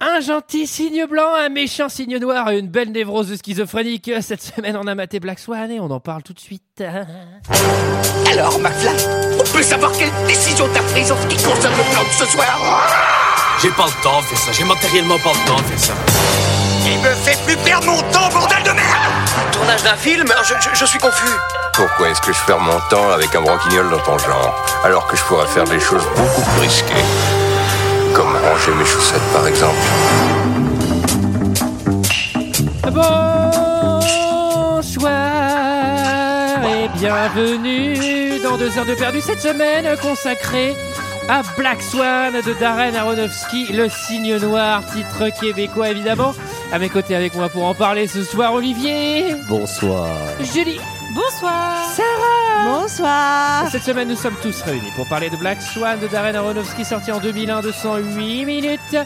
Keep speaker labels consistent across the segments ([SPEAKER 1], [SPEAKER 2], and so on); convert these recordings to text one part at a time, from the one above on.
[SPEAKER 1] Un gentil signe blanc, un méchant signe noir et une belle névrose schizophrénique. Cette semaine, on a maté Black Swan et on en parle tout de suite.
[SPEAKER 2] Alors, McFly, on peut savoir quelle décision t'as prise en ce qui concerne le plan de ce soir
[SPEAKER 3] J'ai pas le temps de faire ça, j'ai matériellement pas le temps de faire ça.
[SPEAKER 2] Il me fait plus perdre mon temps, bordel de merde
[SPEAKER 4] Tournage d'un film je, je- je suis confus.
[SPEAKER 5] Pourquoi est-ce que je perds mon temps avec un broquignol dans ton genre, alors que je pourrais faire des choses beaucoup plus risquées Comme ranger mes chaussettes par exemple.
[SPEAKER 1] Bonsoir et bienvenue dans deux heures de perdu cette semaine consacrée à Black Swan de Darren Aronofsky, le signe noir, titre québécois évidemment. À mes côtés avec moi pour en parler ce soir, Olivier,
[SPEAKER 6] Bonsoir.
[SPEAKER 1] Julie,
[SPEAKER 7] Bonsoir.
[SPEAKER 1] Sarah.
[SPEAKER 7] Bonsoir.
[SPEAKER 1] Cette semaine, nous sommes tous réunis pour parler de Black Swan de Darren Aronofsky, sorti en 2001, 208 minutes,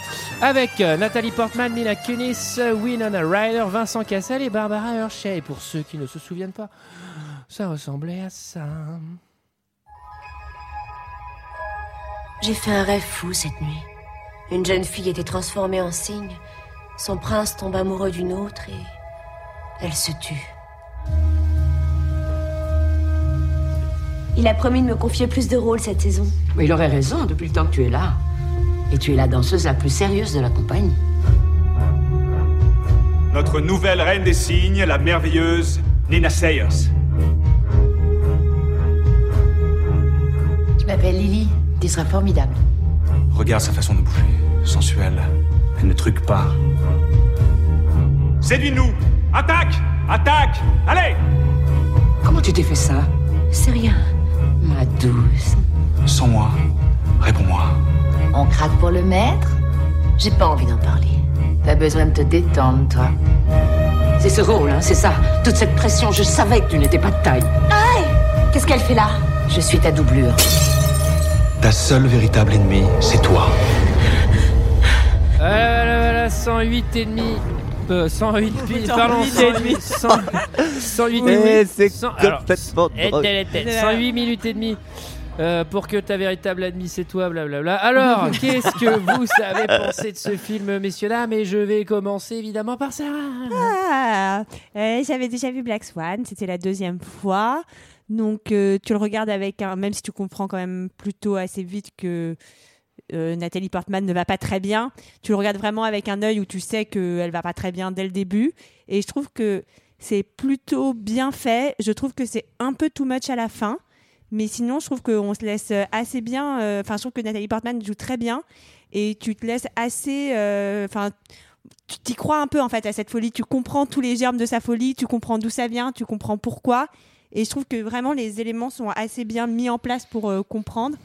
[SPEAKER 1] avec euh, Nathalie Portman, Mila Kunis, euh, Winona Ryder, Vincent Cassel et Barbara Hershey. Et pour ceux qui ne se souviennent pas, ça ressemblait à ça.
[SPEAKER 8] J'ai fait un rêve fou cette nuit. Une jeune fille était transformée en cygne. Son prince tombe amoureux d'une autre et elle se tue. Il a promis de me confier plus de rôles cette saison.
[SPEAKER 9] Mais il aurait raison depuis le temps que tu es là. Et tu es la danseuse la plus sérieuse de la compagnie.
[SPEAKER 10] Notre nouvelle reine des signes, la merveilleuse Nina Sayers.
[SPEAKER 9] Je m'appelle Lily. Tu seras formidable.
[SPEAKER 3] Regarde sa façon de bouger, sensuelle. Elle ne truque pas.
[SPEAKER 10] Séduis-nous Attaque Attaque Allez
[SPEAKER 9] Comment tu t'es fait ça
[SPEAKER 8] C'est rien.
[SPEAKER 9] Ma douce.
[SPEAKER 3] Sans moi, réponds-moi.
[SPEAKER 9] On craque pour le maître
[SPEAKER 8] J'ai pas envie d'en parler.
[SPEAKER 9] T'as besoin de te détendre, toi. C'est ce rôle, hein, c'est ça. Toute cette pression, je savais que tu n'étais pas de taille.
[SPEAKER 8] Qu'est-ce qu'elle fait là
[SPEAKER 9] Je suis ta doublure.
[SPEAKER 3] Ta seule véritable ennemie, c'est toi.
[SPEAKER 1] Ah là là là là, 108 et demi. euh, 108 pi- pardon, 108, 100 108 et demi.
[SPEAKER 6] Eh, c'est
[SPEAKER 1] 100 alors,
[SPEAKER 6] complètement
[SPEAKER 1] Et
[SPEAKER 6] drôle.
[SPEAKER 1] telle et telle. 108 minutes et demie. euh, pour que ta véritable amie c'est toi, blablabla. Alors, qu'est-ce que vous savez penser de ce film, messieurs dames Et je vais commencer évidemment par Sarah.
[SPEAKER 7] Ah, euh, J'avais déjà vu Black Swan, c'était la deuxième fois. Donc euh, tu le regardes avec un, même si tu comprends quand même plutôt assez vite que euh, Nathalie Portman ne va pas très bien, tu le regardes vraiment avec un œil où tu sais qu'elle va pas très bien dès le début. Et je trouve que c'est plutôt bien fait. Je trouve que c'est un peu too much à la fin. Mais sinon, je trouve qu'on se laisse euh, assez bien. euh, Enfin, je trouve que Nathalie Portman joue très bien. Et tu te laisses assez. euh, Enfin, tu t'y crois un peu en fait à cette folie. Tu comprends tous les germes de sa folie, tu comprends d'où ça vient, tu comprends pourquoi. Et je trouve que vraiment les éléments sont assez bien mis en place pour euh, comprendre.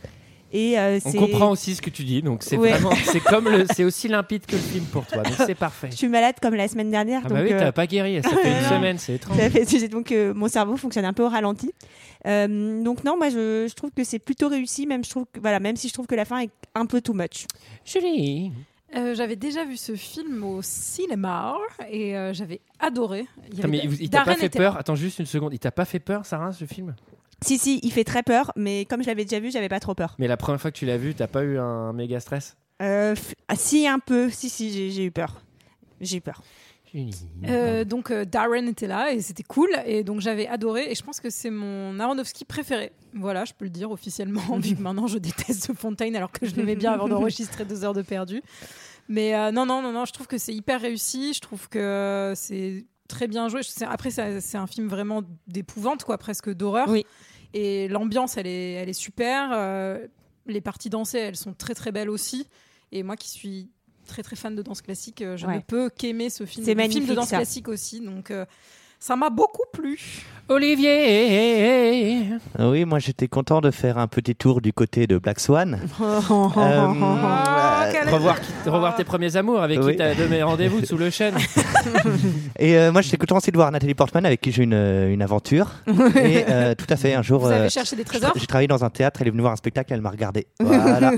[SPEAKER 7] Et euh,
[SPEAKER 1] On
[SPEAKER 7] c'est-
[SPEAKER 1] comprend aussi ce que tu dis, donc c'est
[SPEAKER 7] Ouais.
[SPEAKER 1] vraiment, c'est comme le, c'est aussi limpide que le film pour toi, donc c'est parfait.
[SPEAKER 7] Je suis malade comme la semaine dernière.
[SPEAKER 1] Ah
[SPEAKER 7] donc,
[SPEAKER 1] bah oui,
[SPEAKER 7] euh,
[SPEAKER 1] t'as pas guéri, ça fait une
[SPEAKER 7] non.
[SPEAKER 1] semaine, c'est étrange.
[SPEAKER 7] Ça fait- j'ai- donc euh, mon cerveau fonctionne un peu au ralenti. Euh, donc non, moi je, je trouve que c'est plutôt réussi, même je trouve que- voilà, même si je trouve que la fin est un peu too much.
[SPEAKER 1] Julie,
[SPEAKER 11] Euh, j'avais déjà vu ce film au cinéma et euh, j'avais adoré. Il y
[SPEAKER 1] Attends,
[SPEAKER 11] avait-
[SPEAKER 1] mais il t'a pas
[SPEAKER 11] Darren
[SPEAKER 1] fait
[SPEAKER 11] était-
[SPEAKER 1] peur Attends juste une seconde, il t'a pas fait peur, Sarah, ce film
[SPEAKER 7] Si si, il fait très peur, mais comme je l'avais déjà vu, j'avais pas trop peur.
[SPEAKER 1] Mais la première fois que tu l'as vu, t'as pas eu un méga stress
[SPEAKER 7] Euh, f- ah, si un peu, si si, j'ai- j'ai eu peur, j'ai eu peur.
[SPEAKER 1] Julie.
[SPEAKER 11] Euh, donc euh, Darren était là et c'était cool et donc j'avais adoré et je pense que c'est mon Aronofsky préféré. Voilà, je peux le dire officiellement vu que maintenant je déteste The Fontaine alors que je l'aimais bien avant d'enregistrer deux heures de perdu. Mais euh, non non non non, je trouve que c'est hyper réussi. Je trouve que c'est très bien joué. Je- c'est- Après ça- c'est un film vraiment d'épouvante quoi, presque d'horreur.
[SPEAKER 7] Oui.
[SPEAKER 11] Et l'ambiance elle est elle est super. Euh, les parties dansées elles sont très très belles aussi. Et moi qui suis très très fan de danse classique, euh, je
[SPEAKER 7] Ouais.
[SPEAKER 11] ne peux qu'aimer ce film.
[SPEAKER 7] C'est
[SPEAKER 11] Le film de
[SPEAKER 7] magnifique,
[SPEAKER 11] danse
[SPEAKER 7] ça.
[SPEAKER 11] classique aussi, donc euh, ça m'a beaucoup plu.
[SPEAKER 1] Olivier
[SPEAKER 6] Ah Oui, moi j'étais content de faire un petit tour du côté de Black Swan.
[SPEAKER 11] Oh,
[SPEAKER 6] Euh,
[SPEAKER 11] Ah,
[SPEAKER 6] euh,
[SPEAKER 11] quel-
[SPEAKER 1] Revoir, qui- revoir tes premiers amours avec
[SPEAKER 6] Oui.
[SPEAKER 1] qui t'as donné rendez-vous sous le chêne.
[SPEAKER 6] Et euh, moi j'étais content aussi de voir Nathalie Portman avec qui j'ai une, euh, une aventure. Et euh, tout à fait, un jour.
[SPEAKER 11] Vous
[SPEAKER 6] euh,
[SPEAKER 11] avez cherché des trésors
[SPEAKER 6] j'ai travaillé dans un théâtre, elle est venue voir un spectacle, elle m'a regardé. Voilà.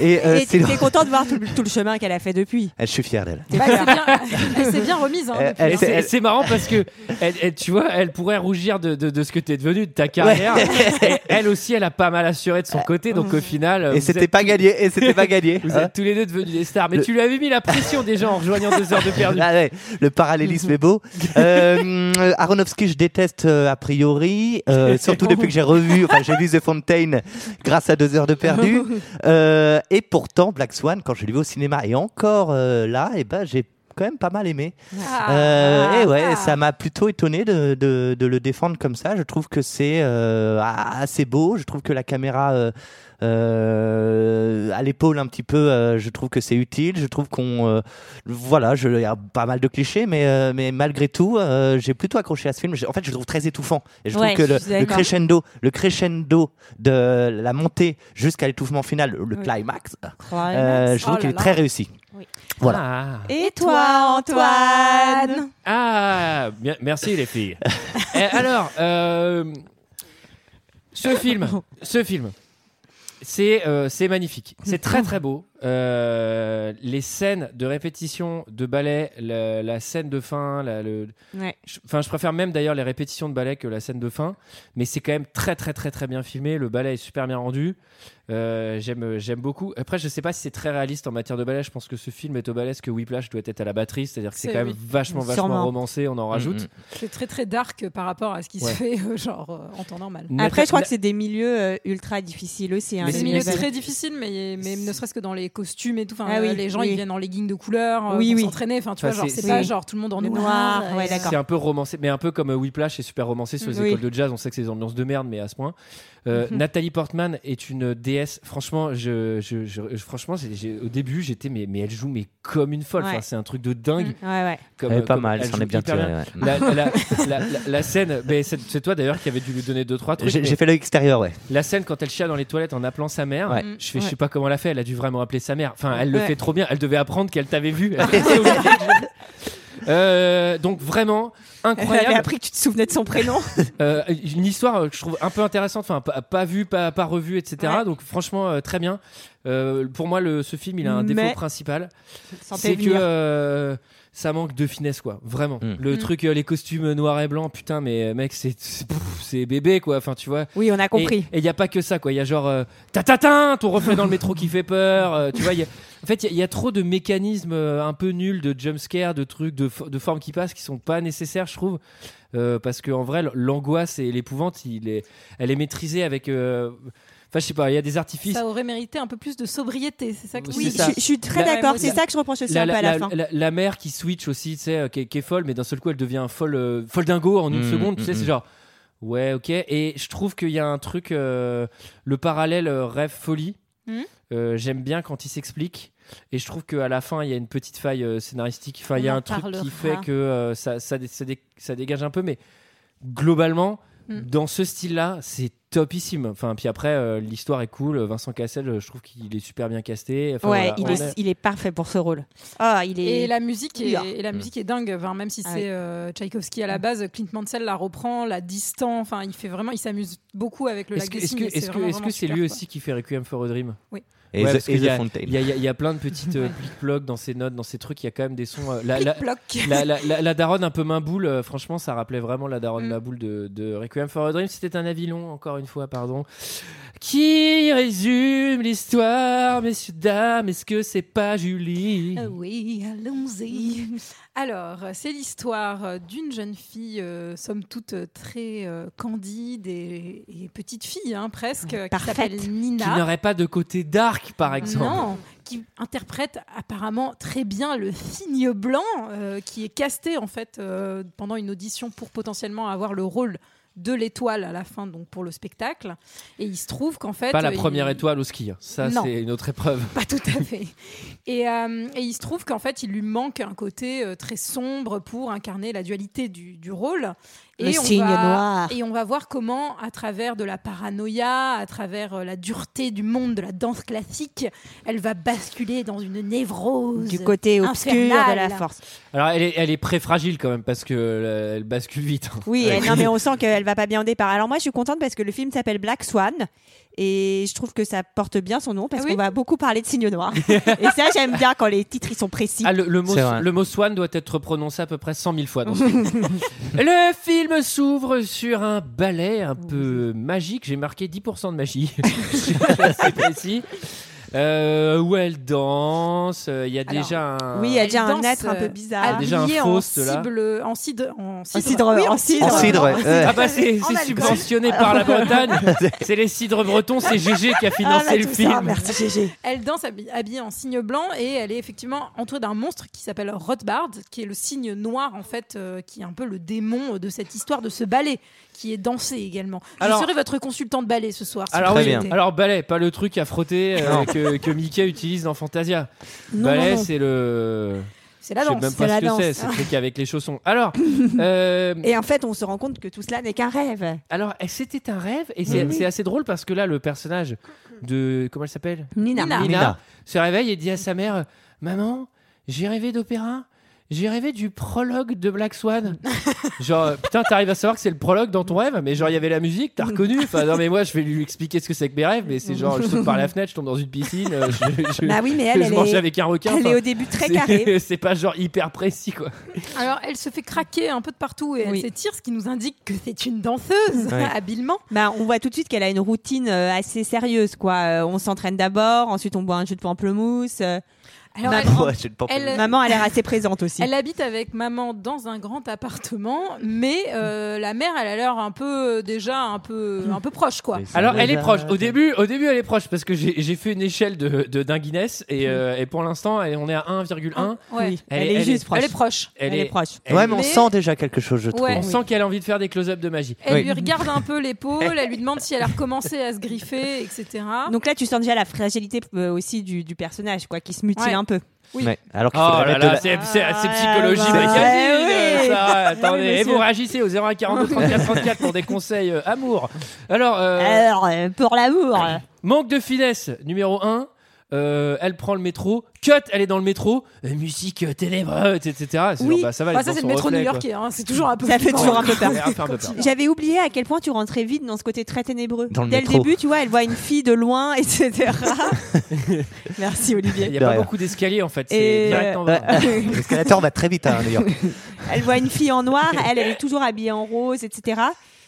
[SPEAKER 6] Et, euh,
[SPEAKER 7] Et
[SPEAKER 6] c'est
[SPEAKER 7] t'es content de voir tout, le- tout le chemin qu'elle a fait depuis.
[SPEAKER 6] Elle, je suis fier d'elle.
[SPEAKER 11] Bah, c'est bien- Elle s'est bien remise. hein,
[SPEAKER 6] Euh,
[SPEAKER 11] depuis,
[SPEAKER 6] elle
[SPEAKER 11] hein.
[SPEAKER 1] Et c'est- et c'est marrant parce que elle- elle- tu vois, elle pourrait rougir de, de- de ce que t'es devenu, de ta carrière. Et elle aussi, elle a pas mal assuré de son
[SPEAKER 11] Euh,
[SPEAKER 1] côté, donc au final.
[SPEAKER 6] Et c'était pas gagné, et c'était pas gagné.
[SPEAKER 1] Vous
[SPEAKER 6] hein.
[SPEAKER 1] êtes tous les deux devenus des stars, mais
[SPEAKER 6] Le-
[SPEAKER 1] tu lui avais mis la pression déjà en rejoignant deux heures de perdu.
[SPEAKER 6] Ah ouais, le parallélisme est beau. Euh, hum, Aronofsky, je déteste euh, a priori, euh, surtout depuis que j'ai revu, enfin j'ai vu The Fontaine grâce à deux heures de perdu. Euh, et pourtant, Black Swan, quand je l'ai vu au cinéma, et encore euh, là, et ben j'ai quand même pas mal aimé.
[SPEAKER 7] Ah.
[SPEAKER 6] Euh, et ouais, ça m'a plutôt étonné de, de- de le défendre comme ça. Je trouve que c'est euh, a- assez beau. Je trouve que la caméra euh, euh, à l'épaule un petit peu, euh, je trouve que c'est utile. Je trouve qu'on, euh, voilà, je- il y a pas mal de clichés, mais euh, mais malgré tout, euh, j'ai plutôt accroché à ce film. J'ai- En fait, je le trouve très étouffant. Et je
[SPEAKER 7] Ouais,
[SPEAKER 6] trouve que
[SPEAKER 7] je
[SPEAKER 6] le,
[SPEAKER 7] suis
[SPEAKER 6] le
[SPEAKER 7] d'accord.
[SPEAKER 6] crescendo, le crescendo de la montée jusqu'à l'étouffement final, le le
[SPEAKER 7] Oui.
[SPEAKER 6] climax, euh,
[SPEAKER 7] Climax.
[SPEAKER 6] je
[SPEAKER 7] Oh
[SPEAKER 6] trouve
[SPEAKER 7] là
[SPEAKER 6] qu'il est
[SPEAKER 7] là.
[SPEAKER 6] très réussi. Voilà.
[SPEAKER 7] Et toi, Antoine
[SPEAKER 1] Ah, bien- merci les filles. Eh, alors, euh, ce film, ce film, c'est euh, c'est magnifique. C'est très très beau. Euh, les scènes de répétition de ballet, la, la scène de fin, la- le,
[SPEAKER 7] Ouais.
[SPEAKER 1] je- Enfin, je préfère même d'ailleurs les répétitions de ballet que la scène de fin, mais c'est quand même très très très très bien filmé. Le ballet est super bien rendu. Euh, j'aime j'aime beaucoup. Après, je sais pas si c'est très réaliste en matière de ballet. Je pense que ce film est au ballet, ce que Whiplash doit être à la batterie, c'est-à-dire que c'est
[SPEAKER 11] C'est-
[SPEAKER 1] quand même
[SPEAKER 11] oui.
[SPEAKER 1] vachement vachement
[SPEAKER 7] Sûrement.
[SPEAKER 1] romancé. On en rajoute.
[SPEAKER 6] Mm,
[SPEAKER 11] C'est très très dark par rapport à ce qui
[SPEAKER 1] Ouais.
[SPEAKER 11] se fait euh, genre euh, en temps normal.
[SPEAKER 1] Nat-
[SPEAKER 7] Après, je crois
[SPEAKER 1] Na-
[SPEAKER 7] que c'est des milieux euh, ultra difficiles aussi. Hein,
[SPEAKER 1] Mais
[SPEAKER 11] C'est des
[SPEAKER 7] les
[SPEAKER 1] c'est
[SPEAKER 11] milieux
[SPEAKER 7] balais.
[SPEAKER 11] très difficiles, mais, mais ne serait-ce que dans les costumes et tout. Enfin, euh,
[SPEAKER 7] Ah oui,
[SPEAKER 11] les gens
[SPEAKER 7] oui.
[SPEAKER 11] ils viennent en leggings de couleur euh,
[SPEAKER 7] Oui,
[SPEAKER 11] pour
[SPEAKER 7] oui.
[SPEAKER 11] s'entraîner. Enfin, tu
[SPEAKER 1] Enfin,
[SPEAKER 11] vois, genre
[SPEAKER 1] c'est-
[SPEAKER 11] c'est pas
[SPEAKER 7] oui.
[SPEAKER 11] genre tout le monde en
[SPEAKER 7] Le
[SPEAKER 11] noir. euh,
[SPEAKER 7] noir, ouais,
[SPEAKER 11] et-
[SPEAKER 7] d'accord.
[SPEAKER 1] C'est un peu romancé, mais un peu comme euh, Whiplash est super romancé sur les
[SPEAKER 7] Oui. Mhm.
[SPEAKER 1] écoles de jazz. On sait que c'est des ambiances de merde, mais à ce point. Euh, Nathalie Portman est une déesse. Franchement, je, je- je- franchement, j'ai- j'ai- au début, j'étais mais, mais elle joue mais comme une folle.
[SPEAKER 7] Ouais. Mhm.
[SPEAKER 1] Enfin, c'est un truc de dingue.
[SPEAKER 11] Mm.
[SPEAKER 7] Ouais, ouais.
[SPEAKER 1] Comme,
[SPEAKER 6] Elle est pas
[SPEAKER 1] comme-
[SPEAKER 6] mal, ça en
[SPEAKER 1] joue
[SPEAKER 6] est bien
[SPEAKER 1] hyper
[SPEAKER 6] tiré.
[SPEAKER 1] bien.
[SPEAKER 6] ouais.
[SPEAKER 1] La, la- la- la- la scène, mais c'est c'est toi d'ailleurs qui avais dû lui donner deux trois trucs.
[SPEAKER 6] J'ai
[SPEAKER 1] mais
[SPEAKER 6] j'ai fait l'œil extérieur, ouais.
[SPEAKER 1] La scène quand elle chia dans les toilettes en appelant sa mère,
[SPEAKER 6] Ouais.
[SPEAKER 1] je fais, je
[SPEAKER 7] Ouais.
[SPEAKER 1] sais pas comment elle a fait. Elle a dû vraiment appeler sa mère. Enfin, elle le
[SPEAKER 7] Ouais.
[SPEAKER 1] fait trop bien. Elle devait apprendre qu'elle t'avait vu. Elle était obligée de- Euh, donc vraiment
[SPEAKER 7] Elle avait
[SPEAKER 1] incroyable.
[SPEAKER 7] appris que tu te souvenais de son prénom.
[SPEAKER 1] Euh, une histoire euh, que je trouve un peu intéressante, enfin pas, pas vue, pas, pas revue, etc.
[SPEAKER 7] Ouais.
[SPEAKER 1] Donc franchement euh, très bien. Euh, pour moi, le, ce film, il a un défaut
[SPEAKER 7] Mais-
[SPEAKER 1] principal,
[SPEAKER 7] Sans
[SPEAKER 1] c'est que
[SPEAKER 7] prévenir.
[SPEAKER 1] euh, ça manque de finesse, quoi. Vraiment.
[SPEAKER 6] Mm.
[SPEAKER 1] Le
[SPEAKER 7] Hmm.
[SPEAKER 11] Mm.
[SPEAKER 1] truc, euh, les costumes noirs et blancs, putain, mais euh, mec, c'est c'est- pff, c'est bébé, quoi. Enfin, tu vois.
[SPEAKER 7] Oui, on a compris.
[SPEAKER 1] Et il n'y a pas que ça, quoi. Il y a genre euh, tatatin, ton reflet dans le métro qui fait peur. euh, tu vois, il y a- en fait, il y a- il y, a trop de mécanismes euh, un peu nuls de jumpscare, de trucs, de, fo- de formes qui passent qui sont pas nécessaires, je trouve. Euh, parce qu'en vrai, l- l'angoisse et l'épouvante, il est, elle est maîtrisée avec. euh, Enfin, je sais pas, il y a des artifices.
[SPEAKER 11] Ça aurait mérité un peu plus de sobriété, c'est ça que tu
[SPEAKER 1] Oui,
[SPEAKER 7] Oui,
[SPEAKER 1] c'est ça.
[SPEAKER 7] je, je suis très
[SPEAKER 1] La-
[SPEAKER 7] d'accord.
[SPEAKER 11] la-
[SPEAKER 7] C'est ça que je reproche aussi
[SPEAKER 1] La,
[SPEAKER 7] un peu
[SPEAKER 1] la,
[SPEAKER 7] à la,
[SPEAKER 1] la-
[SPEAKER 7] fin.
[SPEAKER 1] la- la mère qui switch aussi, tu sais, euh, qui, est- qui est folle, mais d'un seul coup, elle devient folle, euh, folle dingo en une
[SPEAKER 6] Mmh,
[SPEAKER 1] seconde. Tu sais,
[SPEAKER 6] mmh,
[SPEAKER 1] c'est
[SPEAKER 6] mmh.
[SPEAKER 1] genre, ouais, ok. Et je trouve qu'il y a un truc, euh, le parallèle euh, rêve-folie.
[SPEAKER 11] Mmh.
[SPEAKER 1] Euh, J'aime bien quand il s'explique. Et je trouve qu'à la fin, il y a une petite faille euh, scénaristique. Enfin, il y a
[SPEAKER 11] On en
[SPEAKER 1] un truc qui
[SPEAKER 11] parlera.
[SPEAKER 1] fait que euh, ça, ça, dé- ça dé- ça dégage un peu, mais globalement,
[SPEAKER 7] Mmh.
[SPEAKER 11] Mm.
[SPEAKER 1] dans ce style-là, c'est topissime. Enfin, puis après, euh, l'histoire est cool. Vincent Cassel, euh, je trouve qu'il est super bien casté. Enfin,
[SPEAKER 7] ouais,
[SPEAKER 1] voilà,
[SPEAKER 7] il
[SPEAKER 1] on
[SPEAKER 7] est,
[SPEAKER 1] est-
[SPEAKER 7] il est parfait pour ce rôle. Ah, il est.
[SPEAKER 11] Et la musique est,
[SPEAKER 7] Yeah.
[SPEAKER 11] et la musique est dingue. Enfin, même si
[SPEAKER 7] Ah
[SPEAKER 11] c'est
[SPEAKER 7] oui.
[SPEAKER 11] euh, Tchaïkovski à la base, Clint Mansell la reprend, la distend. Enfin, il fait vraiment, il s'amuse beaucoup avec le
[SPEAKER 1] Est-ce
[SPEAKER 11] lac
[SPEAKER 1] que
[SPEAKER 11] des
[SPEAKER 1] est-ce
[SPEAKER 11] signes.
[SPEAKER 1] que-
[SPEAKER 11] et
[SPEAKER 1] est-ce que
[SPEAKER 11] vraiment,
[SPEAKER 1] est-ce que
[SPEAKER 11] vraiment
[SPEAKER 1] c'est
[SPEAKER 11] super,
[SPEAKER 1] lui
[SPEAKER 11] quoi.
[SPEAKER 1] aussi qui fait Requiem for a Dream
[SPEAKER 6] Et
[SPEAKER 1] Ouais, parce
[SPEAKER 6] The,
[SPEAKER 1] que
[SPEAKER 6] et
[SPEAKER 1] il y a-
[SPEAKER 6] The
[SPEAKER 1] Il
[SPEAKER 6] Fontaine.
[SPEAKER 1] y a, il y a- il y a plein de petites euh, plic-plocs dans ses notes, dans ses trucs. Il y a quand même des sons. euh, la, la-
[SPEAKER 11] Plic-ploc.
[SPEAKER 1] la, la- la- la daronne un peu main boule, euh, franchement, ça rappelait vraiment la daronne
[SPEAKER 11] Mm.
[SPEAKER 1] main boule de, de Requiem for a Dream. C'était un avis long, encore une fois, pardon. Qui résume l'histoire, messieurs, dames Est-ce que c'est pas Julie
[SPEAKER 11] Ah oui, allons-y. Alors, c'est l'histoire euh, d'une jeune fille, euh, somme toute euh, très euh, candide et, et petite fille, hein, presque, qui
[SPEAKER 7] parfaite.
[SPEAKER 11] s'appelle
[SPEAKER 1] Qui
[SPEAKER 11] Nina.
[SPEAKER 1] n'aurait pas de côté dark, par exemple
[SPEAKER 11] Non, qui interprète apparemment très bien le cygne blanc euh, qui est casté en fait euh, pendant une audition pour potentiellement avoir le rôle de l'étoile à la fin donc pour le spectacle et il se trouve qu'en fait
[SPEAKER 1] Pas la
[SPEAKER 11] euh,
[SPEAKER 1] première
[SPEAKER 11] il-
[SPEAKER 1] étoile au ski. hein. Ça,
[SPEAKER 11] Non.
[SPEAKER 1] c'est une autre épreuve.
[SPEAKER 11] pas tout à fait. Et, euh, et il se trouve qu'en fait, il lui manque un côté euh, très sombre pour incarner la dualité du, du rôle.
[SPEAKER 7] Le signe noir.
[SPEAKER 11] Et on va voir comment, à travers de la paranoïa, à travers euh, la dureté du monde de la danse classique, elle va basculer dans une névrose.
[SPEAKER 7] du côté obscur de la
[SPEAKER 11] infernale.
[SPEAKER 7] force.
[SPEAKER 1] Alors, elle est, elle est très fragile quand même parce que euh, elle bascule vite. hein.
[SPEAKER 7] Oui,
[SPEAKER 1] Ouais.
[SPEAKER 7] elle- non, mais on sent qu'elle va pas bien au départ. Alors moi, je suis contente parce que le film s'appelle Black Swan Et je trouve que ça porte bien son nom parce qu'on va beaucoup parler de signes noirs. et ça, j'aime bien quand les titres ils sont précis.
[SPEAKER 1] Ah, le, le mot,
[SPEAKER 7] C'est vrai.
[SPEAKER 1] le mot swan doit être prononcé à peu près 100 000 fois. dans ce film. le film s'ouvre sur un ballet un peu magique. J'ai marqué 10% de magie. Je suis assez précis. Euh, où elle danse. euh, Il y a
[SPEAKER 11] Alors,
[SPEAKER 1] déjà un.
[SPEAKER 7] oui, il y a déjà
[SPEAKER 11] Elle
[SPEAKER 7] un
[SPEAKER 11] danse,
[SPEAKER 7] être un
[SPEAKER 11] euh,
[SPEAKER 7] peu bizarre.
[SPEAKER 11] habillée
[SPEAKER 1] Déjà un
[SPEAKER 11] en
[SPEAKER 1] Faust, là.
[SPEAKER 11] cible, en cidre, en cidre,
[SPEAKER 7] cidre,
[SPEAKER 11] Oui,
[SPEAKER 7] en cidre. En
[SPEAKER 6] cidre, ouais. Ouais.
[SPEAKER 1] Ah bah c'est
[SPEAKER 11] En Ah bah,
[SPEAKER 1] c'est
[SPEAKER 11] alcool.
[SPEAKER 1] subventionné par la Bretagne. C'est les cidres bretons, c'est GG qui
[SPEAKER 7] Ah,
[SPEAKER 1] a
[SPEAKER 11] Ah,
[SPEAKER 1] financé
[SPEAKER 11] bah,
[SPEAKER 1] le film.
[SPEAKER 11] Elle danse habi- habillée en cygne blanc et elle est effectivement entourée d'un monstre qui s'appelle Rothbard, qui est le cygne noir en fait, euh, qui est un peu le démon de cette histoire de ce ballet qui est dansé également. Je
[SPEAKER 1] Alors-
[SPEAKER 11] serai votre consultant de ballet ce soir. si
[SPEAKER 1] Alors
[SPEAKER 11] vous
[SPEAKER 1] oui, Bah,
[SPEAKER 11] le souhaitez.
[SPEAKER 1] alors balai, pas le truc à frotter euh,
[SPEAKER 6] Non.
[SPEAKER 1] que, que Mickey utilise dans Fantasia.
[SPEAKER 11] Non,
[SPEAKER 1] balai,
[SPEAKER 11] non, non.
[SPEAKER 1] c'est le.
[SPEAKER 11] C'est la
[SPEAKER 1] Je sais
[SPEAKER 11] danse,
[SPEAKER 1] même
[SPEAKER 7] c'est
[SPEAKER 1] pas
[SPEAKER 7] la
[SPEAKER 1] ce que
[SPEAKER 7] danse.
[SPEAKER 1] c'est, c'est le truc avec les chaussons. Alors, euh,
[SPEAKER 7] Et en fait, on se rend compte que tout cela n'est qu'un rêve.
[SPEAKER 1] alors eh, c'était un rêve et c'est
[SPEAKER 7] Oui.
[SPEAKER 1] c'est assez drôle parce que là, le personnage de comment elle s'appelle
[SPEAKER 7] Nina.
[SPEAKER 11] Nina.
[SPEAKER 6] Nina.
[SPEAKER 1] se réveille et dit à sa mère Maman, j'ai rêvé d'opéra. J'ai rêvé du prologue de Black Swan. genre, euh, putain, t'arrives à savoir que c'est le prologue dans ton rêve, mais genre, il y avait la musique, t'as reconnu. Enfin, non, mais moi, je vais lui expliquer ce que c'est que mes rêves, mais c'est genre, je saute par la fenêtre, je tombe dans une piscine, euh, je, je-
[SPEAKER 7] Bah oui, mais elle,
[SPEAKER 1] je
[SPEAKER 7] elle,
[SPEAKER 1] mange
[SPEAKER 7] est,
[SPEAKER 1] avec un requin.
[SPEAKER 7] elle
[SPEAKER 1] enfin,
[SPEAKER 7] est au début très
[SPEAKER 1] c'est-
[SPEAKER 7] carrée.
[SPEAKER 1] C'est pas genre hyper précis, quoi.
[SPEAKER 11] Alors, elle se fait craquer un peu de partout et
[SPEAKER 7] Oui.
[SPEAKER 11] elle s'étire, ce qui nous indique que c'est une danseuse,
[SPEAKER 6] Ouais.
[SPEAKER 11] habilement.
[SPEAKER 7] Bah, on voit tout de suite qu'elle a une routine euh, assez sérieuse. quoi. Euh, on s'entraîne d'abord, ensuite on boit un jus de pamplemousse. euh,
[SPEAKER 11] Alors,
[SPEAKER 7] Bah,
[SPEAKER 11] elle,
[SPEAKER 6] Ouais, je ne pense pas.
[SPEAKER 11] elle-
[SPEAKER 7] Maman a l'air assez présente aussi.
[SPEAKER 11] elle habite avec maman dans un grand appartement, mais euh, la mère, elle a l'air un peu euh, déjà un peu un peu proche quoi.
[SPEAKER 6] Mais c'est
[SPEAKER 1] Alors, elle est
[SPEAKER 6] déjà-
[SPEAKER 1] proche. Au début, au début, elle est proche parce que j'ai j'ai fait une échelle de, de dinguiness
[SPEAKER 6] Mhm.
[SPEAKER 1] et, euh, et pour l'instant, elle- on est à 1,1.
[SPEAKER 11] Ouais.
[SPEAKER 7] Oui, elle, est, juste proche.
[SPEAKER 11] Elle est proche.
[SPEAKER 1] Elle,
[SPEAKER 7] Elle est
[SPEAKER 1] est-
[SPEAKER 7] proche.
[SPEAKER 1] elle
[SPEAKER 6] Ah. ouais,
[SPEAKER 1] est-
[SPEAKER 6] mais on
[SPEAKER 11] mais-
[SPEAKER 6] sent déjà quelque chose, je trouve.
[SPEAKER 11] Ouais.
[SPEAKER 1] on sent qu'elle a envie de faire des close-up de magie.
[SPEAKER 7] Eh,
[SPEAKER 11] Elle
[SPEAKER 6] Oui.
[SPEAKER 11] lui regarde un peu l'épaule, elle lui demande si elle a recommencé à se griffer, etc.
[SPEAKER 7] Donc là, tu sens déjà la fragilité euh, aussi du, du personnage, quoi, qui se mutile
[SPEAKER 11] Ouais.
[SPEAKER 7] un peu.
[SPEAKER 11] Oui.
[SPEAKER 6] Ouais. Alors
[SPEAKER 1] Oh
[SPEAKER 6] qu'il faudrait
[SPEAKER 1] là
[SPEAKER 6] mettre de
[SPEAKER 1] là,
[SPEAKER 6] la-
[SPEAKER 1] c'est c'est- c'est
[SPEAKER 7] Ah,
[SPEAKER 1] psychologie
[SPEAKER 7] bah,
[SPEAKER 1] magazine, euh,
[SPEAKER 7] ouais, oui.
[SPEAKER 1] ça, attendez.
[SPEAKER 7] Oui,
[SPEAKER 1] et
[SPEAKER 7] monsieur.
[SPEAKER 1] vous réagissez au 01 42 34 34 pour des conseils euh, amour. Alors, euh,
[SPEAKER 7] Alors, euh, pour l'amour. euh,
[SPEAKER 1] manque de finesse, numéro 1. elle prend le métro, cut, elle est dans le métro, euh, musique euh, ténébreuse, etc. C'est
[SPEAKER 7] Oui. Ah,
[SPEAKER 1] genre, bah, ça va, elle
[SPEAKER 11] Enfin,
[SPEAKER 1] est
[SPEAKER 11] ça
[SPEAKER 1] dans
[SPEAKER 11] c'est
[SPEAKER 1] son
[SPEAKER 11] le métro
[SPEAKER 1] reflet,
[SPEAKER 11] new-yorkais, hein, c'est toujours un peu. hein.
[SPEAKER 7] Ça fait
[SPEAKER 1] quoi.
[SPEAKER 7] toujours un peu peur.
[SPEAKER 1] Ouais, un peu peur.
[SPEAKER 7] J'avais oublié à quel point tu rentrais vite dans ce côté très ténébreux.
[SPEAKER 6] Dans le
[SPEAKER 7] Dès
[SPEAKER 6] métro.
[SPEAKER 7] le début, tu vois, elle voit une fille de loin, etc. Merci
[SPEAKER 1] Il
[SPEAKER 7] Olivier.
[SPEAKER 1] n'y a pas
[SPEAKER 6] Derrière.
[SPEAKER 1] beaucoup d'escaliers en fait, c'est
[SPEAKER 7] Et- bah,
[SPEAKER 1] direct en
[SPEAKER 6] Ouais.
[SPEAKER 1] bas.
[SPEAKER 6] L'escalator va très vite à New York.
[SPEAKER 7] Elle voit une fille en noir, elle, elle est toujours habillée en rose, etc.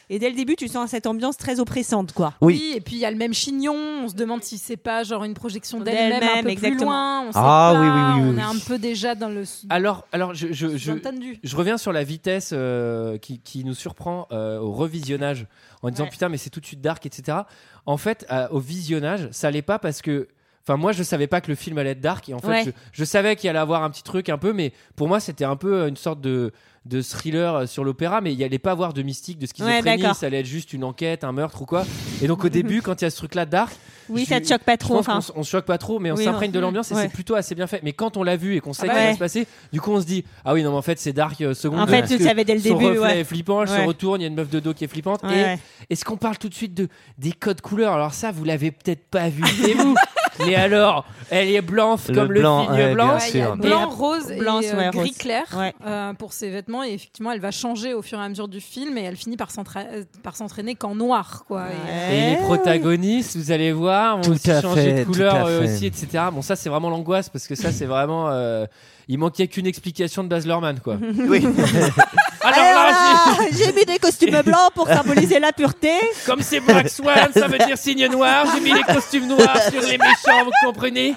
[SPEAKER 7] Et dès le début, tu sens cette ambiance très oppressante, quoi.
[SPEAKER 11] Oui, et puis il y a le même chignon, on se demande si c'est pas genre une projection d'elle-même un
[SPEAKER 7] D'elle-même,
[SPEAKER 11] peu plus
[SPEAKER 7] exactement.
[SPEAKER 11] loin, on sait
[SPEAKER 6] Ah,
[SPEAKER 11] pas,
[SPEAKER 6] oui, oui, oui, oui,
[SPEAKER 11] on est
[SPEAKER 6] oui.
[SPEAKER 11] un peu déjà dans le
[SPEAKER 1] Alors, alors Ah, je, je, je,
[SPEAKER 11] sous-entendu.
[SPEAKER 1] je reviens sur la vitesse euh, qui, qui nous surprend euh, au revisionnage en disant
[SPEAKER 7] Ouais.
[SPEAKER 1] putain mais c'est tout de suite dark etc. En fait euh, au visionnage ça l'est pas parce que enfin moi je savais pas que le film allait être dark et en fait
[SPEAKER 7] Ouais.
[SPEAKER 1] je, je savais qu'il allait avoir un petit truc un peu mais pour moi c'était un peu euh, une sorte de de thriller euh, sur l'opéra mais il y allait pas avoir de mystique de schizophrénie
[SPEAKER 7] d'accord.
[SPEAKER 1] ça allait être juste une enquête un meurtre ou quoi et donc au début quand il y a ce truc là dark
[SPEAKER 7] Oui,
[SPEAKER 1] Je-
[SPEAKER 7] ça te choque pas
[SPEAKER 1] je
[SPEAKER 7] trop.
[SPEAKER 1] pense
[SPEAKER 7] Enfin,
[SPEAKER 1] qu'on s- on se choque pas trop, mais on
[SPEAKER 7] Oui,
[SPEAKER 1] s'imprègne
[SPEAKER 7] on-
[SPEAKER 1] de l'ambiance et
[SPEAKER 7] ouais.
[SPEAKER 1] c'est plutôt assez bien fait. Mais quand on l'a vu et qu'on sait
[SPEAKER 7] Ah bah
[SPEAKER 1] qu'il va
[SPEAKER 7] ouais.
[SPEAKER 1] se passer, du coup on se dit ah oui non mais en fait c'est dark euh, seconde.
[SPEAKER 7] en fait,
[SPEAKER 1] parce
[SPEAKER 7] tu le
[SPEAKER 1] que
[SPEAKER 7] savais dès le
[SPEAKER 1] son
[SPEAKER 7] début.
[SPEAKER 1] reflet
[SPEAKER 7] ouais.
[SPEAKER 1] est flippant, elle se
[SPEAKER 7] Ouais.
[SPEAKER 1] retourne, il y a une meuf de dos qui est flippante.
[SPEAKER 7] Ouais,
[SPEAKER 1] et
[SPEAKER 7] ouais.
[SPEAKER 1] est-ce qu'on parle tout de suite de des codes couleurs Alors ça vous l'avez peut-être pas vu chez vous, mais alors elle est blanche
[SPEAKER 6] Le
[SPEAKER 1] comme
[SPEAKER 6] blanc,
[SPEAKER 1] le
[SPEAKER 6] ouais,
[SPEAKER 1] figne blanc.
[SPEAKER 6] bien
[SPEAKER 11] Ouais, il y a
[SPEAKER 6] sûr.
[SPEAKER 7] Et la-
[SPEAKER 11] blanc, rose et,
[SPEAKER 7] blanc,
[SPEAKER 11] euh,
[SPEAKER 7] ouais,
[SPEAKER 11] gris
[SPEAKER 7] rose.
[SPEAKER 11] clair
[SPEAKER 7] Ouais.
[SPEAKER 11] euh, pour ses vêtements et effectivement elle va changer au fur et à mesure du film et elle finit par s'entra- euh, par s'entraîner qu'en noir quoi. Et, euh,
[SPEAKER 1] Et les
[SPEAKER 7] Ouais.
[SPEAKER 1] protagonistes, vous allez voir,
[SPEAKER 6] Tout
[SPEAKER 1] ont aussi
[SPEAKER 6] à
[SPEAKER 1] changé
[SPEAKER 6] fait,
[SPEAKER 1] de
[SPEAKER 6] tout
[SPEAKER 1] couleur
[SPEAKER 6] à
[SPEAKER 1] euh,
[SPEAKER 6] fait.
[SPEAKER 1] aussi, etc. Bon, ça, c'est vraiment l'angoisse parce que ça, c'est vraiment. euh, il manquait qu'une explication de Baz Luhrmann, quoi.
[SPEAKER 6] Oui.
[SPEAKER 1] Alors là, j'ai-
[SPEAKER 7] Alors là, j'ai mis des costumes blancs pour symboliser la pureté.
[SPEAKER 1] Comme c'est Black Swan, ça veut dire signe noir. J'ai mis les costumes noirs sur les méchants, vous comprenez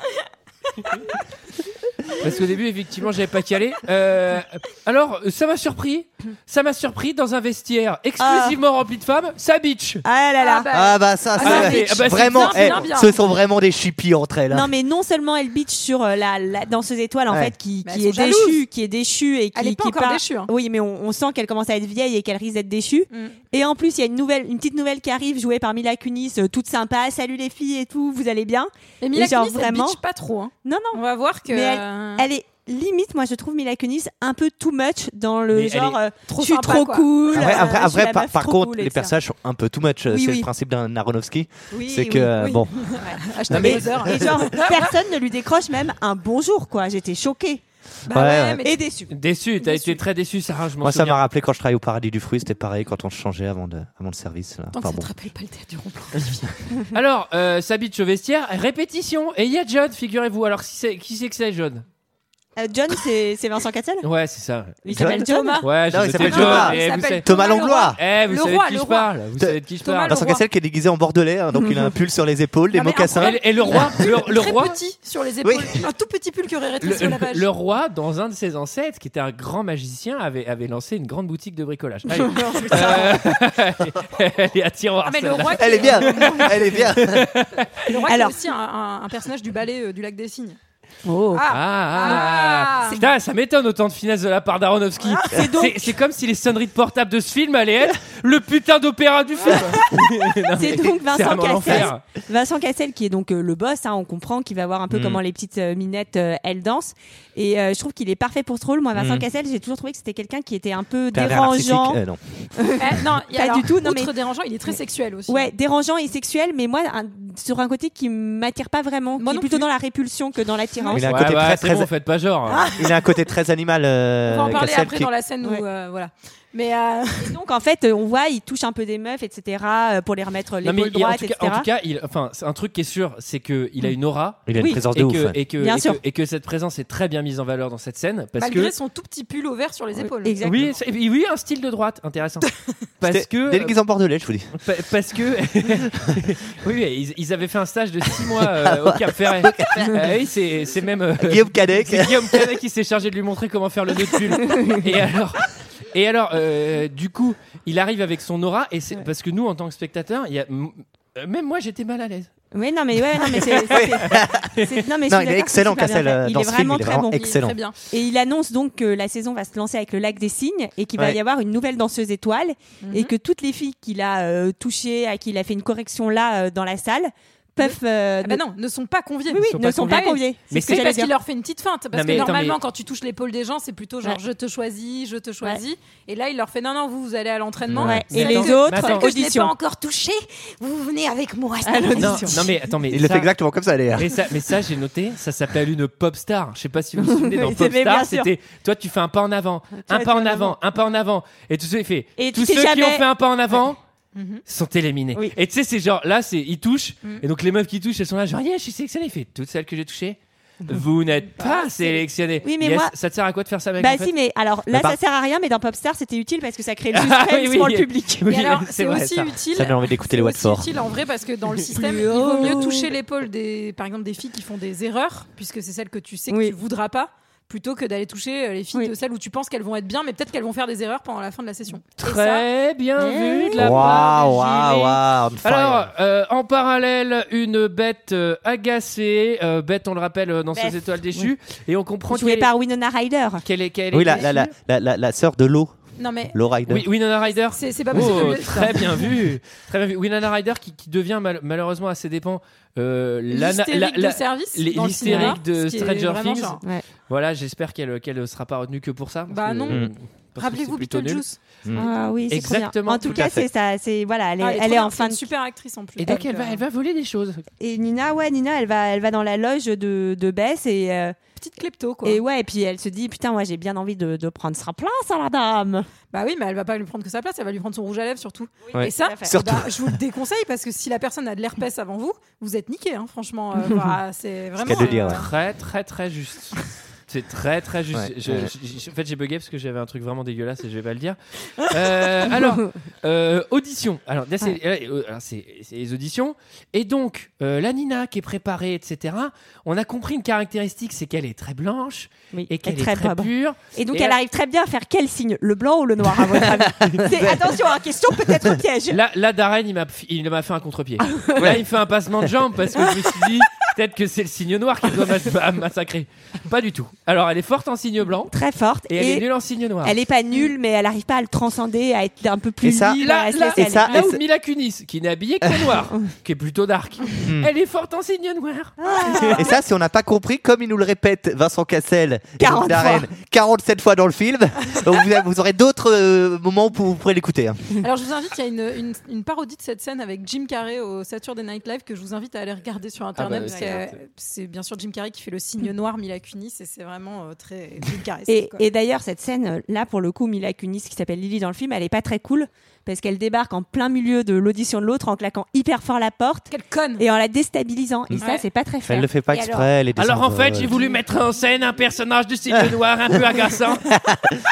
[SPEAKER 1] Parce qu'au début, effectivement, j'avais pas calé. Euh, alors, ça m'a surpris. Ça m'a surpris dans un vestiaire exclusivement rempli de femmes. Ça bitch.
[SPEAKER 7] Ah là là.
[SPEAKER 11] Ah bah,
[SPEAKER 6] Ah bah ça,
[SPEAKER 11] Ah,
[SPEAKER 6] c'est
[SPEAKER 11] ça,
[SPEAKER 1] c'est- ah bah, c'est
[SPEAKER 6] vraiment.
[SPEAKER 11] bien,
[SPEAKER 6] eh,
[SPEAKER 11] bien, bien.
[SPEAKER 6] Ce sont vraiment des chippies entre elles. hein.
[SPEAKER 7] Non mais non seulement elle bitch sur euh, la, la danseuse étoile en
[SPEAKER 6] Ouais.
[SPEAKER 7] fait qui,
[SPEAKER 11] Mais
[SPEAKER 7] qui
[SPEAKER 11] Bah, elles
[SPEAKER 7] est
[SPEAKER 11] sont jalouses.
[SPEAKER 7] déchue, qui est déchue et qui
[SPEAKER 11] elle est pas
[SPEAKER 7] qui
[SPEAKER 11] encore
[SPEAKER 7] part-
[SPEAKER 11] déchue. hein.
[SPEAKER 7] Oui mais on, on sent qu'elle commence à être vieille et qu'elle risque d'être déchue.
[SPEAKER 11] Mm.
[SPEAKER 7] Et en plus il y a une nouvelle, une petite nouvelle qui arrive jouée par Mila Kunis, euh, toute sympa, salut les filles et tout, vous allez bien
[SPEAKER 11] Et Mila
[SPEAKER 7] Et genre,
[SPEAKER 11] Kunis, elle
[SPEAKER 7] vraiment-
[SPEAKER 11] bitch pas trop. hein.
[SPEAKER 7] Non non,
[SPEAKER 11] On va voir que
[SPEAKER 7] Mais
[SPEAKER 11] euh,
[SPEAKER 7] elle est limite moi je trouve Mila Kunis un peu too much dans le
[SPEAKER 1] Mais elle
[SPEAKER 7] genre euh,
[SPEAKER 11] trop
[SPEAKER 7] je suis
[SPEAKER 11] sympa,
[SPEAKER 7] trop
[SPEAKER 11] quoi.
[SPEAKER 7] cool.
[SPEAKER 6] Après,
[SPEAKER 7] euh,
[SPEAKER 6] après-
[SPEAKER 7] je suis
[SPEAKER 6] après,
[SPEAKER 7] la
[SPEAKER 6] par,
[SPEAKER 7] meuf
[SPEAKER 6] par
[SPEAKER 7] trop
[SPEAKER 6] contre,
[SPEAKER 7] cool,
[SPEAKER 6] les
[SPEAKER 7] etc.
[SPEAKER 6] personnages sont un peu too much.
[SPEAKER 7] Oui,
[SPEAKER 6] c'est
[SPEAKER 7] oui.
[SPEAKER 6] le principe d'un Aronofsky.
[SPEAKER 7] Oui,
[SPEAKER 6] c'est
[SPEAKER 7] oui,
[SPEAKER 6] que, euh,
[SPEAKER 7] oui.
[SPEAKER 6] bon,
[SPEAKER 11] hashtag
[SPEAKER 7] Mais-
[SPEAKER 11] Mother.
[SPEAKER 7] Et genre, personne ne lui décroche même un bonjour, quoi. J'étais choquée.
[SPEAKER 11] Bah ouais, mais
[SPEAKER 7] Et déçu.
[SPEAKER 1] Déçu, t'as été très déçu, Sarah. Je m'en
[SPEAKER 6] Moi, ça m'a
[SPEAKER 1] souviens.
[SPEAKER 6] rappelé quand je travaillais au paradis du fruit, c'était pareil quand on changeait avant, de, avant le service. Là.
[SPEAKER 11] Tant que
[SPEAKER 6] Enfin,
[SPEAKER 11] ça
[SPEAKER 6] bon.
[SPEAKER 11] te rappelle pas le théâtre du rond-point.
[SPEAKER 1] Alors, euh, s'habite au vestiaire, répétition. Et il y a John, figurez-vous. Alors, qui c'est qui c'est que c'est John
[SPEAKER 7] Euh, John, c'est c'est Vincent Cassel
[SPEAKER 1] Ouais, c'est ça.
[SPEAKER 7] Il s'appelle John
[SPEAKER 1] Ouais, j'ai
[SPEAKER 6] Ah. Non, il
[SPEAKER 1] noté
[SPEAKER 6] s'appelle
[SPEAKER 1] John.
[SPEAKER 6] Thomas.
[SPEAKER 1] Eh,
[SPEAKER 6] Il
[SPEAKER 1] vous
[SPEAKER 6] s'appelle
[SPEAKER 1] savez-
[SPEAKER 6] Thomas Langlois.
[SPEAKER 1] Eh, vous
[SPEAKER 11] Le
[SPEAKER 1] savez
[SPEAKER 11] roi,
[SPEAKER 1] de qui
[SPEAKER 11] le
[SPEAKER 1] je
[SPEAKER 11] roi.
[SPEAKER 1] parle. Vous
[SPEAKER 6] Te-
[SPEAKER 1] savez de qui je
[SPEAKER 11] Thomas,
[SPEAKER 1] parle.
[SPEAKER 11] le
[SPEAKER 6] Vincent
[SPEAKER 11] roi.
[SPEAKER 6] Cassel qui est déguisé en bordelais, hein, donc il a un pull sur les épaules, des
[SPEAKER 11] Non, mais
[SPEAKER 6] mocassins.
[SPEAKER 11] incroyable.
[SPEAKER 1] Et, et le roi, le, le
[SPEAKER 11] Très
[SPEAKER 1] roi,
[SPEAKER 11] petit sur les épaules.
[SPEAKER 6] Oui.
[SPEAKER 11] Un tout petit pull que aurait rétréci au
[SPEAKER 1] le,
[SPEAKER 11] lavage.
[SPEAKER 1] le roi, dans un de ses ancêtres, qui était un grand magicien, avait, avait lancé une grande boutique de bricolage. Allez. Euh, elle est à tiroir.
[SPEAKER 11] Oh, Ah, mais le
[SPEAKER 1] celle-là.
[SPEAKER 11] roi, qui
[SPEAKER 6] Elle est
[SPEAKER 11] est-
[SPEAKER 6] bien, elle est bien.
[SPEAKER 11] Le roi qui est
[SPEAKER 7] Alors.
[SPEAKER 11] aussi un, un- un personnage du ballet euh, du Lac des Cygnes.
[SPEAKER 7] Oh.
[SPEAKER 1] Ah, ah, ah.
[SPEAKER 11] Ah.
[SPEAKER 1] Putain, ça m'étonne autant de finesse de la part d'Aronofsky.
[SPEAKER 7] Ah, c'est donc-
[SPEAKER 1] C'est- C'est comme si les sonneries de portable de ce film allaient être le putain d'opéra du film.
[SPEAKER 7] C'est donc
[SPEAKER 1] C'est
[SPEAKER 7] Vincent
[SPEAKER 1] vraiment
[SPEAKER 7] Cassel.
[SPEAKER 1] l'enfer.
[SPEAKER 7] Vincent Cassel qui est donc euh, le boss, hein, on comprend qu'il va voir un peu
[SPEAKER 6] Mm.
[SPEAKER 7] comment les petites euh, minettes euh, elles dansent et euh, je trouve qu'il est parfait pour ce rôle. Moi Vincent
[SPEAKER 6] Mm.
[SPEAKER 7] Cassel, j'ai toujours trouvé que c'était quelqu'un qui était un peu
[SPEAKER 6] Pervers narcissique,
[SPEAKER 7] dérangeant.
[SPEAKER 6] euh, non.
[SPEAKER 11] Eh, non,
[SPEAKER 7] Pas du tout, non,
[SPEAKER 11] outre
[SPEAKER 7] mais-
[SPEAKER 11] dérangeant, il est très sexuel aussi.
[SPEAKER 7] Ouais, dérangeant et sexuel, mais moi un- sur un côté qui m'attire pas vraiment,
[SPEAKER 11] Moi
[SPEAKER 7] qui est
[SPEAKER 11] non
[SPEAKER 7] plutôt
[SPEAKER 11] plus.
[SPEAKER 7] dans la répulsion que dans l'attirance.
[SPEAKER 6] Il a un
[SPEAKER 1] Ouais,
[SPEAKER 6] côté
[SPEAKER 1] ouais,
[SPEAKER 6] très,
[SPEAKER 1] c'est
[SPEAKER 6] très-
[SPEAKER 1] bon, faites pas genre.
[SPEAKER 7] Ah,
[SPEAKER 6] Il a un côté très animal. euh,
[SPEAKER 11] On va en parler
[SPEAKER 6] Cassel,
[SPEAKER 11] après
[SPEAKER 6] qui-
[SPEAKER 11] dans la scène
[SPEAKER 7] Ouais.
[SPEAKER 11] où euh, voilà. Mais euh,
[SPEAKER 7] Et donc en fait, euh, on voit, il touche un peu des meufs, etc. euh, pour les remettre
[SPEAKER 1] Non, mais
[SPEAKER 7] l'épaule
[SPEAKER 1] il- en
[SPEAKER 7] droite,
[SPEAKER 1] tout cas,
[SPEAKER 7] etc.
[SPEAKER 1] en tout cas, il, enfin, c'est un truc qui est sûr, c'est que il a une aura.
[SPEAKER 6] Il a une
[SPEAKER 7] Oui.
[SPEAKER 6] présence
[SPEAKER 1] Et
[SPEAKER 6] de ouf.
[SPEAKER 1] que,
[SPEAKER 6] ouais.
[SPEAKER 1] et, que,
[SPEAKER 7] Bien
[SPEAKER 1] et
[SPEAKER 7] sûr.
[SPEAKER 1] que- et que cette présence est très bien mise en valeur dans cette scène. Parce
[SPEAKER 11] malgré
[SPEAKER 1] que.
[SPEAKER 11] son tout petit pull au vert sur les épaules.
[SPEAKER 7] Exactement.
[SPEAKER 1] Oui, c'est- oui, un style de droite intéressant. parce
[SPEAKER 6] C'était
[SPEAKER 1] que. euh,
[SPEAKER 6] Déguisé en bordelais, je vous dis.
[SPEAKER 1] Pa- parce que oui, oui, ils, ils avaient fait un stage de 6 mois euh, au Cap Ferret. Euh, oui, c'est c'est même euh,
[SPEAKER 6] Guillaume Cadet.
[SPEAKER 1] c'est Guillaume Canet qui s'est chargé de lui montrer comment faire le nœud de pull. Et alors et alors euh, du coup, il arrive avec son aura et c'est parce que nous en tant que spectateurs, il y a m- euh, même moi j'étais mal à l'aise.
[SPEAKER 7] Oui, non mais ouais, non mais c'est- c'est- c'est c'est- non, mais je suis
[SPEAKER 6] Non, il
[SPEAKER 7] d'accord,
[SPEAKER 6] est
[SPEAKER 7] c'est
[SPEAKER 6] excellent,
[SPEAKER 7] super bien
[SPEAKER 6] Cassel,
[SPEAKER 7] fait.
[SPEAKER 6] euh,
[SPEAKER 7] Il
[SPEAKER 6] dans
[SPEAKER 7] est
[SPEAKER 6] ce film.
[SPEAKER 7] vraiment
[SPEAKER 6] Il est
[SPEAKER 7] très
[SPEAKER 6] vraiment
[SPEAKER 7] bon.
[SPEAKER 11] Il est
[SPEAKER 6] excellent.
[SPEAKER 11] Très bien.
[SPEAKER 7] Et il annonce donc que la saison va se lancer avec le lac des cygnes et qu'il va
[SPEAKER 6] Ouais.
[SPEAKER 7] y avoir une nouvelle danseuse étoile et
[SPEAKER 11] Mhm.
[SPEAKER 7] que toutes les filles qu'il a euh, touchées, à qui il a fait une correction là euh, dans la salle, peuvent. euh,
[SPEAKER 11] Ah bah
[SPEAKER 7] ne-
[SPEAKER 11] non, ne sont pas conviés.
[SPEAKER 7] oui, oui, ne sont pas conviées. C'est ce
[SPEAKER 1] Mais c'est
[SPEAKER 7] que
[SPEAKER 11] C'est
[SPEAKER 7] j'allais
[SPEAKER 11] parce
[SPEAKER 7] dire.
[SPEAKER 11] qu'il leur fait une petite feinte. Parce
[SPEAKER 1] Non, mais
[SPEAKER 11] que
[SPEAKER 1] attends,
[SPEAKER 11] normalement,
[SPEAKER 1] mais-
[SPEAKER 11] quand tu touches l'épaule des gens, c'est plutôt genre
[SPEAKER 7] Ouais.
[SPEAKER 11] je te choisis, je te choisis. Et là, il leur fait non, non, vous, vous allez à l'entraînement.
[SPEAKER 1] Ouais.
[SPEAKER 7] Et
[SPEAKER 1] Mais
[SPEAKER 7] les
[SPEAKER 1] attends, mais
[SPEAKER 7] autres,
[SPEAKER 1] attends.
[SPEAKER 11] Je n'ai pas
[SPEAKER 7] audition.
[SPEAKER 11] encore touché. Vous venez avec moi.
[SPEAKER 7] À
[SPEAKER 1] Non,
[SPEAKER 7] l'audition.
[SPEAKER 1] non, mais attends mais
[SPEAKER 6] Il le
[SPEAKER 1] ça-
[SPEAKER 6] fait exactement comme ça, d'ailleurs.
[SPEAKER 1] Mais ça, mais ça, j'ai noté, ça s'appelle une pop star. Je sais pas si vous vous souvenez dans
[SPEAKER 7] Oui,
[SPEAKER 1] pop
[SPEAKER 7] mais
[SPEAKER 1] star,
[SPEAKER 7] bien sûr.
[SPEAKER 1] c'était toi tu fais un pas en avant, un
[SPEAKER 7] tu
[SPEAKER 1] pas
[SPEAKER 7] fais
[SPEAKER 1] en
[SPEAKER 7] en
[SPEAKER 1] avant, un pas en avant, et tous ceux, il fait,
[SPEAKER 7] Et tu
[SPEAKER 1] tous
[SPEAKER 7] sais
[SPEAKER 1] ceux qui
[SPEAKER 7] jamais-
[SPEAKER 1] ont fait un pas en avant
[SPEAKER 11] Mhm.
[SPEAKER 1] sont éliminés.
[SPEAKER 7] Oui.
[SPEAKER 1] Et tu sais, c'est genre là, c'est ils touchent,
[SPEAKER 11] Mhm.
[SPEAKER 1] et donc les meufs qui touchent, elles sont là, genre yeah, je suis sélectionnée. Il fait toutes celles que j'ai touchées, vous n'êtes pas
[SPEAKER 7] Mhm.
[SPEAKER 1] sélectionnées.
[SPEAKER 7] Bah, Oui, mais
[SPEAKER 1] Yes,
[SPEAKER 7] moi-
[SPEAKER 1] ça te sert à quoi de faire ça, mec
[SPEAKER 7] Bah
[SPEAKER 1] en fait
[SPEAKER 7] si, mais alors là,
[SPEAKER 6] Mais par-
[SPEAKER 7] ça sert à rien, mais dans Popstar, c'était utile parce que ça crée le
[SPEAKER 1] Ah,
[SPEAKER 7] suspense
[SPEAKER 1] oui, oui.
[SPEAKER 7] pour le public.
[SPEAKER 1] Oui,
[SPEAKER 11] Et alors,
[SPEAKER 1] c'est
[SPEAKER 11] c'est
[SPEAKER 1] vrai,
[SPEAKER 11] aussi
[SPEAKER 1] ça.
[SPEAKER 11] utile.
[SPEAKER 6] Ça me donne envie d'écouter les
[SPEAKER 11] C'est aussi
[SPEAKER 6] Watford.
[SPEAKER 11] utile en vrai parce que dans le système,
[SPEAKER 7] Plus
[SPEAKER 11] il vaut
[SPEAKER 7] haut.
[SPEAKER 11] mieux toucher l'épaule des, par exemple, des filles qui font des erreurs, puisque c'est celles que tu sais que
[SPEAKER 7] Oui.
[SPEAKER 11] tu voudras pas, plutôt que d'aller toucher euh, les filles
[SPEAKER 7] Oui.
[SPEAKER 11] de celles où tu penses qu'elles vont être bien, mais peut-être qu'elles vont faire des erreurs pendant la fin de la session. Et ça,
[SPEAKER 1] Très bien
[SPEAKER 7] Eh.
[SPEAKER 1] vu de la part
[SPEAKER 6] Waouh,
[SPEAKER 1] de Gilles.
[SPEAKER 6] waouh, waouh. on fire.
[SPEAKER 1] Alors, euh, en parallèle, une bête euh, agacée, euh, bête, on le rappelle, euh, dans ses
[SPEAKER 7] Beth.
[SPEAKER 1] étoiles déchues, et on comprend
[SPEAKER 7] Joué
[SPEAKER 1] qu'elle
[SPEAKER 7] par Winona Ryder.
[SPEAKER 1] qu'elle est, qu'elle est
[SPEAKER 6] Oui, la,
[SPEAKER 1] déçue.
[SPEAKER 6] la, la, la, la, la sœur de l'eau,
[SPEAKER 11] non mais
[SPEAKER 6] l'eau Ryder.
[SPEAKER 1] Oui, Winona Ryder.
[SPEAKER 11] c'est c'est pas possible.
[SPEAKER 1] Oh,
[SPEAKER 11] de le-
[SPEAKER 1] très bien vu, très bien vu. Winona Ryder qui, qui devient mal- malheureusement à ses dépens euh, la- la-
[SPEAKER 11] L'hystérique
[SPEAKER 1] la-
[SPEAKER 11] de service.
[SPEAKER 1] les-
[SPEAKER 11] dans le
[SPEAKER 1] l'hystérique
[SPEAKER 11] cinéma,
[SPEAKER 1] de
[SPEAKER 11] ce qui est
[SPEAKER 1] Stranger
[SPEAKER 11] vraiment
[SPEAKER 1] Things.
[SPEAKER 11] genre-
[SPEAKER 1] Voilà, j'espère qu'elle qu'elle sera pas retenue que pour ça. parce
[SPEAKER 11] Bah
[SPEAKER 1] que-
[SPEAKER 11] non.
[SPEAKER 1] parce
[SPEAKER 6] Mm.
[SPEAKER 1] que c'est
[SPEAKER 11] Rappelez-vous
[SPEAKER 1] plutôt nul.
[SPEAKER 11] Beetlejuice.
[SPEAKER 7] Ah oui, c'est trop bien.
[SPEAKER 1] Mm. Exactement.
[SPEAKER 7] En tout,
[SPEAKER 1] Tout
[SPEAKER 6] à
[SPEAKER 7] cas,
[SPEAKER 6] fait.
[SPEAKER 7] c'est ça. C'est voilà, elle est,
[SPEAKER 11] Ah,
[SPEAKER 7] elle
[SPEAKER 11] trop
[SPEAKER 7] est
[SPEAKER 11] bien,
[SPEAKER 7] en
[SPEAKER 11] c'est
[SPEAKER 7] fin
[SPEAKER 11] une
[SPEAKER 7] de
[SPEAKER 11] super actrice en plus.
[SPEAKER 1] Et donc elle va,
[SPEAKER 11] euh,
[SPEAKER 1] elle va voler des choses.
[SPEAKER 7] Et Nina, ouais, Nina, elle va, elle va dans la loge de, de Bess et, euh,
[SPEAKER 11] petite klepto quoi.
[SPEAKER 7] et ouais, et puis elle se dit putain, moi j'ai bien envie de, de prendre sa place à la dame.
[SPEAKER 11] Bah oui, mais elle va pas lui prendre que sa place, elle va lui prendre son rouge à lèvres surtout.
[SPEAKER 6] Oui,
[SPEAKER 11] Et ça,
[SPEAKER 7] tout à fait.
[SPEAKER 6] Surtout.
[SPEAKER 11] bah, je vous le déconseille parce que si la personne a de l'herpès avant vous, vous êtes niqué, hein, franchement. euh, bah, c'est vraiment.
[SPEAKER 6] qu'il y a de dire, ouais.
[SPEAKER 1] Très très très juste. C'est très très juste.
[SPEAKER 6] Ouais,
[SPEAKER 1] Je-
[SPEAKER 6] ouais.
[SPEAKER 1] je- je- en fait, j'ai bugué parce que j'avais un truc vraiment dégueulasse et je vais pas le dire. Euh, alors, euh, audition. Alors, là, c'est euh, alors, c'est- c'est les auditions. Et donc, euh, la Nina qui est préparée, etc. On a compris une caractéristique, c'est qu'elle est très blanche
[SPEAKER 7] Oui,
[SPEAKER 1] et qu'elle
[SPEAKER 7] elle
[SPEAKER 1] est
[SPEAKER 7] est
[SPEAKER 1] très,
[SPEAKER 7] bob.
[SPEAKER 1] pure.
[SPEAKER 7] Et donc
[SPEAKER 1] Et
[SPEAKER 7] elle
[SPEAKER 1] elle-
[SPEAKER 7] arrive très bien à faire quel signe Le blanc ou le noir à votre avis C'est- Attention, hein, question peut-être piège.
[SPEAKER 1] Là, là Darren, il m'a, il m'a fait un contre-pied. Là, il me fait un passement de jambe parce que je me suis dit, peut-être que c'est le signe noir qui doit mas- ma- massacrer. Pas du tout. Alors, elle est forte en signe blanc
[SPEAKER 7] Très forte.
[SPEAKER 1] et, elle est nulle en signe noir.
[SPEAKER 7] elle est pas nulle, mais elle arrive pas à le transcender, à être un peu plus
[SPEAKER 6] Et ça-
[SPEAKER 7] libre,
[SPEAKER 1] Là,
[SPEAKER 7] à se
[SPEAKER 1] là-
[SPEAKER 7] laisser
[SPEAKER 6] et ça-
[SPEAKER 7] aller.
[SPEAKER 1] Là où Mila Kunis, qui n'est habillée qu'en noir, qui est plutôt dark, elle est forte en signe noir.
[SPEAKER 6] Et ça, si on n'a pas compris, comme il nous le répète, Vincent Cassel, et
[SPEAKER 7] 40
[SPEAKER 6] Nick Darren, 47 fois dans le film, donc vous, vous aurez d'autres euh, moments où vous pourrez l'écouter. hein.
[SPEAKER 11] Alors je vous invite,
[SPEAKER 6] Ah
[SPEAKER 11] il y a une, une- une parodie de cette scène avec Jim Carrey au Saturday Night Live que je vous invite à aller regarder sur internet
[SPEAKER 1] bah,
[SPEAKER 11] parce qui a- c'est bien sûr Jim Carrey qui fait le signe noir Mila Kunis et c'est vraiment euh, très Jim Carrey.
[SPEAKER 7] Mm. Et, et d'ailleurs, cette scène, euh, là, pour le coup, Mila Kunis, qui s'appelle Lily dans le film, elle est pas très cool parce qu'elle débarque en plein milieu de l'audition de l'autre en claquant hyper fort la porte.
[SPEAKER 11] Quelle conne
[SPEAKER 7] Et en la déstabilisant. Et ça,
[SPEAKER 1] Ouais.
[SPEAKER 7] c'est pas très fair.
[SPEAKER 6] Mm. Elle le fait pas
[SPEAKER 7] Et
[SPEAKER 6] exprès,
[SPEAKER 7] alors-
[SPEAKER 6] elle est
[SPEAKER 1] Alors en fait,
[SPEAKER 6] désaveugle.
[SPEAKER 1] j'ai voulu mettre en scène un personnage de style noir un peu agaçant.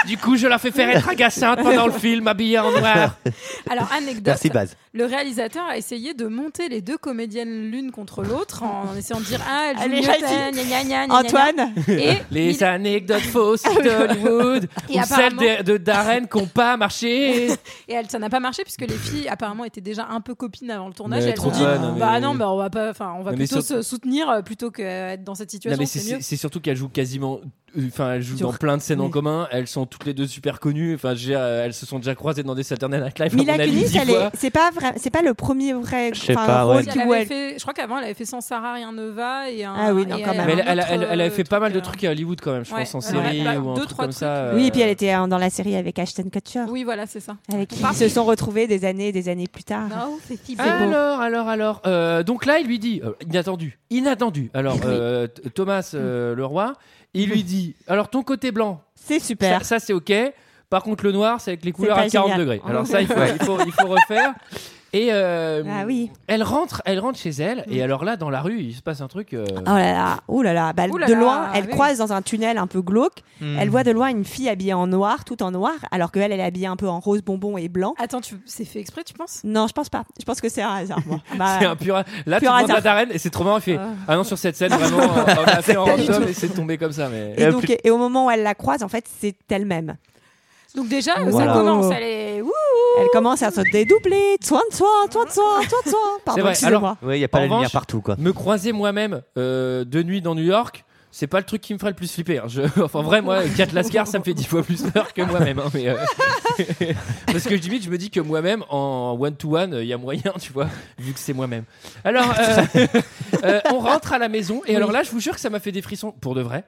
[SPEAKER 1] du coup, je la fais faire être agaçante pendant le film, habillée en noir.
[SPEAKER 11] Alors, anecdote.
[SPEAKER 6] Merci, Baz.
[SPEAKER 11] Le réalisateur a essayé de monter les deux comédiennes l'une contre l'autre en, en essayant de dire Ah, elle joue
[SPEAKER 7] Allez,
[SPEAKER 11] mieux
[SPEAKER 7] vas-y.
[SPEAKER 11] que elle, gna, gna, gna, gna, gna.
[SPEAKER 7] Antoine
[SPEAKER 11] Et
[SPEAKER 1] Les anecdotes fausses d'Hollywood
[SPEAKER 11] Ah Et
[SPEAKER 1] ou celles
[SPEAKER 11] apparemment-
[SPEAKER 1] de, de Darren qui n'ont pas marché.
[SPEAKER 11] Et elle, ça n'a pas marché puisque les filles apparemment étaient déjà un peu copines avant le tournage.
[SPEAKER 1] Mais
[SPEAKER 11] et elles
[SPEAKER 1] trop
[SPEAKER 11] ont dit
[SPEAKER 1] bonnes, non, mais-
[SPEAKER 11] bah non, bah on va pas, enfin on va
[SPEAKER 1] Non, mais
[SPEAKER 11] plutôt
[SPEAKER 1] surtout-
[SPEAKER 11] se soutenir euh, plutôt qu'être dans cette
[SPEAKER 1] Non,
[SPEAKER 11] situation.
[SPEAKER 1] mais c'est-
[SPEAKER 11] c'est mieux.
[SPEAKER 1] c'est c'est surtout qu'elles jouent quasiment. euh, Enfin, elles jouent
[SPEAKER 11] Sur-
[SPEAKER 1] dans plein de scènes en
[SPEAKER 11] Oui.
[SPEAKER 1] commun. Elles sont toutes les deux super connues. Enfin, je veux dire, euh, elles se sont déjà croisées dans des Saturday Night Live. à
[SPEAKER 7] Mila
[SPEAKER 1] mon avis,
[SPEAKER 7] Kunis,
[SPEAKER 1] dix
[SPEAKER 7] elle est-
[SPEAKER 1] fois.
[SPEAKER 7] c'est pas vrai, c'est pas le premier vrai
[SPEAKER 1] Je sais
[SPEAKER 7] enfin,
[SPEAKER 1] pas,
[SPEAKER 7] rôle
[SPEAKER 1] ouais.
[SPEAKER 7] qui
[SPEAKER 11] Elle
[SPEAKER 7] où
[SPEAKER 11] avait
[SPEAKER 7] elle-
[SPEAKER 11] fait- je crois qu'avant elle avait fait Sans Sarah rien ne va et un,
[SPEAKER 7] Ah oui, non,
[SPEAKER 11] et
[SPEAKER 7] quand
[SPEAKER 11] un
[SPEAKER 7] même.
[SPEAKER 1] Mais elle, elle-
[SPEAKER 11] autre,
[SPEAKER 1] elle- elle avait
[SPEAKER 11] euh,
[SPEAKER 1] fait pas mal de trucs à Hollywood quand même, je
[SPEAKER 11] Ouais,
[SPEAKER 1] pense, en
[SPEAKER 11] ouais,
[SPEAKER 1] série
[SPEAKER 11] ouais.
[SPEAKER 1] ou en
[SPEAKER 11] Deux,
[SPEAKER 1] truc
[SPEAKER 11] trois
[SPEAKER 1] comme ça.
[SPEAKER 7] Oui, et
[SPEAKER 1] euh,
[SPEAKER 7] puis elle était euh, dans la série avec Ashton Kutcher.
[SPEAKER 11] Oui, voilà, c'est ça.
[SPEAKER 7] Avec qui ils
[SPEAKER 11] Parfait.
[SPEAKER 7] se sont retrouvés des années et des années plus tard.
[SPEAKER 11] Non, c'est si
[SPEAKER 1] Alors, alors, alors. euh, donc là, il lui dit, euh, inattendu, inattendu. Alors, euh, Th- Thomas euh, Leroy, il lui dit, alors ton côté blanc,
[SPEAKER 7] c'est super.
[SPEAKER 1] Ça, ça, c'est ok. Par contre, le noir, c'est avec les couleurs
[SPEAKER 7] pas
[SPEAKER 1] à 40
[SPEAKER 7] génial.
[SPEAKER 1] degrés. Alors ça, il faut,
[SPEAKER 7] Ouais.
[SPEAKER 1] il faut, il faut refaire. Et euh,
[SPEAKER 7] Ah oui.
[SPEAKER 1] elle rentre, elle rentre chez elle. Et alors là, dans la rue, il se passe un truc. euh,
[SPEAKER 7] Oh là là, oh là là. Bah,
[SPEAKER 11] Ouh là
[SPEAKER 7] de
[SPEAKER 11] là,
[SPEAKER 7] loin, elle
[SPEAKER 11] oui.
[SPEAKER 7] croise dans un tunnel un peu glauque.
[SPEAKER 1] Hmm.
[SPEAKER 7] Elle voit de loin une fille habillée en noir, tout en noir, alors qu'elle, elle est habillée un peu en rose bonbon et blanc.
[SPEAKER 11] Attends, tu... c'est fait exprès, tu penses
[SPEAKER 7] Non, je pense pas. Je pense que c'est un hasard. moi. Bah,
[SPEAKER 1] C'est un Ah. pur.
[SPEAKER 7] Pur
[SPEAKER 1] Là, tu demandes
[SPEAKER 7] hasard.
[SPEAKER 1] à Darren et c'est trop marrant. Il fait Ah non, sur cette scène, vraiment, on on a fait en random et c'est tombé comme ça. Mais...
[SPEAKER 7] Et, donc, et- et au moment où elle la croise, en fait, c'est elle-même.
[SPEAKER 11] Donc déjà, euh,
[SPEAKER 7] Voilà.
[SPEAKER 11] ça commence, elle est. Wouh
[SPEAKER 7] Elle commence à se dédoubler. Soin de soi, soin de soi, soin de soi.
[SPEAKER 1] C'est
[SPEAKER 7] Pardon,
[SPEAKER 1] vrai.
[SPEAKER 7] excusez-moi.
[SPEAKER 6] Oui, il y a pas
[SPEAKER 1] en
[SPEAKER 6] la lumière
[SPEAKER 1] revanche,
[SPEAKER 6] partout, quoi.
[SPEAKER 1] Me croiser moi-même euh, de nuit dans New York. C'est pas le truc qui me ferait le plus flipper. hein. Je- Enfin, en vrai, moi, Kat Lascar, ça me fait dix fois plus peur que moi-même. hein, mais, euh, Parce que limite, je me dis que moi-même, en one-to-one, il y a moyen, tu vois, vu que c'est moi-même. Alors, euh, euh, on rentre à la maison, et alors là, je vous jure que ça m'a fait des frissons, pour de vrai.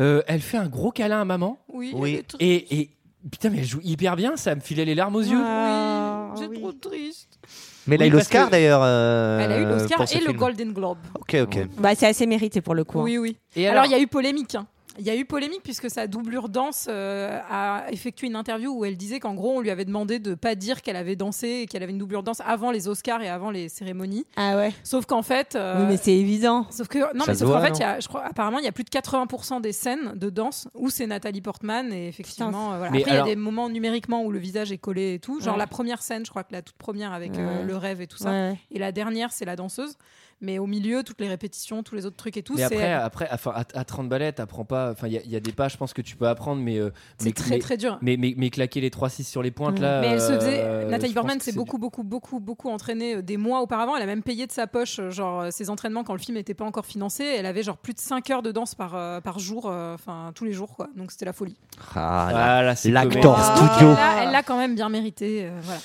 [SPEAKER 1] Euh, elle fait un gros câlin à maman,
[SPEAKER 11] Oui,
[SPEAKER 6] Oui.
[SPEAKER 11] elle est tr-
[SPEAKER 1] et, et- putain, mais elle joue hyper bien, ça me filait les larmes aux yeux.
[SPEAKER 7] Ah,
[SPEAKER 11] j'ai
[SPEAKER 7] oui.
[SPEAKER 11] trop triste.
[SPEAKER 6] Mais elle a
[SPEAKER 1] Oui,
[SPEAKER 6] eu
[SPEAKER 1] parce
[SPEAKER 6] l'Oscar
[SPEAKER 1] que-
[SPEAKER 6] d'ailleurs. euh,
[SPEAKER 11] elle a eu l'Oscar
[SPEAKER 6] pour ce
[SPEAKER 11] et le
[SPEAKER 6] film.
[SPEAKER 11] Golden Globe.
[SPEAKER 6] Ok, ok.
[SPEAKER 7] Bah, c'est assez mérité pour le coup. hein.
[SPEAKER 11] Oui, oui.
[SPEAKER 1] Et
[SPEAKER 11] alors, il y a eu polémique. hein. Il y a eu polémique puisque sa doublure danse euh, a effectué une interview où elle disait qu'en gros, on lui avait demandé de pas dire qu'elle avait dansé et qu'elle avait une doublure danse avant les Oscars et avant les cérémonies.
[SPEAKER 7] Ah ouais.
[SPEAKER 11] Sauf qu'en fait. euh,
[SPEAKER 7] Oui, mais c'est évident.
[SPEAKER 11] Sauf que non,
[SPEAKER 6] Ça
[SPEAKER 11] mais
[SPEAKER 6] se
[SPEAKER 11] sauf qu'en
[SPEAKER 6] voit,
[SPEAKER 11] fait,
[SPEAKER 6] non
[SPEAKER 11] il y a- je crois, apparemment, il y a plus de 80% des scènes de danse où c'est Nathalie Portman et effectivement, euh, voilà.
[SPEAKER 1] Mais
[SPEAKER 11] Après, il
[SPEAKER 1] alors-
[SPEAKER 11] y a des moments numériquement où le visage est collé et tout. Genre
[SPEAKER 7] Ouais.
[SPEAKER 11] la première scène, je crois que la toute première avec euh,
[SPEAKER 7] Ouais.
[SPEAKER 11] le rêve et tout ça.
[SPEAKER 7] Ouais.
[SPEAKER 11] Et la dernière, c'est la danseuse. Mais au milieu, toutes les répétitions, tous les autres trucs et tout,
[SPEAKER 1] Mais
[SPEAKER 11] c'est
[SPEAKER 1] après, après, enfin, à, à 30 balais, t'apprends pas. Enfin, il y, a- il y a des pas, je pense que tu peux apprendre, mais euh,
[SPEAKER 11] c'est
[SPEAKER 1] mais-
[SPEAKER 11] très
[SPEAKER 1] mais-
[SPEAKER 11] très dur. Mm.
[SPEAKER 1] Mais, mais, mais claquer les 3-6 sur les pointes là.
[SPEAKER 11] Mais elle se
[SPEAKER 1] euh,
[SPEAKER 11] faisait. Nathalie
[SPEAKER 1] je pense
[SPEAKER 11] Portman
[SPEAKER 1] que
[SPEAKER 11] s'est
[SPEAKER 1] c'est
[SPEAKER 11] beaucoup, beaucoup, beaucoup, beaucoup entraînée euh, des mois auparavant. Elle a même payé de sa poche, euh, genre, euh, ses entraînements quand le film n'était pas encore financé. Elle avait, genre, plus de 5 heures de danse par, euh, par jour, euh, enfin, tous les jours, quoi. Donc, c'était la folie.
[SPEAKER 6] Ah,
[SPEAKER 1] du-
[SPEAKER 6] là.
[SPEAKER 1] Ah, là, c'est
[SPEAKER 6] L'acteur
[SPEAKER 1] commère.
[SPEAKER 11] Donc,
[SPEAKER 6] studio.
[SPEAKER 11] elle l'a- Elle l'a quand même bien mérité. euh, voilà.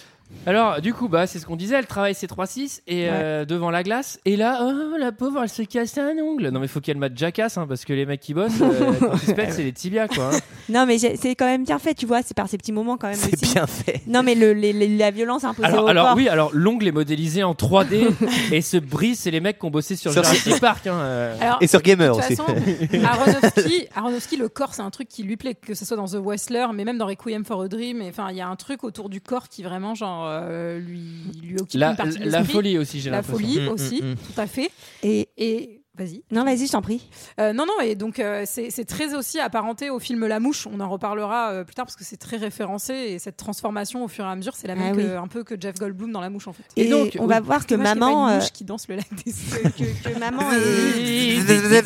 [SPEAKER 1] Alors, du coup, bah, c'est ce qu'on disait, elle travaille ses 3-6 et euh, devant la glace. Et là, oh, la pauvre, elle se casse un ongle. Non, mais faut qu'elle mate Jackass, hein, parce que les mecs qui bossent, euh, quand ils se pètent, c'est les tibias, quoi. hein.
[SPEAKER 7] Non, mais j'ai- c'est quand même bien fait, tu vois. C'est par ces petits moments quand même
[SPEAKER 6] C'est
[SPEAKER 7] aussi.
[SPEAKER 6] bien fait.
[SPEAKER 7] Non, mais le, les- les- la violence imposée
[SPEAKER 1] Alors,
[SPEAKER 7] au
[SPEAKER 1] alors
[SPEAKER 7] corps.
[SPEAKER 1] oui, alors l'ongle est modélisé en 3D et se brise, c'est les mecs qui ont bossé sur
[SPEAKER 6] Sur-
[SPEAKER 1] Jurassic Park. Hein, euh.
[SPEAKER 11] Alors,
[SPEAKER 6] Et sur Gamer
[SPEAKER 11] de toute
[SPEAKER 6] aussi.
[SPEAKER 11] façon, Aronofsky, Aronofsky, le corps, c'est un truc qui lui plaît, que ce soit dans The Wrestler, mais même dans Requiem for a Dream. et, Enfin, il y a un truc autour du corps qui vraiment, genre, euh, lui, lui occupe
[SPEAKER 1] La,
[SPEAKER 11] une partie de
[SPEAKER 1] la
[SPEAKER 11] l'esprit.
[SPEAKER 1] folie aussi, j'ai
[SPEAKER 11] La
[SPEAKER 1] l'impression.
[SPEAKER 11] folie
[SPEAKER 6] Mm,
[SPEAKER 11] aussi,
[SPEAKER 6] mm, mm.
[SPEAKER 11] tout à fait.
[SPEAKER 7] Et
[SPEAKER 11] Et vas-y.
[SPEAKER 7] non, vas-y, je t'en prie.
[SPEAKER 11] Euh, non, non, et donc euh, c'est c'est très aussi apparenté au film La Mouche. On en reparlera euh, plus tard parce que c'est très référencé et cette transformation au fur et à mesure, c'est la même
[SPEAKER 7] Ah
[SPEAKER 11] que-
[SPEAKER 7] oui.
[SPEAKER 11] un peu que Jeff Goldblum dans La Mouche en fait.
[SPEAKER 7] Et,
[SPEAKER 1] Et donc,
[SPEAKER 7] on
[SPEAKER 1] oui.
[SPEAKER 7] va voir que
[SPEAKER 11] Dommage qu'il y ait pas
[SPEAKER 7] maman,
[SPEAKER 11] une
[SPEAKER 7] euh,
[SPEAKER 11] mouche qui danse le lac des
[SPEAKER 7] que, que maman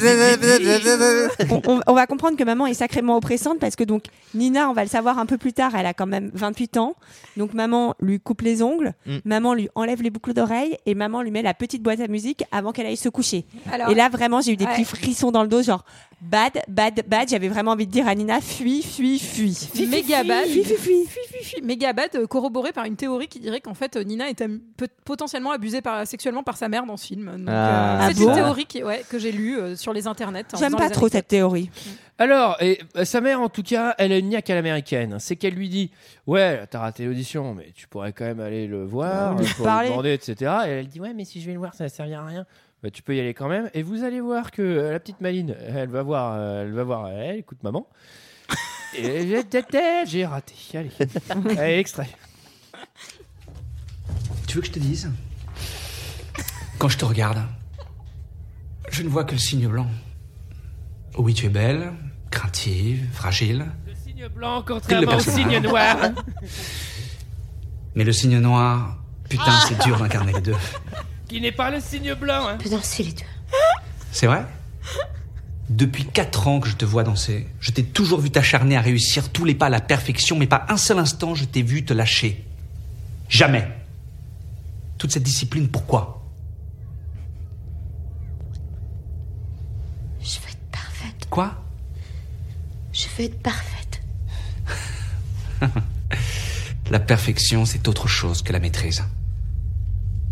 [SPEAKER 7] est- on, on- on va comprendre que maman est sacrément oppressante parce que donc Nina, on va le savoir un peu plus tard, elle a quand même 28 ans. Donc maman lui coupe les ongles,
[SPEAKER 6] Mm.
[SPEAKER 7] maman lui enlève les boucles d'oreilles et maman lui met la petite boîte à musique avant qu'elle aille se coucher.
[SPEAKER 11] Alors,
[SPEAKER 7] et là vraiment, j'ai eu des
[SPEAKER 11] ouais.
[SPEAKER 7] petits frissons dans le dos, genre bad, bad, bad. J'avais vraiment envie de dire à Nina, fuis, fuis, fuis.
[SPEAKER 11] Méga bad.
[SPEAKER 7] Fuis, fuis, fuis.
[SPEAKER 11] Megabad euh, corroboré par une théorie qui dirait qu'en fait euh, Nina est am- peut- potentiellement abusée par, sexuellement par sa mère dans ce film. Donc, euh,
[SPEAKER 6] Ah.
[SPEAKER 11] c'est
[SPEAKER 7] Ah bon
[SPEAKER 11] une théorie qui- ouais, que j'ai lue euh, sur les internets. en
[SPEAKER 7] J'aime
[SPEAKER 11] faisant
[SPEAKER 7] pas
[SPEAKER 11] les
[SPEAKER 7] trop
[SPEAKER 11] anecdotes.
[SPEAKER 7] cette théorie.
[SPEAKER 1] Alors, et, euh, sa mère, en tout cas, elle a une niaque à l'américaine. C'est qu'elle lui dit Ouais, t'as raté l'audition, mais tu pourrais quand même aller le voir,
[SPEAKER 7] Lui
[SPEAKER 6] Ah
[SPEAKER 1] euh, pour
[SPEAKER 7] parler.
[SPEAKER 1] lui demander, etc. Et elle dit Ouais, mais si je vais le voir, ça ne servira à rien. Bah, tu peux y aller quand même. Et vous allez voir que euh, la petite Maline, elle va voir, euh, elle va voir, euh, elle écoute maman. Et j'ai- j'ai- j'ai raté. Allez, Allez, extrait.
[SPEAKER 3] Tu veux que je te dise Quand je te regarde, je ne vois que le signe blanc. Oui, tu es belle, craintive, fragile,
[SPEAKER 1] Signe blanc
[SPEAKER 3] Il le
[SPEAKER 1] contrairement au
[SPEAKER 3] perçoit.
[SPEAKER 1] signe noir.
[SPEAKER 3] mais le signe noir, putain,
[SPEAKER 1] Ah.
[SPEAKER 3] c'est dur d'incarner les deux.
[SPEAKER 1] Qui n'est pas le signe blanc. Hein.
[SPEAKER 8] danser les deux.
[SPEAKER 3] C'est vrai Depuis 4 ans que je te vois danser, je t'ai toujours vu t'acharner à réussir tous les pas à la perfection, mais pas un seul instant je t'ai vu te lâcher. Jamais. Toute cette discipline, pourquoi
[SPEAKER 8] Je veux être parfaite.
[SPEAKER 3] Quoi
[SPEAKER 8] Je veux être parfaite.
[SPEAKER 3] La perfection, c'est autre chose que la maîtrise.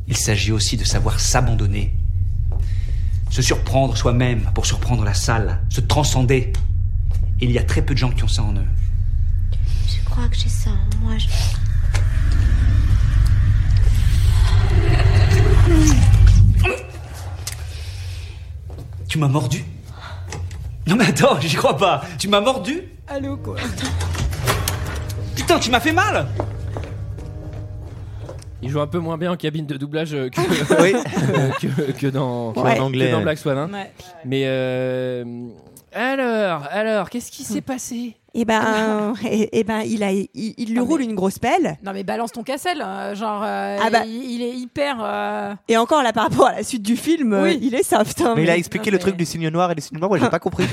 [SPEAKER 3] Il s'agit aussi de savoir s'abandonner, se surprendre soi-même pour surprendre la salle, se transcender. Il y a très peu de gens qui ont ça en eux.
[SPEAKER 8] Je crois que j'ai ça en moi. Je...
[SPEAKER 3] Tu m'as mordu Non mais attends, j'y crois pas. Tu m'as mordu
[SPEAKER 11] Allô, quoi
[SPEAKER 3] Putain, tu m'as fait mal
[SPEAKER 1] Il joue un peu moins bien en cabine de doublage euh, que,
[SPEAKER 6] Oui.
[SPEAKER 1] euh, que, que dans,
[SPEAKER 6] Ouais.
[SPEAKER 1] que
[SPEAKER 6] En anglais,
[SPEAKER 1] dans
[SPEAKER 6] ouais.
[SPEAKER 1] Black Swan. hein.
[SPEAKER 11] Ouais.
[SPEAKER 1] Mais euh, Hmm. alors, alors, qu'est-ce qui s'est passé
[SPEAKER 7] Et
[SPEAKER 11] Ah.
[SPEAKER 7] ben, et, et ben, il a, il, il lui roule une grosse pelle.
[SPEAKER 11] Non, mais balance ton cassel. euh, Genre, euh,
[SPEAKER 7] Ah bah.
[SPEAKER 11] il, il est hyper. euh,
[SPEAKER 7] Et encore là, par rapport à la suite du film, euh,
[SPEAKER 11] Oui.
[SPEAKER 7] il est soft. hein,
[SPEAKER 6] Mais il
[SPEAKER 7] mais-
[SPEAKER 6] a
[SPEAKER 11] non,
[SPEAKER 6] expliqué le
[SPEAKER 11] mais-
[SPEAKER 6] truc du signe noir et du signe blanc, moi j'ai pas compris.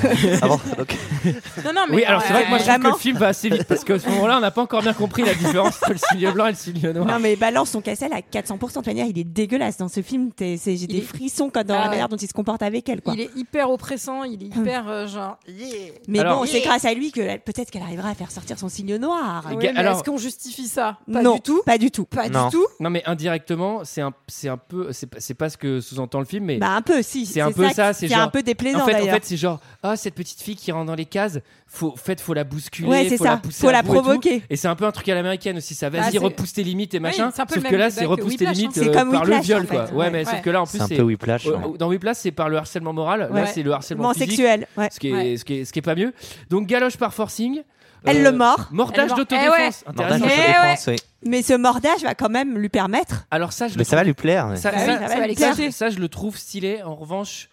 [SPEAKER 6] Ah bon, ok.
[SPEAKER 11] Non, non, mais.
[SPEAKER 1] Oui, alors c'est vrai que moi je trouve que le
[SPEAKER 7] Ah, Vraiment.
[SPEAKER 1] film va assez vite parce qu'à ce moment-là, on n'a pas encore bien compris la différence entre le signe blanc et le signe noir.
[SPEAKER 7] Non mais balance son Cassel à 400%. De toute manière, il est dégueulasse dans ce film. T'es- c'est- J'ai
[SPEAKER 11] Il
[SPEAKER 7] des
[SPEAKER 11] est-
[SPEAKER 7] frissons quand dans
[SPEAKER 11] Ah
[SPEAKER 7] la
[SPEAKER 11] ouais.
[SPEAKER 7] manière dont il se comporte avec elle. Quoi.
[SPEAKER 11] Il est hyper oppressant, il est hyper euh, genre. yeah.
[SPEAKER 7] Mais
[SPEAKER 1] Alors-
[SPEAKER 7] bon, c'est grâce à lui que là, peut-être qu'elle arrivera à faire sortir son signe noir.
[SPEAKER 1] Ouais,
[SPEAKER 11] Ouais, mais
[SPEAKER 1] alors-
[SPEAKER 11] Est-ce qu'on justifie ça Pas
[SPEAKER 7] non,
[SPEAKER 11] du tout.
[SPEAKER 7] pas du tout.
[SPEAKER 11] Pas
[SPEAKER 6] Non.
[SPEAKER 11] du tout.
[SPEAKER 1] Non, mais indirectement, c'est un, c'est un peu, c'est pas- c'est pas ce que sous-entend le film, mais
[SPEAKER 7] Bah un peu si.
[SPEAKER 1] C'est un peu ça, c'est
[SPEAKER 7] qui est
[SPEAKER 1] genre-
[SPEAKER 7] un peu déplaisant
[SPEAKER 1] en fait, en
[SPEAKER 7] d'ailleurs.
[SPEAKER 1] fait, c'est genre ah cette petite fille qui rentre dans les cases, faut, en fait, faut la bousculer,
[SPEAKER 7] Ouais, c'est
[SPEAKER 1] faut
[SPEAKER 7] ça.
[SPEAKER 1] la pousser,
[SPEAKER 7] Faut
[SPEAKER 1] à
[SPEAKER 7] la
[SPEAKER 1] bout et tout.
[SPEAKER 7] provoquer.
[SPEAKER 1] Et, c'est un peu un truc à l'américaine aussi, ça
[SPEAKER 11] Bah,
[SPEAKER 1] vas-y
[SPEAKER 11] c'est-
[SPEAKER 1] repousse tes limites et machin.
[SPEAKER 11] c'est un peu
[SPEAKER 1] sauf
[SPEAKER 11] le
[SPEAKER 1] que là,
[SPEAKER 11] même
[SPEAKER 1] c'est
[SPEAKER 11] débat que
[SPEAKER 1] repousse tes
[SPEAKER 11] Whiplash, hein.
[SPEAKER 1] limites
[SPEAKER 7] C'est
[SPEAKER 1] euh,
[SPEAKER 7] comme
[SPEAKER 1] par le
[SPEAKER 7] Whiplash,
[SPEAKER 1] viol,
[SPEAKER 7] en fait.
[SPEAKER 1] quoi. Ouais,
[SPEAKER 7] Ouais.
[SPEAKER 1] mais sauf
[SPEAKER 11] Ouais.
[SPEAKER 1] que là, en plus,
[SPEAKER 6] C'est un
[SPEAKER 1] c'est
[SPEAKER 6] peu Whiplash.
[SPEAKER 1] euh,
[SPEAKER 6] hein.
[SPEAKER 1] dans Whiplash, c'est par le harcèlement moral. Là,
[SPEAKER 11] Ouais.
[SPEAKER 1] c'est le harcèlement
[SPEAKER 7] Ment
[SPEAKER 1] physique, Euh,
[SPEAKER 7] sexuel. Ouais.
[SPEAKER 1] ce qui est,
[SPEAKER 11] Ouais.
[SPEAKER 1] ce qui est, ce qui est pas mieux. Donc galoche par forcing. euh,
[SPEAKER 7] Elle le mord.
[SPEAKER 1] Mordage
[SPEAKER 11] Elle le mord.
[SPEAKER 1] d'autodéfense.
[SPEAKER 6] Mordage,
[SPEAKER 1] Intéressant.
[SPEAKER 11] Eh
[SPEAKER 6] autodéfense, oui.
[SPEAKER 7] Mais ce mordage va quand même lui permettre.
[SPEAKER 1] Eh, Alors ça, je le
[SPEAKER 6] Mais ça va lui plaire. ouais.
[SPEAKER 1] Ça,
[SPEAKER 11] Bah
[SPEAKER 1] ça-
[SPEAKER 11] oui, ça va
[SPEAKER 1] ça-
[SPEAKER 11] lui
[SPEAKER 1] ça-
[SPEAKER 11] plaire.
[SPEAKER 1] ça, je le trouve stylé. En revanche,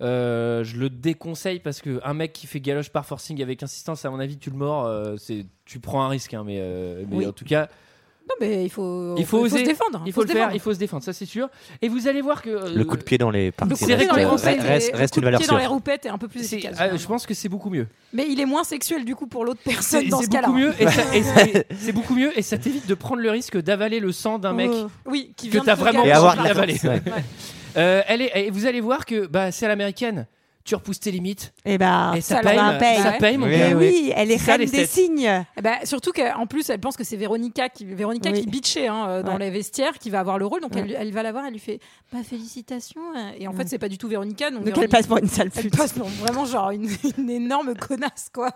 [SPEAKER 1] euh, je le déconseille parce que un mec qui fait galoche par forcing avec insistance, à mon avis, tu le mords. euh, c'est, tu prends un risque, hein, mais, euh, mais
[SPEAKER 11] Oui.
[SPEAKER 1] en tout cas,
[SPEAKER 11] Non, mais il faut.
[SPEAKER 1] Il faut oser.
[SPEAKER 11] se défendre.
[SPEAKER 1] il faut, le
[SPEAKER 11] se
[SPEAKER 1] faire,
[SPEAKER 11] défendre.
[SPEAKER 1] il faut se défendre, ça c'est sûr. Et vous allez voir que euh,
[SPEAKER 6] Le coup de pied dans les parties
[SPEAKER 1] coup de
[SPEAKER 11] Le
[SPEAKER 1] pied
[SPEAKER 6] reste,
[SPEAKER 11] dans les
[SPEAKER 1] euh,
[SPEAKER 11] roupettes
[SPEAKER 6] reste-
[SPEAKER 11] et-
[SPEAKER 6] reste
[SPEAKER 11] le coup
[SPEAKER 6] une
[SPEAKER 11] de
[SPEAKER 6] valeur
[SPEAKER 11] pied dans les
[SPEAKER 6] sûre.
[SPEAKER 11] roupettes est un peu plus
[SPEAKER 1] c'est-
[SPEAKER 11] efficace.
[SPEAKER 1] ah, je pense que c'est beaucoup mieux.
[SPEAKER 11] Mais il est moins sexuel du coup pour l'autre personne
[SPEAKER 1] C'est,
[SPEAKER 11] dans
[SPEAKER 1] c'est
[SPEAKER 11] ce cas-là.
[SPEAKER 1] beaucoup mieux et ça- et ça- et- c'est beaucoup mieux et ça t'évite de prendre le risque d'avaler le sang d'un mec.
[SPEAKER 11] Oui, qui
[SPEAKER 1] Que
[SPEAKER 11] vient de
[SPEAKER 1] t'as
[SPEAKER 11] te
[SPEAKER 1] vraiment
[SPEAKER 11] gâcher.
[SPEAKER 6] Et avoir de
[SPEAKER 1] la
[SPEAKER 6] la
[SPEAKER 1] vallée.
[SPEAKER 6] force, ouais.
[SPEAKER 1] Euh, elle est, et vous allez voir que bah, c'est à l'américaine. Tu repousses tes limites.
[SPEAKER 7] Et ben,
[SPEAKER 1] et ça,
[SPEAKER 11] ça
[SPEAKER 1] paye,
[SPEAKER 7] leur va, paye.
[SPEAKER 1] ça paye, mon
[SPEAKER 6] Ouais.
[SPEAKER 1] gars.
[SPEAKER 7] eh
[SPEAKER 6] Eh
[SPEAKER 7] oui, elle est
[SPEAKER 1] C'est ça,
[SPEAKER 7] reine
[SPEAKER 1] les
[SPEAKER 7] des
[SPEAKER 1] stats.
[SPEAKER 7] signes.
[SPEAKER 11] Eh ben, surtout qu'en plus, elle pense que c'est Véronica qui, Véronica
[SPEAKER 7] Oui.
[SPEAKER 11] qui bitchait hein, euh, dans
[SPEAKER 7] Ouais.
[SPEAKER 11] les vestiaires, qui va avoir le rôle. Donc
[SPEAKER 7] Ouais.
[SPEAKER 11] elle, elle va la voir, elle lui fait bah, félicitations. euh. Et en
[SPEAKER 7] Ouais.
[SPEAKER 11] fait, c'est pas du tout Véronica. Donc,
[SPEAKER 7] Donc elle
[SPEAKER 11] Véronica-
[SPEAKER 7] passe pour une sale
[SPEAKER 11] elle
[SPEAKER 7] pute.
[SPEAKER 11] passe pour vraiment genre une, une énorme connasse, quoi.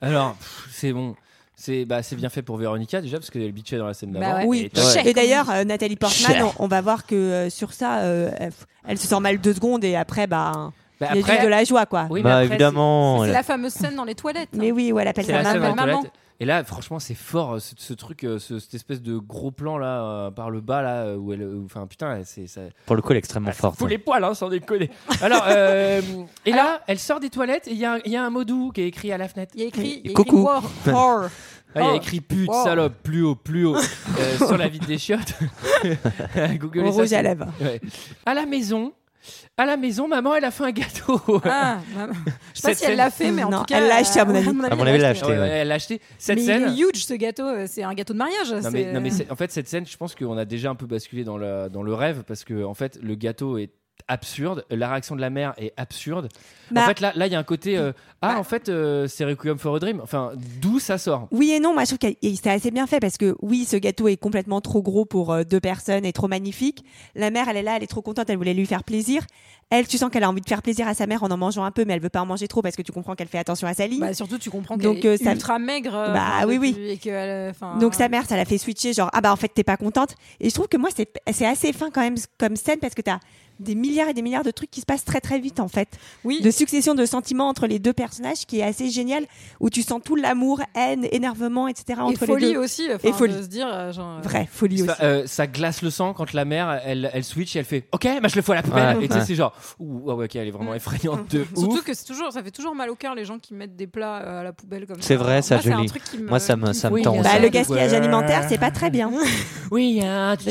[SPEAKER 1] Alors, pff, c'est bon. C'est bah, c'est bien fait pour Véronica déjà parce qu'elle bitchait dans la scène d'avant.
[SPEAKER 11] Bah ouais.
[SPEAKER 7] Oui,
[SPEAKER 1] Et t'as-
[SPEAKER 11] Ouais.
[SPEAKER 7] et d'ailleurs, euh, Nathalie Portman,
[SPEAKER 6] Cher.
[SPEAKER 7] on, on va voir que euh, sur ça, euh, elle, f- elle se sent mal deux secondes et après, bah,
[SPEAKER 1] Bah,
[SPEAKER 7] il y a
[SPEAKER 1] après-
[SPEAKER 7] juste de la joie, quoi.
[SPEAKER 1] oui, mais
[SPEAKER 6] Bah
[SPEAKER 1] après,
[SPEAKER 6] évidemment.
[SPEAKER 11] c'est
[SPEAKER 6] là.
[SPEAKER 11] la fameuse scène dans les toilettes. hein.
[SPEAKER 7] Mais oui, où elle
[SPEAKER 1] c'est-
[SPEAKER 7] appelle
[SPEAKER 1] c'est
[SPEAKER 7] sa
[SPEAKER 1] la
[SPEAKER 7] maman.
[SPEAKER 1] scène dans
[SPEAKER 11] maman.
[SPEAKER 1] la toilette. Et là, franchement, c'est fort euh, ce, ce truc, euh, ce- cette espèce de gros plan là euh, par le bas là euh, où elle, où- enfin putain, elle- c'est ça.
[SPEAKER 6] Pour le coup, elle est extrêmement forte.
[SPEAKER 1] Faut les poils, hein, sans déconner. Alors, euh, et là, elle sort des toilettes et il y, a un- il y a un mot doux qui est écrit à la fenêtre.
[SPEAKER 11] Il y a écrit, il y a écrit
[SPEAKER 6] Coucou.
[SPEAKER 11] War. War.
[SPEAKER 1] Ah, il y a
[SPEAKER 11] Oh.
[SPEAKER 1] écrit pute,
[SPEAKER 11] Wow.
[SPEAKER 1] salope, plus haut, plus haut, euh, sur la vitre des chiottes. Googlez
[SPEAKER 7] Au
[SPEAKER 1] ça,
[SPEAKER 7] rouge
[SPEAKER 1] c'est-
[SPEAKER 7] à lèvres.
[SPEAKER 1] Ouais. À la maison, à la maison, maman, elle a fait un gâteau.
[SPEAKER 11] Ah, maman. Je sais pas
[SPEAKER 1] Cette
[SPEAKER 11] si elle
[SPEAKER 1] scène-
[SPEAKER 11] l'a fait, mais en
[SPEAKER 7] Non,
[SPEAKER 11] tout cas,
[SPEAKER 7] elle l'a acheté, à mon avis.
[SPEAKER 6] À mon avis, elle
[SPEAKER 1] Ouais,
[SPEAKER 6] l'a acheté,
[SPEAKER 1] ouais,
[SPEAKER 6] ouais.
[SPEAKER 1] elle l'a acheté. Cette
[SPEAKER 11] Mais
[SPEAKER 1] scène.
[SPEAKER 11] il est huge ce gâteau, euh, c'est un gâteau de mariage.
[SPEAKER 1] Non mais, non, mais c'est- en fait cette scène, je pense qu'on a déjà un peu basculé dans le, dans le rêve parce que en fait le gâteau est absurde, la réaction de la mère est absurde.
[SPEAKER 7] Bah,
[SPEAKER 1] en fait là, là il y a un côté euh, ah
[SPEAKER 11] Bah.
[SPEAKER 1] en fait euh, c'est Requiem for a Dream. Enfin d'où ça sort
[SPEAKER 7] Oui et non, moi je trouve que c'est assez bien fait parce que oui, ce gâteau est complètement trop gros pour euh, deux personnes et trop magnifique. La mère, elle est là, elle est trop contente, elle voulait lui faire plaisir. Elle, tu sens qu'elle a envie de faire plaisir à sa mère en en mangeant un peu, mais elle veut pas en manger trop parce que tu comprends qu'elle fait attention à sa ligne.
[SPEAKER 11] Bah, surtout, tu comprends
[SPEAKER 7] Donc,
[SPEAKER 11] qu'elle
[SPEAKER 7] euh,
[SPEAKER 11] est
[SPEAKER 7] ça-
[SPEAKER 11] ultra maigre. euh,
[SPEAKER 7] Bah,
[SPEAKER 11] enfin,
[SPEAKER 7] oui, oui.
[SPEAKER 11] depuis- et qu'elle, euh, enfin,
[SPEAKER 7] Donc sa mère, ça la fait switcher, genre ah bah en fait t'es pas contente. Et je trouve que moi c'est c'est assez fin quand même comme scène parce que t'as des milliards et des milliards de trucs qui se passent très très vite en fait. Oui. De succession de sentiments entre les deux personnages qui est assez génial où tu sens tout l'amour, haine, énervement, etc.
[SPEAKER 11] Et
[SPEAKER 7] entre les
[SPEAKER 11] folie
[SPEAKER 7] deux.
[SPEAKER 11] aussi, enfin,
[SPEAKER 7] et folie.
[SPEAKER 11] de se dire, euh, genre, euh,
[SPEAKER 7] Vrai, folie aussi.
[SPEAKER 1] Ça, euh, ça glace le sang quand la mère elle, elle switch et elle fait Ok, bah je le fous à la poubelle.
[SPEAKER 6] Ouais.
[SPEAKER 1] Et tu sais,
[SPEAKER 6] Ouais.
[SPEAKER 1] c'est genre Ouh, ah ouais, ok, elle est vraiment effrayante de ouf.
[SPEAKER 11] Surtout que c'est toujours, ça fait toujours mal au cœur les gens qui mettent des plats euh, à la poubelle comme ça.
[SPEAKER 6] C'est vrai, ça,
[SPEAKER 11] Moi, c'est un
[SPEAKER 6] joli.
[SPEAKER 11] truc qui me-
[SPEAKER 6] Moi, ça me-
[SPEAKER 11] qui me
[SPEAKER 6] ça me
[SPEAKER 11] fait-
[SPEAKER 6] tend.
[SPEAKER 7] Bah,
[SPEAKER 6] Ouais.
[SPEAKER 7] le gaspillage
[SPEAKER 1] Ouais.
[SPEAKER 7] alimentaire, c'est pas très bien.
[SPEAKER 1] We are the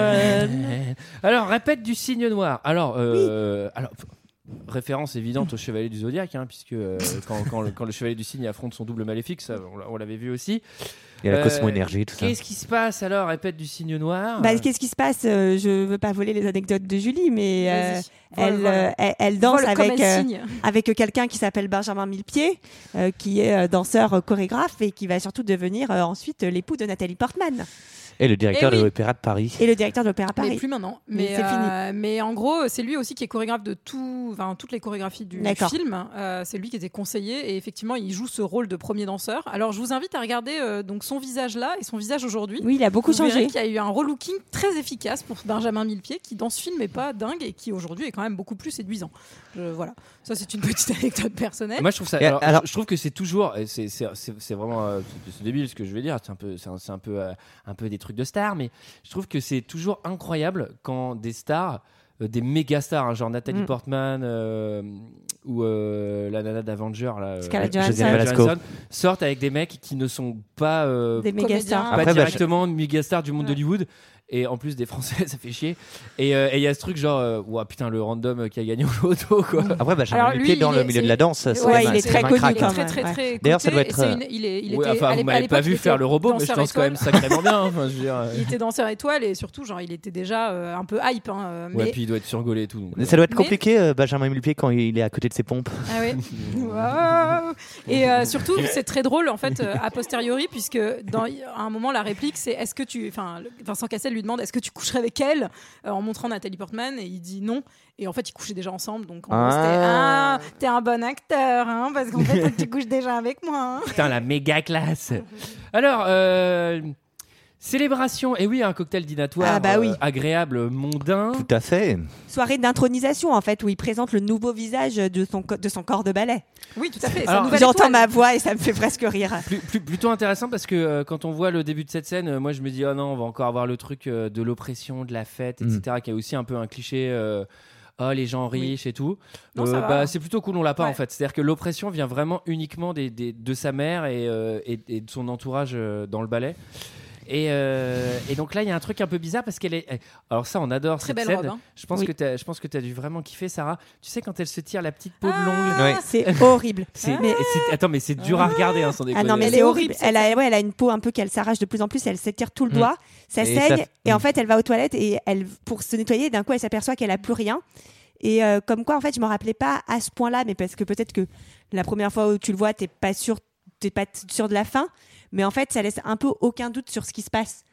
[SPEAKER 1] children. Alors, répète du signe noir. Alors, euh, alors p- référence évidente au Chevalier du Zodiaque, hein, puisque euh, quand, quand le, quand le Chevalier du Signe affronte son double maléfique, ça, on l'a- on l'avait vu aussi.
[SPEAKER 6] Il y a la cosmo-énergie, tout ça.
[SPEAKER 1] Qu'est-ce qui se passe alors Répète du signe noir.
[SPEAKER 7] Bah, qu'est-ce qui se passe Euh, Je veux pas voler les anecdotes de Julie, mais euh,
[SPEAKER 11] Vas-y. Vole,
[SPEAKER 7] elle,
[SPEAKER 11] vole.
[SPEAKER 7] euh, elle, elle danse
[SPEAKER 11] Vole comme
[SPEAKER 7] avec,
[SPEAKER 11] elle
[SPEAKER 7] euh,
[SPEAKER 11] signe.
[SPEAKER 7] avec quelqu'un qui s'appelle Benjamin Millepied, euh, qui est euh, danseur euh, chorégraphe et qui va surtout devenir euh, ensuite euh, l'époux de Nathalie Portman
[SPEAKER 6] Et le directeur
[SPEAKER 11] Eh oui.
[SPEAKER 6] de l'Opéra de Paris.
[SPEAKER 7] et le directeur de l'Opéra Paris.
[SPEAKER 11] Mais plus maintenant.
[SPEAKER 7] Mais
[SPEAKER 11] Mais,
[SPEAKER 7] c'est
[SPEAKER 11] euh, mais en gros, c'est lui aussi qui est chorégraphe de tout, enfin, toutes les chorégraphies du
[SPEAKER 7] D'accord.
[SPEAKER 11] film. Euh, c'est lui qui était conseiller et effectivement, il joue ce rôle de premier danseur. Alors, je vous invite à regarder euh, donc son visage là et son visage aujourd'hui.
[SPEAKER 7] Oui, il a beaucoup
[SPEAKER 11] Vous
[SPEAKER 7] changé.
[SPEAKER 11] verrez qu'il y a eu un relooking très efficace pour Benjamin Millepied qui dans ce film n'est pas dingue et qui aujourd'hui est quand même beaucoup plus séduisant. Je- voilà, ça c'est une petite anecdote personnelle.
[SPEAKER 1] Moi, je trouve ça.
[SPEAKER 6] Et
[SPEAKER 1] alors,
[SPEAKER 6] alors-
[SPEAKER 1] je, je trouve que c'est toujours. et C'est c'est- c'est- c'est vraiment. euh, c'est- c'est débile ce que je vais dire. C'est un peu. C'est un, c'est un peu. euh, un peu des trucs de stars. Mais je trouve que c'est toujours incroyable quand des stars. euh, des méga stars, hein, genre Nathalie
[SPEAKER 7] Mm.
[SPEAKER 1] Portman euh, ou euh, la nana d'Avenger, là, euh,
[SPEAKER 7] Scarlett
[SPEAKER 1] Scarlett
[SPEAKER 6] Johansson. Johansson.
[SPEAKER 1] sortent avec des mecs qui ne sont pas, euh,
[SPEAKER 7] Des méga stars.
[SPEAKER 1] pas
[SPEAKER 6] Après, bah,
[SPEAKER 1] directement méga stars du monde d'Hollywood. Et en plus des Français, ça fait chier. Et euh, et il y a ce truc genre, euh, Ouah, putain, le random qui a gagné au loto, quoi.
[SPEAKER 6] Après, bah, j'ai
[SPEAKER 11] Alors,
[SPEAKER 6] mis le
[SPEAKER 11] lui,
[SPEAKER 6] pied dans
[SPEAKER 11] il
[SPEAKER 6] le
[SPEAKER 11] est-
[SPEAKER 6] milieu de
[SPEAKER 11] c'est-
[SPEAKER 6] la danse.
[SPEAKER 11] Ouais,
[SPEAKER 6] c'est
[SPEAKER 7] il
[SPEAKER 6] un-
[SPEAKER 7] est
[SPEAKER 6] c'est
[SPEAKER 7] très
[SPEAKER 6] un
[SPEAKER 7] connu
[SPEAKER 11] Il est
[SPEAKER 6] crack.
[SPEAKER 7] quand
[SPEAKER 11] très
[SPEAKER 7] même,
[SPEAKER 11] très
[SPEAKER 7] ouais.
[SPEAKER 11] très. écouté
[SPEAKER 6] D'ailleurs, ça doit être,
[SPEAKER 11] et c'est
[SPEAKER 6] euh,
[SPEAKER 11] une- il est- il
[SPEAKER 1] Ouais,
[SPEAKER 11] était- à
[SPEAKER 1] enfin, vous
[SPEAKER 11] l'ép- à
[SPEAKER 1] m'avez pas
[SPEAKER 11] l'époque,
[SPEAKER 1] vu
[SPEAKER 11] il
[SPEAKER 1] faire
[SPEAKER 11] était
[SPEAKER 1] le robot, mais je
[SPEAKER 11] danseur
[SPEAKER 1] pense quand même
[SPEAKER 11] étoile.
[SPEAKER 1] sacrément bien. hein. Enfin, je veux dire, euh,
[SPEAKER 11] Il était danseur étoile et surtout, genre, il était déjà euh, un peu hype. hein, euh,
[SPEAKER 1] Ouais,
[SPEAKER 11] mais-
[SPEAKER 1] puis il doit être surgolé et tout. donc,
[SPEAKER 6] Ça doit être
[SPEAKER 11] Mais-
[SPEAKER 6] compliqué, euh, Benjamin Mulpier, quand il est à côté de ses pompes.
[SPEAKER 11] Ah ouais. Waouh. Et euh, surtout, c'est très drôle en fait euh, a posteriori puisque dans à un moment la réplique c'est est-ce que tu, enfin le- Vincent Cassel lui demande est-ce que tu coucherais avec elle euh, en montrant Nathalie Portman et il dit non et en fait ils couchaient déjà ensemble donc en gros, c'était
[SPEAKER 6] Ah.
[SPEAKER 11] ah t'es un bon acteur hein, parce qu'en fait tu couches déjà avec moi. hein.
[SPEAKER 1] Putain, la méga classe. Alors, euh, célébration. Et oui, un cocktail dînatoire
[SPEAKER 7] Ah bah oui.
[SPEAKER 1] euh, agréable, mondain.
[SPEAKER 6] Tout à fait.
[SPEAKER 7] Soirée d'intronisation en fait où il présente le nouveau visage de son, co- de son corps de ballet.
[SPEAKER 11] Oui tout hein. à fait.
[SPEAKER 1] Alors,
[SPEAKER 11] sa nouvelle
[SPEAKER 7] J'entends
[SPEAKER 11] étoile.
[SPEAKER 7] ma voix et ça me fait presque rire.
[SPEAKER 1] Plus- plus- plutôt intéressant parce que euh, quand on voit le début de cette scène, euh, moi je me dis oh non, on va encore avoir le truc euh, de l'oppression, de la fête,
[SPEAKER 6] Mm.
[SPEAKER 1] etc. Qui est aussi un peu un cliché. euh, oh les gens
[SPEAKER 11] Oui.
[SPEAKER 1] riches et tout.
[SPEAKER 11] Non, ça va.
[SPEAKER 1] bah, c'est plutôt cool, on l'a pas
[SPEAKER 11] Ouais.
[SPEAKER 1] en fait. C'est-à-dire que l'oppression vient vraiment uniquement des, des- de sa mère et, euh, et- et de son entourage euh, dans le ballet. Et, euh, et donc là, il y a un truc un peu bizarre parce qu'elle est. elle- Alors ça, on adore
[SPEAKER 11] Très
[SPEAKER 1] cette
[SPEAKER 11] belle
[SPEAKER 1] scène.
[SPEAKER 11] robe, hein.
[SPEAKER 1] Je pense
[SPEAKER 7] Oui.
[SPEAKER 1] que t'as- je pense que tu as dû vraiment kiffer, Sarah. Tu sais quand elle se tire la petite peau
[SPEAKER 11] Ah,
[SPEAKER 1] de l'ongle.
[SPEAKER 6] Oui.
[SPEAKER 7] C'est horrible.
[SPEAKER 1] C'est,
[SPEAKER 7] Mais-
[SPEAKER 1] et c'est- attends, mais c'est dur à regarder, hein, sans
[SPEAKER 7] Ah non,
[SPEAKER 1] déconner.
[SPEAKER 7] mais
[SPEAKER 11] Elle
[SPEAKER 7] c'est
[SPEAKER 11] est
[SPEAKER 7] horrible.
[SPEAKER 11] horrible,
[SPEAKER 7] Elle a, ouais, elle a une peau un peu qu'elle s'arrache de plus en plus. Elle s'étire tout le
[SPEAKER 6] Mm.
[SPEAKER 7] doigt, ça
[SPEAKER 6] Et
[SPEAKER 7] saigne.
[SPEAKER 6] ça-
[SPEAKER 7] Et en
[SPEAKER 6] Mm.
[SPEAKER 7] fait, elle va aux toilettes et elle, pour se nettoyer, d'un coup, elle s'aperçoit qu'elle a plus rien. Et euh, comme quoi, en fait, je m'en rappelais pas à ce point-là, mais parce que peut-être que la première fois où tu le vois, t'es pas sûr, t'es pas t- sûr de la fin. Mais en fait, ça laisse un peu aucun doute sur ce qui se passe.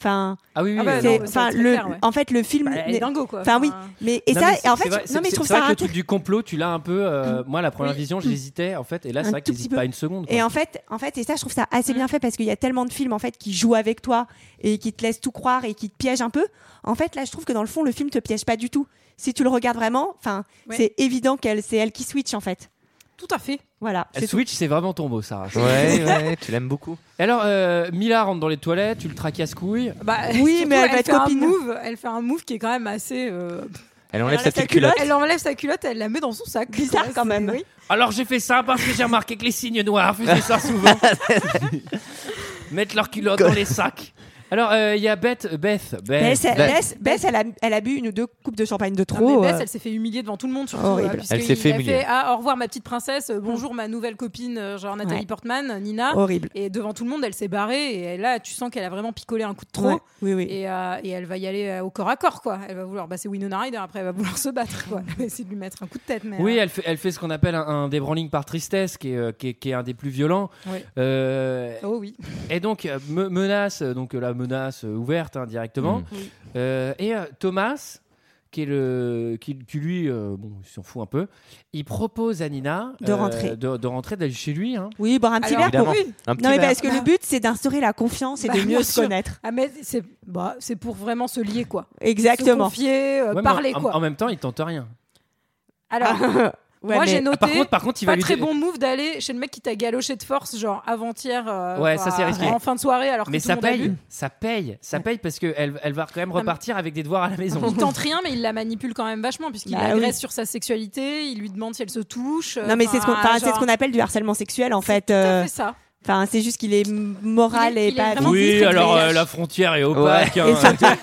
[SPEAKER 7] Enfin,
[SPEAKER 1] Ah oui, oui.
[SPEAKER 11] Ah bah,
[SPEAKER 1] euh,
[SPEAKER 11] non,
[SPEAKER 7] c'est-
[SPEAKER 11] mais
[SPEAKER 7] enfin,
[SPEAKER 11] c'est très
[SPEAKER 7] le,
[SPEAKER 11] clair, ouais.
[SPEAKER 7] en fait, le film.
[SPEAKER 11] Bah, elle est
[SPEAKER 7] n'est-
[SPEAKER 11] dingo quoi.
[SPEAKER 7] Enfin oui, mais et
[SPEAKER 1] non,
[SPEAKER 7] ça,
[SPEAKER 1] mais c'est-
[SPEAKER 7] et en
[SPEAKER 1] c'est
[SPEAKER 7] fait,
[SPEAKER 1] vrai-
[SPEAKER 7] non mais
[SPEAKER 1] c'est-
[SPEAKER 7] je trouve
[SPEAKER 1] c'est vrai
[SPEAKER 7] ça
[SPEAKER 1] que le
[SPEAKER 7] un
[SPEAKER 1] truc du complot, tu l'as un peu. euh, moi, la première
[SPEAKER 11] Oui.
[SPEAKER 1] vision, j'hésitais en fait, et là,
[SPEAKER 7] Un
[SPEAKER 1] c'est vrai que
[SPEAKER 7] tout
[SPEAKER 1] t'hésites
[SPEAKER 7] petit peu.
[SPEAKER 1] pas une seconde. quoi.
[SPEAKER 7] Et en fait, en fait, et ça, je trouve ça
[SPEAKER 11] Mm.
[SPEAKER 7] assez bien fait parce qu'il y a tellement de films en fait qui jouent avec toi et qui te laissent tout croire et qui te piègent un peu. En fait, là, je trouve que dans le fond, le film te piège pas du tout. Si tu le regardes vraiment, enfin,
[SPEAKER 11] Ouais.
[SPEAKER 7] c'est évident qu'elle, c'est elle qui switch en fait.
[SPEAKER 11] Tout à fait.
[SPEAKER 7] Voilà. c'est tout.
[SPEAKER 1] Switch, c'est vraiment ton mot, Sarah.
[SPEAKER 6] Ouais, ouais, tu l'aimes beaucoup.
[SPEAKER 1] Et alors, euh, Mila rentre dans les toilettes, tu le tracasse couille.
[SPEAKER 11] Bah,
[SPEAKER 7] Oui,
[SPEAKER 11] surtout,
[SPEAKER 7] mais elle va être
[SPEAKER 11] fait un
[SPEAKER 7] copine.
[SPEAKER 11] move, elle fait un move qui est quand même assez euh,
[SPEAKER 6] Elle enlève
[SPEAKER 7] enlève
[SPEAKER 6] sa
[SPEAKER 7] sa
[SPEAKER 6] petite culotte.
[SPEAKER 11] Elle enlève sa culotte, elle la met dans son sac.
[SPEAKER 7] Bizarre
[SPEAKER 11] Ouais,
[SPEAKER 7] quand
[SPEAKER 11] c'est-
[SPEAKER 7] même.
[SPEAKER 11] oui.
[SPEAKER 1] Alors, j'ai fait ça parce que j'ai remarqué que les signes noirs faisaient ça souvent. Mettre leurs culottes dans les sacs. Alors, euh, il y a Beth, Beth, Beth.
[SPEAKER 7] Bess, Bess,
[SPEAKER 6] Beth.
[SPEAKER 7] Bess, elle, a, elle a bu une ou deux coupes de champagne de
[SPEAKER 11] Non,
[SPEAKER 7] trop.
[SPEAKER 11] Ah, mais
[SPEAKER 7] euh.
[SPEAKER 11] Bess, elle s'est fait humilier devant tout le monde. Surtout,
[SPEAKER 7] Horrible.
[SPEAKER 11] euh, puisque
[SPEAKER 6] Elle s'est
[SPEAKER 11] il
[SPEAKER 6] fait
[SPEAKER 11] a
[SPEAKER 6] humilier.
[SPEAKER 11] ah, au revoir ma petite princesse, euh, bonjour ma nouvelle copine, euh, genre Nathalie
[SPEAKER 7] Ouais.
[SPEAKER 11] Portman, Nina.
[SPEAKER 7] Horrible.
[SPEAKER 11] Et devant tout le monde, elle s'est barrée. Et là, tu sens qu'elle a vraiment picolé un coup de trop.
[SPEAKER 7] Ouais, Oui, oui.
[SPEAKER 11] Et, euh, et elle va y aller euh, au corps à corps, quoi. Elle va vouloir. Bah, c'est Winona Ryder après, elle va vouloir se battre, quoi. Elle va essayer de lui mettre un coup de tête, mais.
[SPEAKER 1] Oui,
[SPEAKER 11] euh,
[SPEAKER 1] elle fait, elle fait ce qu'on appelle un, un débranling par tristesse, qui est, euh, qui est- qui est un des plus violents.
[SPEAKER 11] Oui.
[SPEAKER 1] Euh,
[SPEAKER 11] Oh oui.
[SPEAKER 1] Et donc, euh, me- menace, euh, donc euh, la menace euh, ouverte hein, directement.
[SPEAKER 6] Mm.
[SPEAKER 11] Oui.
[SPEAKER 1] Euh, et euh, Thomas, qui, est le, qui, qui lui, euh, bon, il s'en fout un peu. Il propose à Nina euh,
[SPEAKER 7] De rentrer.
[SPEAKER 1] de, de rentrer d'aller chez lui. hein.
[SPEAKER 7] Oui, boire un petit
[SPEAKER 1] Alors,
[SPEAKER 7] verre pour
[SPEAKER 1] évidemment, un petit
[SPEAKER 7] Non, mais
[SPEAKER 1] verre.
[SPEAKER 7] parce que le but, c'est d'instaurer la confiance et
[SPEAKER 11] Bah,
[SPEAKER 7] de
[SPEAKER 11] bien
[SPEAKER 7] mieux se
[SPEAKER 11] sûr.
[SPEAKER 7] connaître.
[SPEAKER 11] Ah, mais c'est bah, c'est pour vraiment se lier, quoi.
[SPEAKER 7] Exactement.
[SPEAKER 11] Se confier, euh,
[SPEAKER 1] Ouais, mais
[SPEAKER 11] parler,
[SPEAKER 1] en,
[SPEAKER 11] quoi.
[SPEAKER 1] En même temps, il tente rien.
[SPEAKER 11] Alors,
[SPEAKER 1] Ouais,
[SPEAKER 11] moi
[SPEAKER 1] mais-
[SPEAKER 11] j'ai
[SPEAKER 1] Ah,
[SPEAKER 11] noté.
[SPEAKER 1] par contre- par contre, il va
[SPEAKER 11] pas
[SPEAKER 1] lui
[SPEAKER 11] très
[SPEAKER 1] dire-
[SPEAKER 11] bon move d'aller chez le mec qui t'a galoché de force, genre avant-hier. euh,
[SPEAKER 1] Ouais, ça,
[SPEAKER 11] enfin,
[SPEAKER 1] c'est risqué.
[SPEAKER 11] En fin de soirée, alors
[SPEAKER 1] mais
[SPEAKER 11] que tout
[SPEAKER 1] ça
[SPEAKER 11] le monde a
[SPEAKER 1] paye,
[SPEAKER 11] bu.
[SPEAKER 1] ça paye, ça paye parce qu'elle elle va quand même
[SPEAKER 11] Ah, mais-
[SPEAKER 1] repartir avec des devoirs à la maison.
[SPEAKER 11] Il tente rien, mais il la manipule quand même vachement, puisqu'il
[SPEAKER 7] Bah
[SPEAKER 11] agresse
[SPEAKER 7] oui.
[SPEAKER 11] sur sa sexualité, il lui demande si elle se touche. euh,
[SPEAKER 7] Non, mais c'est ce qu'on
[SPEAKER 11] enfin,
[SPEAKER 7] enfin, c'est ce
[SPEAKER 11] genre-
[SPEAKER 7] qu'on appelle du harcèlement sexuel, en fait.
[SPEAKER 11] à
[SPEAKER 7] euh,
[SPEAKER 11] fait ça.
[SPEAKER 7] Enfin, c'est juste qu'il est m- moral et pas.
[SPEAKER 1] Oui, alors euh, la frontière est opaque. hein.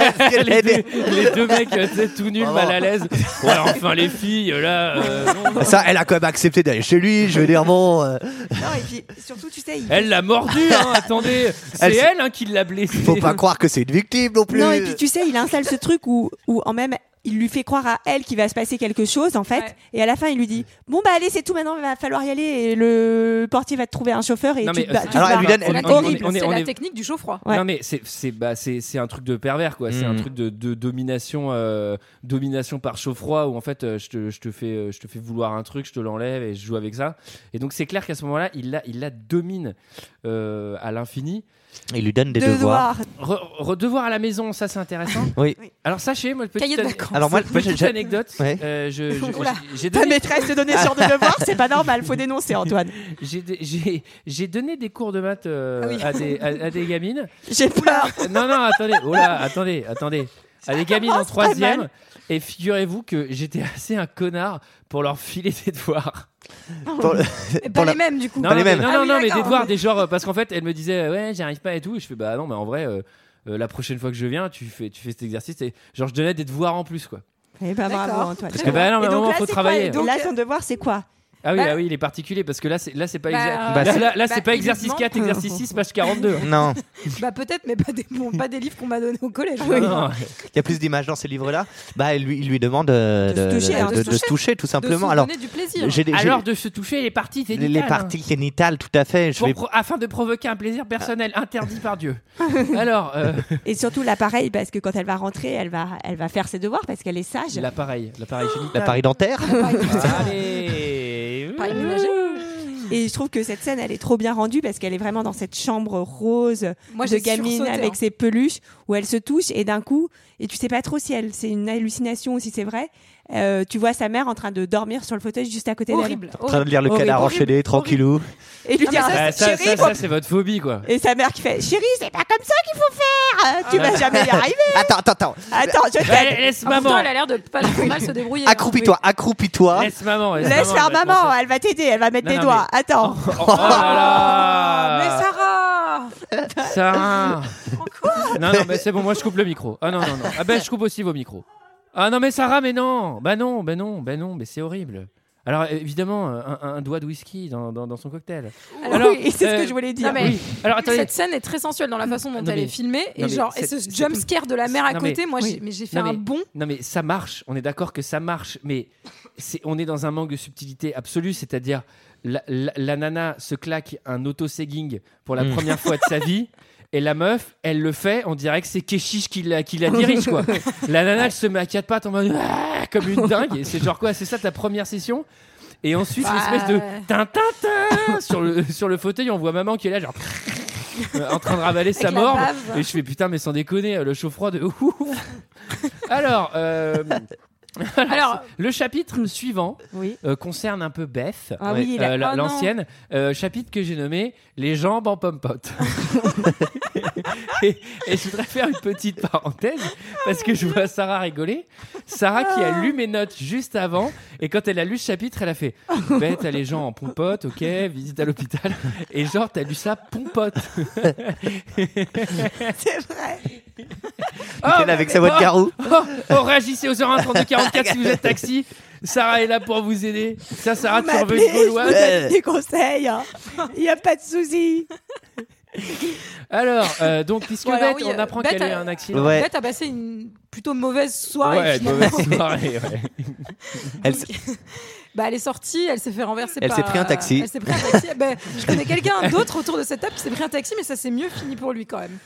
[SPEAKER 1] les, deux, les deux mecs euh, tu sais, tout nuls, mal à l'aise. Ouais, enfin les filles là. euh,
[SPEAKER 6] Ça, elle a quand même accepté d'aller chez lui, je veux dire, bon. euh,
[SPEAKER 7] Non, et puis surtout, tu sais. il-
[SPEAKER 1] Elle l'a mordu, hein, attendez. C'est
[SPEAKER 6] Elle-
[SPEAKER 1] elle, hein, qui l'a blessé.
[SPEAKER 6] faut pas croire que c'est une victime non plus.
[SPEAKER 7] Non, et puis tu sais, il installe ce truc où, où en même, il lui fait croire à elle qu'il va se passer quelque chose, en fait. Et à la fin, il lui dit Bon, bah allez, c'est tout, maintenant, il va falloir y aller. Et le portier va te trouver un chauffeur. Et
[SPEAKER 1] Non,
[SPEAKER 7] tu
[SPEAKER 1] mais,
[SPEAKER 7] te ba-
[SPEAKER 1] euh,
[SPEAKER 7] tu te
[SPEAKER 1] alors, elle
[SPEAKER 7] barres.
[SPEAKER 1] lui donne- elle-
[SPEAKER 7] C'est
[SPEAKER 1] on- on-
[SPEAKER 7] horrible.
[SPEAKER 1] on-
[SPEAKER 11] C'est
[SPEAKER 1] on
[SPEAKER 11] la
[SPEAKER 1] est-
[SPEAKER 11] technique du chaud-froid.
[SPEAKER 1] Non mais c'est c'est bah c'est c'est un truc de pervers quoi, c'est un truc de, de domination euh, domination par chaud froid où en fait euh, je te je te fais euh, je te fais vouloir un truc, je te l'enlève et je joue avec ça. Et donc c'est clair qu'à ce moment-là, il la il la domine euh, à l'infini.
[SPEAKER 6] Il lui donne des devoirs.
[SPEAKER 1] Re- re- devoirs à la maison, ça c'est intéressant.
[SPEAKER 6] Oui.
[SPEAKER 1] Alors sachez moi petite
[SPEAKER 11] Cahier de
[SPEAKER 1] ane-
[SPEAKER 11] vacances.
[SPEAKER 6] Alors, moi, moi, j'ai-
[SPEAKER 1] petite
[SPEAKER 6] j'ai-
[SPEAKER 1] anecdote,
[SPEAKER 6] Ouais.
[SPEAKER 1] euh, je- je-
[SPEAKER 7] Oula.
[SPEAKER 1] j'ai
[SPEAKER 7] Ta
[SPEAKER 1] donné
[SPEAKER 7] maîtresse te donnait ce genre de devoir, c'est pas normal, faut dénoncer, Antoine.
[SPEAKER 1] j'ai dé- j'ai- j'ai donné des cours de maths euh,
[SPEAKER 7] Ah oui.
[SPEAKER 1] à, des, à- à des gamines.
[SPEAKER 7] J'ai peur.
[SPEAKER 1] Non, non, attendez, oh là, attendez, attendez. À des gamines en
[SPEAKER 7] commence très
[SPEAKER 1] troisième.
[SPEAKER 7] mal.
[SPEAKER 1] Et figurez-vous que j'étais assez un connard pour leur filer des devoirs.
[SPEAKER 6] Pour le-
[SPEAKER 11] Et
[SPEAKER 6] pour
[SPEAKER 11] Pas
[SPEAKER 6] la-
[SPEAKER 11] les mêmes, du coup.
[SPEAKER 1] Non, non, mais, non,
[SPEAKER 11] Ah
[SPEAKER 1] non,
[SPEAKER 11] oui,
[SPEAKER 1] non, mais des
[SPEAKER 11] d'accord.
[SPEAKER 1] devoirs, des genres, euh, parce qu'en fait, elle me disait, euh, ouais, j'arrive pas et tout. Et je fais, bah non, mais en vrai, euh, euh, la prochaine fois que je viens, tu fais, tu fais cet exercice. Et genre, je donnais des devoirs en plus, quoi.
[SPEAKER 7] Eh ben, bravo,
[SPEAKER 11] D'accord.
[SPEAKER 7] Antoine.
[SPEAKER 1] Parce que, bah non,
[SPEAKER 7] Et
[SPEAKER 1] mais à un
[SPEAKER 7] donc
[SPEAKER 1] moment,
[SPEAKER 7] là,
[SPEAKER 1] faut
[SPEAKER 7] c'est
[SPEAKER 1] travailler.
[SPEAKER 7] quoi Et Là, son devoir, c'est quoi
[SPEAKER 1] Ah oui,
[SPEAKER 11] Bah-
[SPEAKER 1] ah oui, il est particulier parce que là, c'est là, c'est pas,
[SPEAKER 11] Bah,
[SPEAKER 1] exa-
[SPEAKER 11] euh,
[SPEAKER 1] là, là, là,
[SPEAKER 11] bah,
[SPEAKER 1] c'est pas
[SPEAKER 11] il
[SPEAKER 1] exercice
[SPEAKER 11] demande-
[SPEAKER 1] 4, exercice 6, page 42. hein.
[SPEAKER 6] Non,
[SPEAKER 11] Bah peut-être, mais pas des, bon, pas des livres qu'on m'a donnés au collège.
[SPEAKER 1] Non,
[SPEAKER 11] quoi.
[SPEAKER 1] non.
[SPEAKER 6] il y a plus d'images dans ces livres-là. Bah, il lui, il lui demande euh,
[SPEAKER 7] De se toucher, hein,
[SPEAKER 11] de
[SPEAKER 6] de
[SPEAKER 11] se
[SPEAKER 6] se toucher, tout
[SPEAKER 11] De
[SPEAKER 6] simplement.
[SPEAKER 11] se
[SPEAKER 6] Alors,
[SPEAKER 11] donner du plaisir.
[SPEAKER 6] j'ai des- j'ai-
[SPEAKER 1] Alors de se toucher les parties
[SPEAKER 6] les-
[SPEAKER 1] génitales,
[SPEAKER 6] les
[SPEAKER 1] hein.
[SPEAKER 6] parties génitales, tout à fait. Je
[SPEAKER 1] Pour
[SPEAKER 6] vais
[SPEAKER 1] pro- afin de provoquer un plaisir personnel interdit par Dieu. Alors, euh,
[SPEAKER 7] Et surtout l'appareil, parce que quand elle va rentrer, elle va, elle va faire ses devoirs parce qu'elle est sage.
[SPEAKER 1] l'appareil, l'appareil génital.
[SPEAKER 6] l'appareil dentaire.
[SPEAKER 1] Allez.
[SPEAKER 11] Pareil ménager.
[SPEAKER 7] Et je trouve que cette scène, elle est trop bien rendue parce qu'elle est vraiment dans cette chambre rose
[SPEAKER 11] Moi,
[SPEAKER 7] de
[SPEAKER 11] j'ai
[SPEAKER 7] gamine
[SPEAKER 11] sursauté,
[SPEAKER 7] avec
[SPEAKER 11] hein.
[SPEAKER 7] ses peluches où elle se touche et d'un coup, et tu sais pas trop si elle, c'est une hallucination ou si c'est vrai, euh, tu vois sa mère en train de dormir sur le fauteuil juste à côté d'elle
[SPEAKER 11] Horrible.
[SPEAKER 6] En train de lire le
[SPEAKER 7] Horrible,
[SPEAKER 6] canard
[SPEAKER 7] horrible,
[SPEAKER 6] enchaîné, tranquillou.
[SPEAKER 7] et lui
[SPEAKER 11] Ah,
[SPEAKER 7] dire
[SPEAKER 11] mais
[SPEAKER 1] Bah, ça,
[SPEAKER 7] chérie,
[SPEAKER 1] ça,
[SPEAKER 7] faut-
[SPEAKER 1] ça, c'est votre phobie, quoi.
[SPEAKER 7] et sa mère qui fait chérie, c'est pas comme ça qu'il faut faire,
[SPEAKER 11] Ah,
[SPEAKER 7] Euh, tu vas jamais y arriver.
[SPEAKER 6] Attends, attends, attends.
[SPEAKER 7] Attends, je
[SPEAKER 1] Allez,
[SPEAKER 7] t'aide.
[SPEAKER 1] laisse
[SPEAKER 11] En même temps,
[SPEAKER 1] maman.
[SPEAKER 11] elle a l'air de pas trop mal se débrouiller. hein.
[SPEAKER 6] Accroupis-toi, accroupis-toi.
[SPEAKER 1] Laisse maman.
[SPEAKER 7] Laisse faire
[SPEAKER 1] elle va te
[SPEAKER 7] maman,
[SPEAKER 1] montrer.
[SPEAKER 7] elle va t'aider, elle va mettre
[SPEAKER 1] Non,
[SPEAKER 7] des
[SPEAKER 1] non,
[SPEAKER 7] doigts. Attends.
[SPEAKER 1] Oh, oh
[SPEAKER 11] Ah,
[SPEAKER 1] là
[SPEAKER 11] Mais Sarah
[SPEAKER 1] là. Sarah. Non, non, mais c'est bon, moi je coupe le micro. Ah non, non, non. Ah ben je coupe aussi vos micros. Ah non, mais Sarah, mais non. Bah non, bah non, bah non, mais c'est horrible. Alors évidemment, un, un- un doigt de whisky dans, dans- dans son cocktail. Alors,
[SPEAKER 7] Ah oui, c'est ce
[SPEAKER 1] euh,
[SPEAKER 7] que je voulais dire.
[SPEAKER 11] non, mais-
[SPEAKER 1] Oui. Alors attendez,
[SPEAKER 11] Cette scène est très sensuelle dans la façon dont
[SPEAKER 1] Non,
[SPEAKER 11] elle
[SPEAKER 1] mais-
[SPEAKER 11] est filmée et
[SPEAKER 1] non, mais
[SPEAKER 11] genre et ce
[SPEAKER 1] c'est- c'est
[SPEAKER 11] jump
[SPEAKER 1] tout-
[SPEAKER 11] scare de la mère à
[SPEAKER 1] Non, mais-
[SPEAKER 11] côté. Moi,
[SPEAKER 1] oui.
[SPEAKER 11] j'ai- mais j'ai fait
[SPEAKER 1] Non,
[SPEAKER 11] un
[SPEAKER 1] mais-
[SPEAKER 11] bond.
[SPEAKER 1] Non mais ça marche, on est d'accord que ça marche, mais c'est, on est dans un manque de subtilité absolue, c'est-à-dire la, la- la nana se claque un auto-segging pour la première fois de sa vie. Et la meuf, elle le fait, on dirait que c'est Keshish qui la, qui la dirige, quoi. La nana, elle se met à quatre pattes en mode Ah comme une dingue. Et c'est genre quoi, c'est ça ta première session Et ensuite,
[SPEAKER 11] Bah,
[SPEAKER 1] l'espèce de
[SPEAKER 11] ouais.
[SPEAKER 1] tintintin sur le, sur le fauteuil, on voit maman qui est là, genre, euh, en train de ravaler sa
[SPEAKER 11] Avec la
[SPEAKER 1] mort.
[SPEAKER 11] bave.
[SPEAKER 1] Et je fais putain, mais sans déconner, euh, le chaud-froid de. Ouh. Alors, euh,
[SPEAKER 11] Alors,
[SPEAKER 1] le chapitre suivant
[SPEAKER 7] Oui.
[SPEAKER 1] euh, concerne un peu Beth.
[SPEAKER 7] Ah oui, il
[SPEAKER 1] euh,
[SPEAKER 7] a-
[SPEAKER 1] la-
[SPEAKER 11] oh non.
[SPEAKER 1] L'ancienne, euh, chapitre que j'ai nommé Les jambes en pompote. et, et je voudrais faire une petite parenthèse parce que je vois Sarah rigoler. Sarah qui
[SPEAKER 7] Ah.
[SPEAKER 1] a lu mes notes juste avant et quand elle a lu ce chapitre, elle a fait Bête, t'as les gens en pompote, ok, visite à l'hôpital. Et genre, t'as lu ça pompote.
[SPEAKER 7] c'est vrai.
[SPEAKER 1] Oh,
[SPEAKER 6] Elle avec sa voix de garou.
[SPEAKER 1] Oh, oh, réagissez aux 01 32 44 si vous êtes taxi. Sarah est là pour vous aider. Ça, Sarah, tu revenue
[SPEAKER 7] M'appelez, je vous
[SPEAKER 1] gauloise.
[SPEAKER 7] donne des conseils. hein. Il n'y a pas de souci.
[SPEAKER 1] Alors, euh, donc, puisque
[SPEAKER 11] Bon, alors
[SPEAKER 1] Beth,
[SPEAKER 11] oui,
[SPEAKER 1] on apprend
[SPEAKER 11] Beth euh,
[SPEAKER 1] qu'elle a eu
[SPEAKER 11] a-
[SPEAKER 1] un accident.
[SPEAKER 6] Ouais.
[SPEAKER 11] Beth a passé une plutôt mauvaise soirée.
[SPEAKER 1] Ouais,
[SPEAKER 11] finalement.
[SPEAKER 1] mauvaise soirée. ouais.
[SPEAKER 6] Elle
[SPEAKER 11] Donc, bah, elle est sortie, elle s'est fait renverser.
[SPEAKER 6] Elle
[SPEAKER 11] par- euh,
[SPEAKER 6] s'est pris un taxi.
[SPEAKER 11] Elle s'est Bah, pris un taxi. Ben, je connais quelqu'un d'autre autour de cette table qui s'est pris un taxi, mais ça s'est mieux fini pour lui quand même.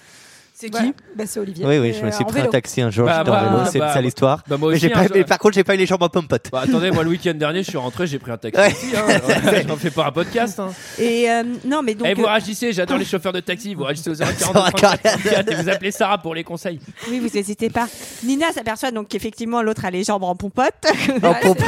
[SPEAKER 11] C'est qui bah, C'est Olivier.
[SPEAKER 6] Oui, oui,
[SPEAKER 11] Et,
[SPEAKER 6] je me
[SPEAKER 11] euh,
[SPEAKER 6] suis
[SPEAKER 11] en
[SPEAKER 6] pris un
[SPEAKER 11] vélo.
[SPEAKER 6] taxi un jour,
[SPEAKER 1] Bah,
[SPEAKER 6] j'étais en
[SPEAKER 1] bah,
[SPEAKER 6] vélo,
[SPEAKER 1] bah,
[SPEAKER 6] c'est
[SPEAKER 1] bah,
[SPEAKER 6] ça l'histoire.
[SPEAKER 1] bah, moi
[SPEAKER 6] Mais j'ai
[SPEAKER 1] aussi,
[SPEAKER 6] pas-
[SPEAKER 1] hein, je-
[SPEAKER 6] mais par contre, j'ai pas eu les jambes en pompote.
[SPEAKER 1] Bah, attendez, moi le week-end dernier, je suis rentré, j'ai pris un taxi. aussi, hein. Ouais, J'en fais pas un podcast. hein.
[SPEAKER 7] Et euh, non, mais donc.
[SPEAKER 1] Eh, vous
[SPEAKER 7] euh,
[SPEAKER 1] ragissez, j'adore les chauffeurs de taxi. Vous ragissez aux 0h44 et vous appelez Sarah pour les conseils.
[SPEAKER 7] Oui, vous n'hésitez pas. Nina s'aperçoit donc qu'effectivement l'autre a les jambes en pompote.
[SPEAKER 11] En pompe.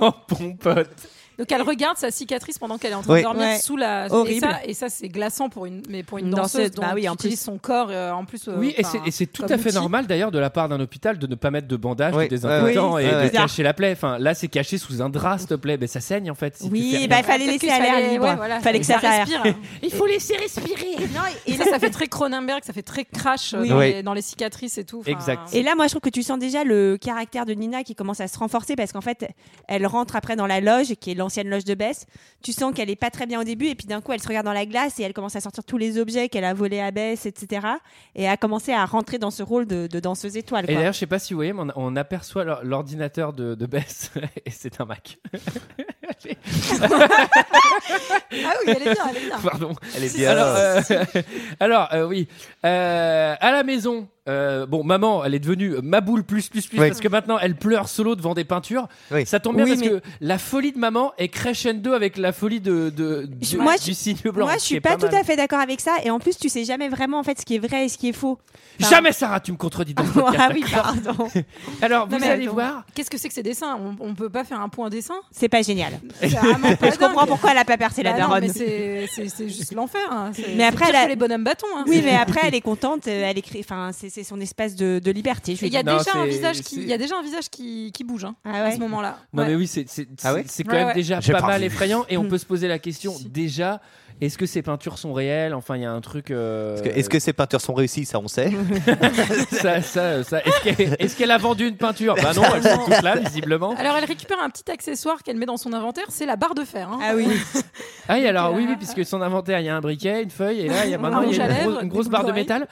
[SPEAKER 1] Oh, Pompote.
[SPEAKER 11] Donc elle regarde sa cicatrice pendant qu'elle est en train
[SPEAKER 7] Oui.
[SPEAKER 11] de dormir
[SPEAKER 7] Ouais.
[SPEAKER 11] sous la. Et
[SPEAKER 7] Horrible.
[SPEAKER 11] ça, et ça, c'est glaçant pour une, mais pour une
[SPEAKER 7] Une
[SPEAKER 11] danseuse.
[SPEAKER 7] danseuse,
[SPEAKER 11] dont
[SPEAKER 7] bah oui,
[SPEAKER 11] tu
[SPEAKER 7] en plus.
[SPEAKER 11] utilises son corps euh, en plus. euh,
[SPEAKER 1] Oui, et c'est-
[SPEAKER 11] enfin,
[SPEAKER 1] et c'est tout
[SPEAKER 11] comme
[SPEAKER 1] à fait
[SPEAKER 11] outil.
[SPEAKER 1] normal d'ailleurs de la part d'un hôpital de ne pas mettre de bandage,
[SPEAKER 6] Oui,
[SPEAKER 1] de
[SPEAKER 6] ouais,
[SPEAKER 1] désinfectant
[SPEAKER 6] ouais,
[SPEAKER 1] et
[SPEAKER 6] ouais,
[SPEAKER 1] de
[SPEAKER 6] ouais.
[SPEAKER 1] cacher la plaie. Enfin, là, c'est caché sous un drap, s'il te plaît. Mais ça saigne en fait. si tu fais
[SPEAKER 7] Oui,
[SPEAKER 1] rien.
[SPEAKER 7] bah, il fallait
[SPEAKER 11] Peut-être
[SPEAKER 7] laisser
[SPEAKER 11] qu'il
[SPEAKER 7] à l'air
[SPEAKER 11] fallait-
[SPEAKER 7] libre.
[SPEAKER 11] ouais, voilà,
[SPEAKER 7] fallait que ça,
[SPEAKER 11] respire.
[SPEAKER 7] aère.
[SPEAKER 1] Il faut laisser respirer.
[SPEAKER 11] Non, et, et ça, ça fait très Cronenberg, ça fait très crash euh,
[SPEAKER 7] Oui.
[SPEAKER 11] dans,
[SPEAKER 7] Oui.
[SPEAKER 11] les, dans les cicatrices et tout. enfin,
[SPEAKER 1] Exact.
[SPEAKER 7] Et là, moi, je trouve que tu sens déjà le caractère de Nina qui commence à se renforcer parce qu'en fait, elle rentre après dans la loge, qui est l'ancienne loge de Bess. Tu sens qu'elle est pas très bien au début, et puis d'un coup, elle se regarde dans la glace et elle commence à sortir tous les objets qu'elle a volés à Bess, etc. Et a commencé à rentrer dans ce rôle de, de danseuse étoile.
[SPEAKER 1] Et
[SPEAKER 7] quoi.
[SPEAKER 1] d'ailleurs, je sais pas si vous voyez, mais on, on aperçoit l'or- l'ordinateur de, de Bess et c'est un Mac.
[SPEAKER 11] Ah oui, elle est bien, elle est bien.
[SPEAKER 1] Pardon.
[SPEAKER 6] Elle est
[SPEAKER 1] Alors,
[SPEAKER 6] bien.
[SPEAKER 1] euh, alors, euh, oui, Euh, à la maison. euh, bon, maman, elle est devenue ma boule plus plus plus
[SPEAKER 6] Oui.
[SPEAKER 1] parce que maintenant elle pleure solo devant des peintures.
[SPEAKER 6] Oui.
[SPEAKER 1] Ça tombe bien
[SPEAKER 7] Oui,
[SPEAKER 1] parce
[SPEAKER 7] mais-
[SPEAKER 1] que la folie de maman est crescendo avec la folie de, de,
[SPEAKER 7] Je-
[SPEAKER 1] de-
[SPEAKER 7] moi, je-
[SPEAKER 1] du signe blanc.
[SPEAKER 7] Moi, je
[SPEAKER 1] ce qui
[SPEAKER 7] suis
[SPEAKER 1] est
[SPEAKER 7] pas, tout
[SPEAKER 1] mal.
[SPEAKER 7] à fait d'accord avec ça. Et en plus, tu sais jamais vraiment en fait ce qui est vrai et ce qui est faux. Enfin-
[SPEAKER 1] Jamais Sarah, tu me contredis dans ce podcast.
[SPEAKER 7] ah oui, pardon.
[SPEAKER 1] Alors,
[SPEAKER 11] Non,
[SPEAKER 1] vous
[SPEAKER 11] mais
[SPEAKER 1] allez
[SPEAKER 11] attends.
[SPEAKER 1] voir.
[SPEAKER 11] Qu'est-ce que c'est que ces dessins on, on peut pas faire un point dessin
[SPEAKER 7] C'est pas génial.
[SPEAKER 11] C'est vraiment pas
[SPEAKER 7] Je comprends
[SPEAKER 11] dingue.
[SPEAKER 7] pourquoi elle a pas percé la
[SPEAKER 11] Ah Bah non,
[SPEAKER 7] daronne.
[SPEAKER 11] mais c'est- c'est c'est juste l'enfer. hein. C'est-
[SPEAKER 7] Mais
[SPEAKER 11] c'est
[SPEAKER 7] après,
[SPEAKER 11] pire
[SPEAKER 7] elle a-
[SPEAKER 11] que les bonhommes bâtons. hein.
[SPEAKER 7] Oui, mais après, elle est contente. euh, Elle écrit. Enfin, c'est c'est son espace de, de liberté. Je
[SPEAKER 11] Et Il
[SPEAKER 7] lui
[SPEAKER 11] y a
[SPEAKER 1] Non,
[SPEAKER 11] déjà un
[SPEAKER 1] c'est-
[SPEAKER 11] visage qui,
[SPEAKER 1] c'est-
[SPEAKER 11] il y a déjà un visage qui, qui bouge hein,
[SPEAKER 7] Ah
[SPEAKER 11] à
[SPEAKER 7] ouais.
[SPEAKER 11] ce moment-là.
[SPEAKER 1] Non
[SPEAKER 11] Ouais.
[SPEAKER 1] mais oui, c'est c'est- c'est-
[SPEAKER 6] Ah ouais
[SPEAKER 1] c'est quand
[SPEAKER 11] Ouais,
[SPEAKER 1] même
[SPEAKER 11] ouais.
[SPEAKER 1] déjà
[SPEAKER 6] J'ai
[SPEAKER 1] pas
[SPEAKER 6] pas
[SPEAKER 1] mal
[SPEAKER 6] vu.
[SPEAKER 1] effrayant et on
[SPEAKER 7] Hmm.
[SPEAKER 1] peut se poser la question
[SPEAKER 11] Si.
[SPEAKER 1] déjà est-ce que ces peintures sont réelles Enfin, il y a un truc. euh,
[SPEAKER 6] Est-ce que- Est-ce que ces peintures sont réussies Ça, on sait.
[SPEAKER 1] ça, ça, ça- Est-ce qu'elle est-ce qu'elle a vendu une peinture Bah non, elles sont toutes là visiblement.
[SPEAKER 11] Alors elle récupère un petit accessoire qu'elle met dans son inventaire, c'est la barre de fer. hein.
[SPEAKER 7] Ah oui.
[SPEAKER 1] Ah oui, alors
[SPEAKER 11] là-
[SPEAKER 1] oui, oui, puisque son inventaire, il y a un briquet, une feuille, et là, il y a maintenant
[SPEAKER 11] Un
[SPEAKER 1] il y a
[SPEAKER 11] rouge
[SPEAKER 1] une,
[SPEAKER 11] à
[SPEAKER 1] gros-
[SPEAKER 11] lèvres,
[SPEAKER 1] une grosse
[SPEAKER 11] des
[SPEAKER 1] barre de
[SPEAKER 11] boucles
[SPEAKER 1] métal.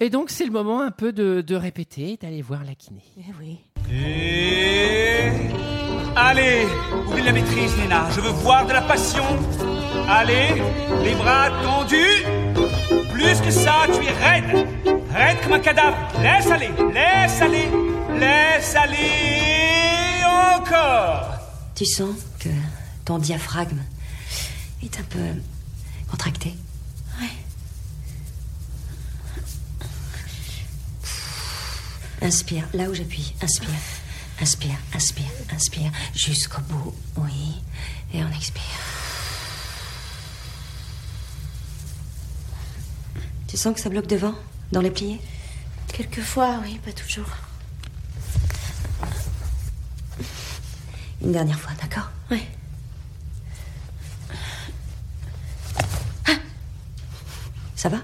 [SPEAKER 1] Et donc, c'est le moment un peu de, de répéter, d'aller voir la kiné.
[SPEAKER 7] Eh oui.
[SPEAKER 10] Et... Allez, oublie la maîtrise, Nena. Je veux voir de la passion. Allez, les bras tendus. Plus que ça, tu es raide. Raide comme un cadavre. Laisse aller, laisse aller, laisse aller. Encore.
[SPEAKER 8] Tu sens que ton diaphragme est un peu contracté. Ouais. Inspire, là où j'appuie. Inspire, inspire, inspire, inspire. Jusqu'au bout, oui. Et on expire. Tu sens que ça bloque devant, dans les pliés Quelquefois, oui, pas toujours. Une dernière fois, d'accord Oui. Ça va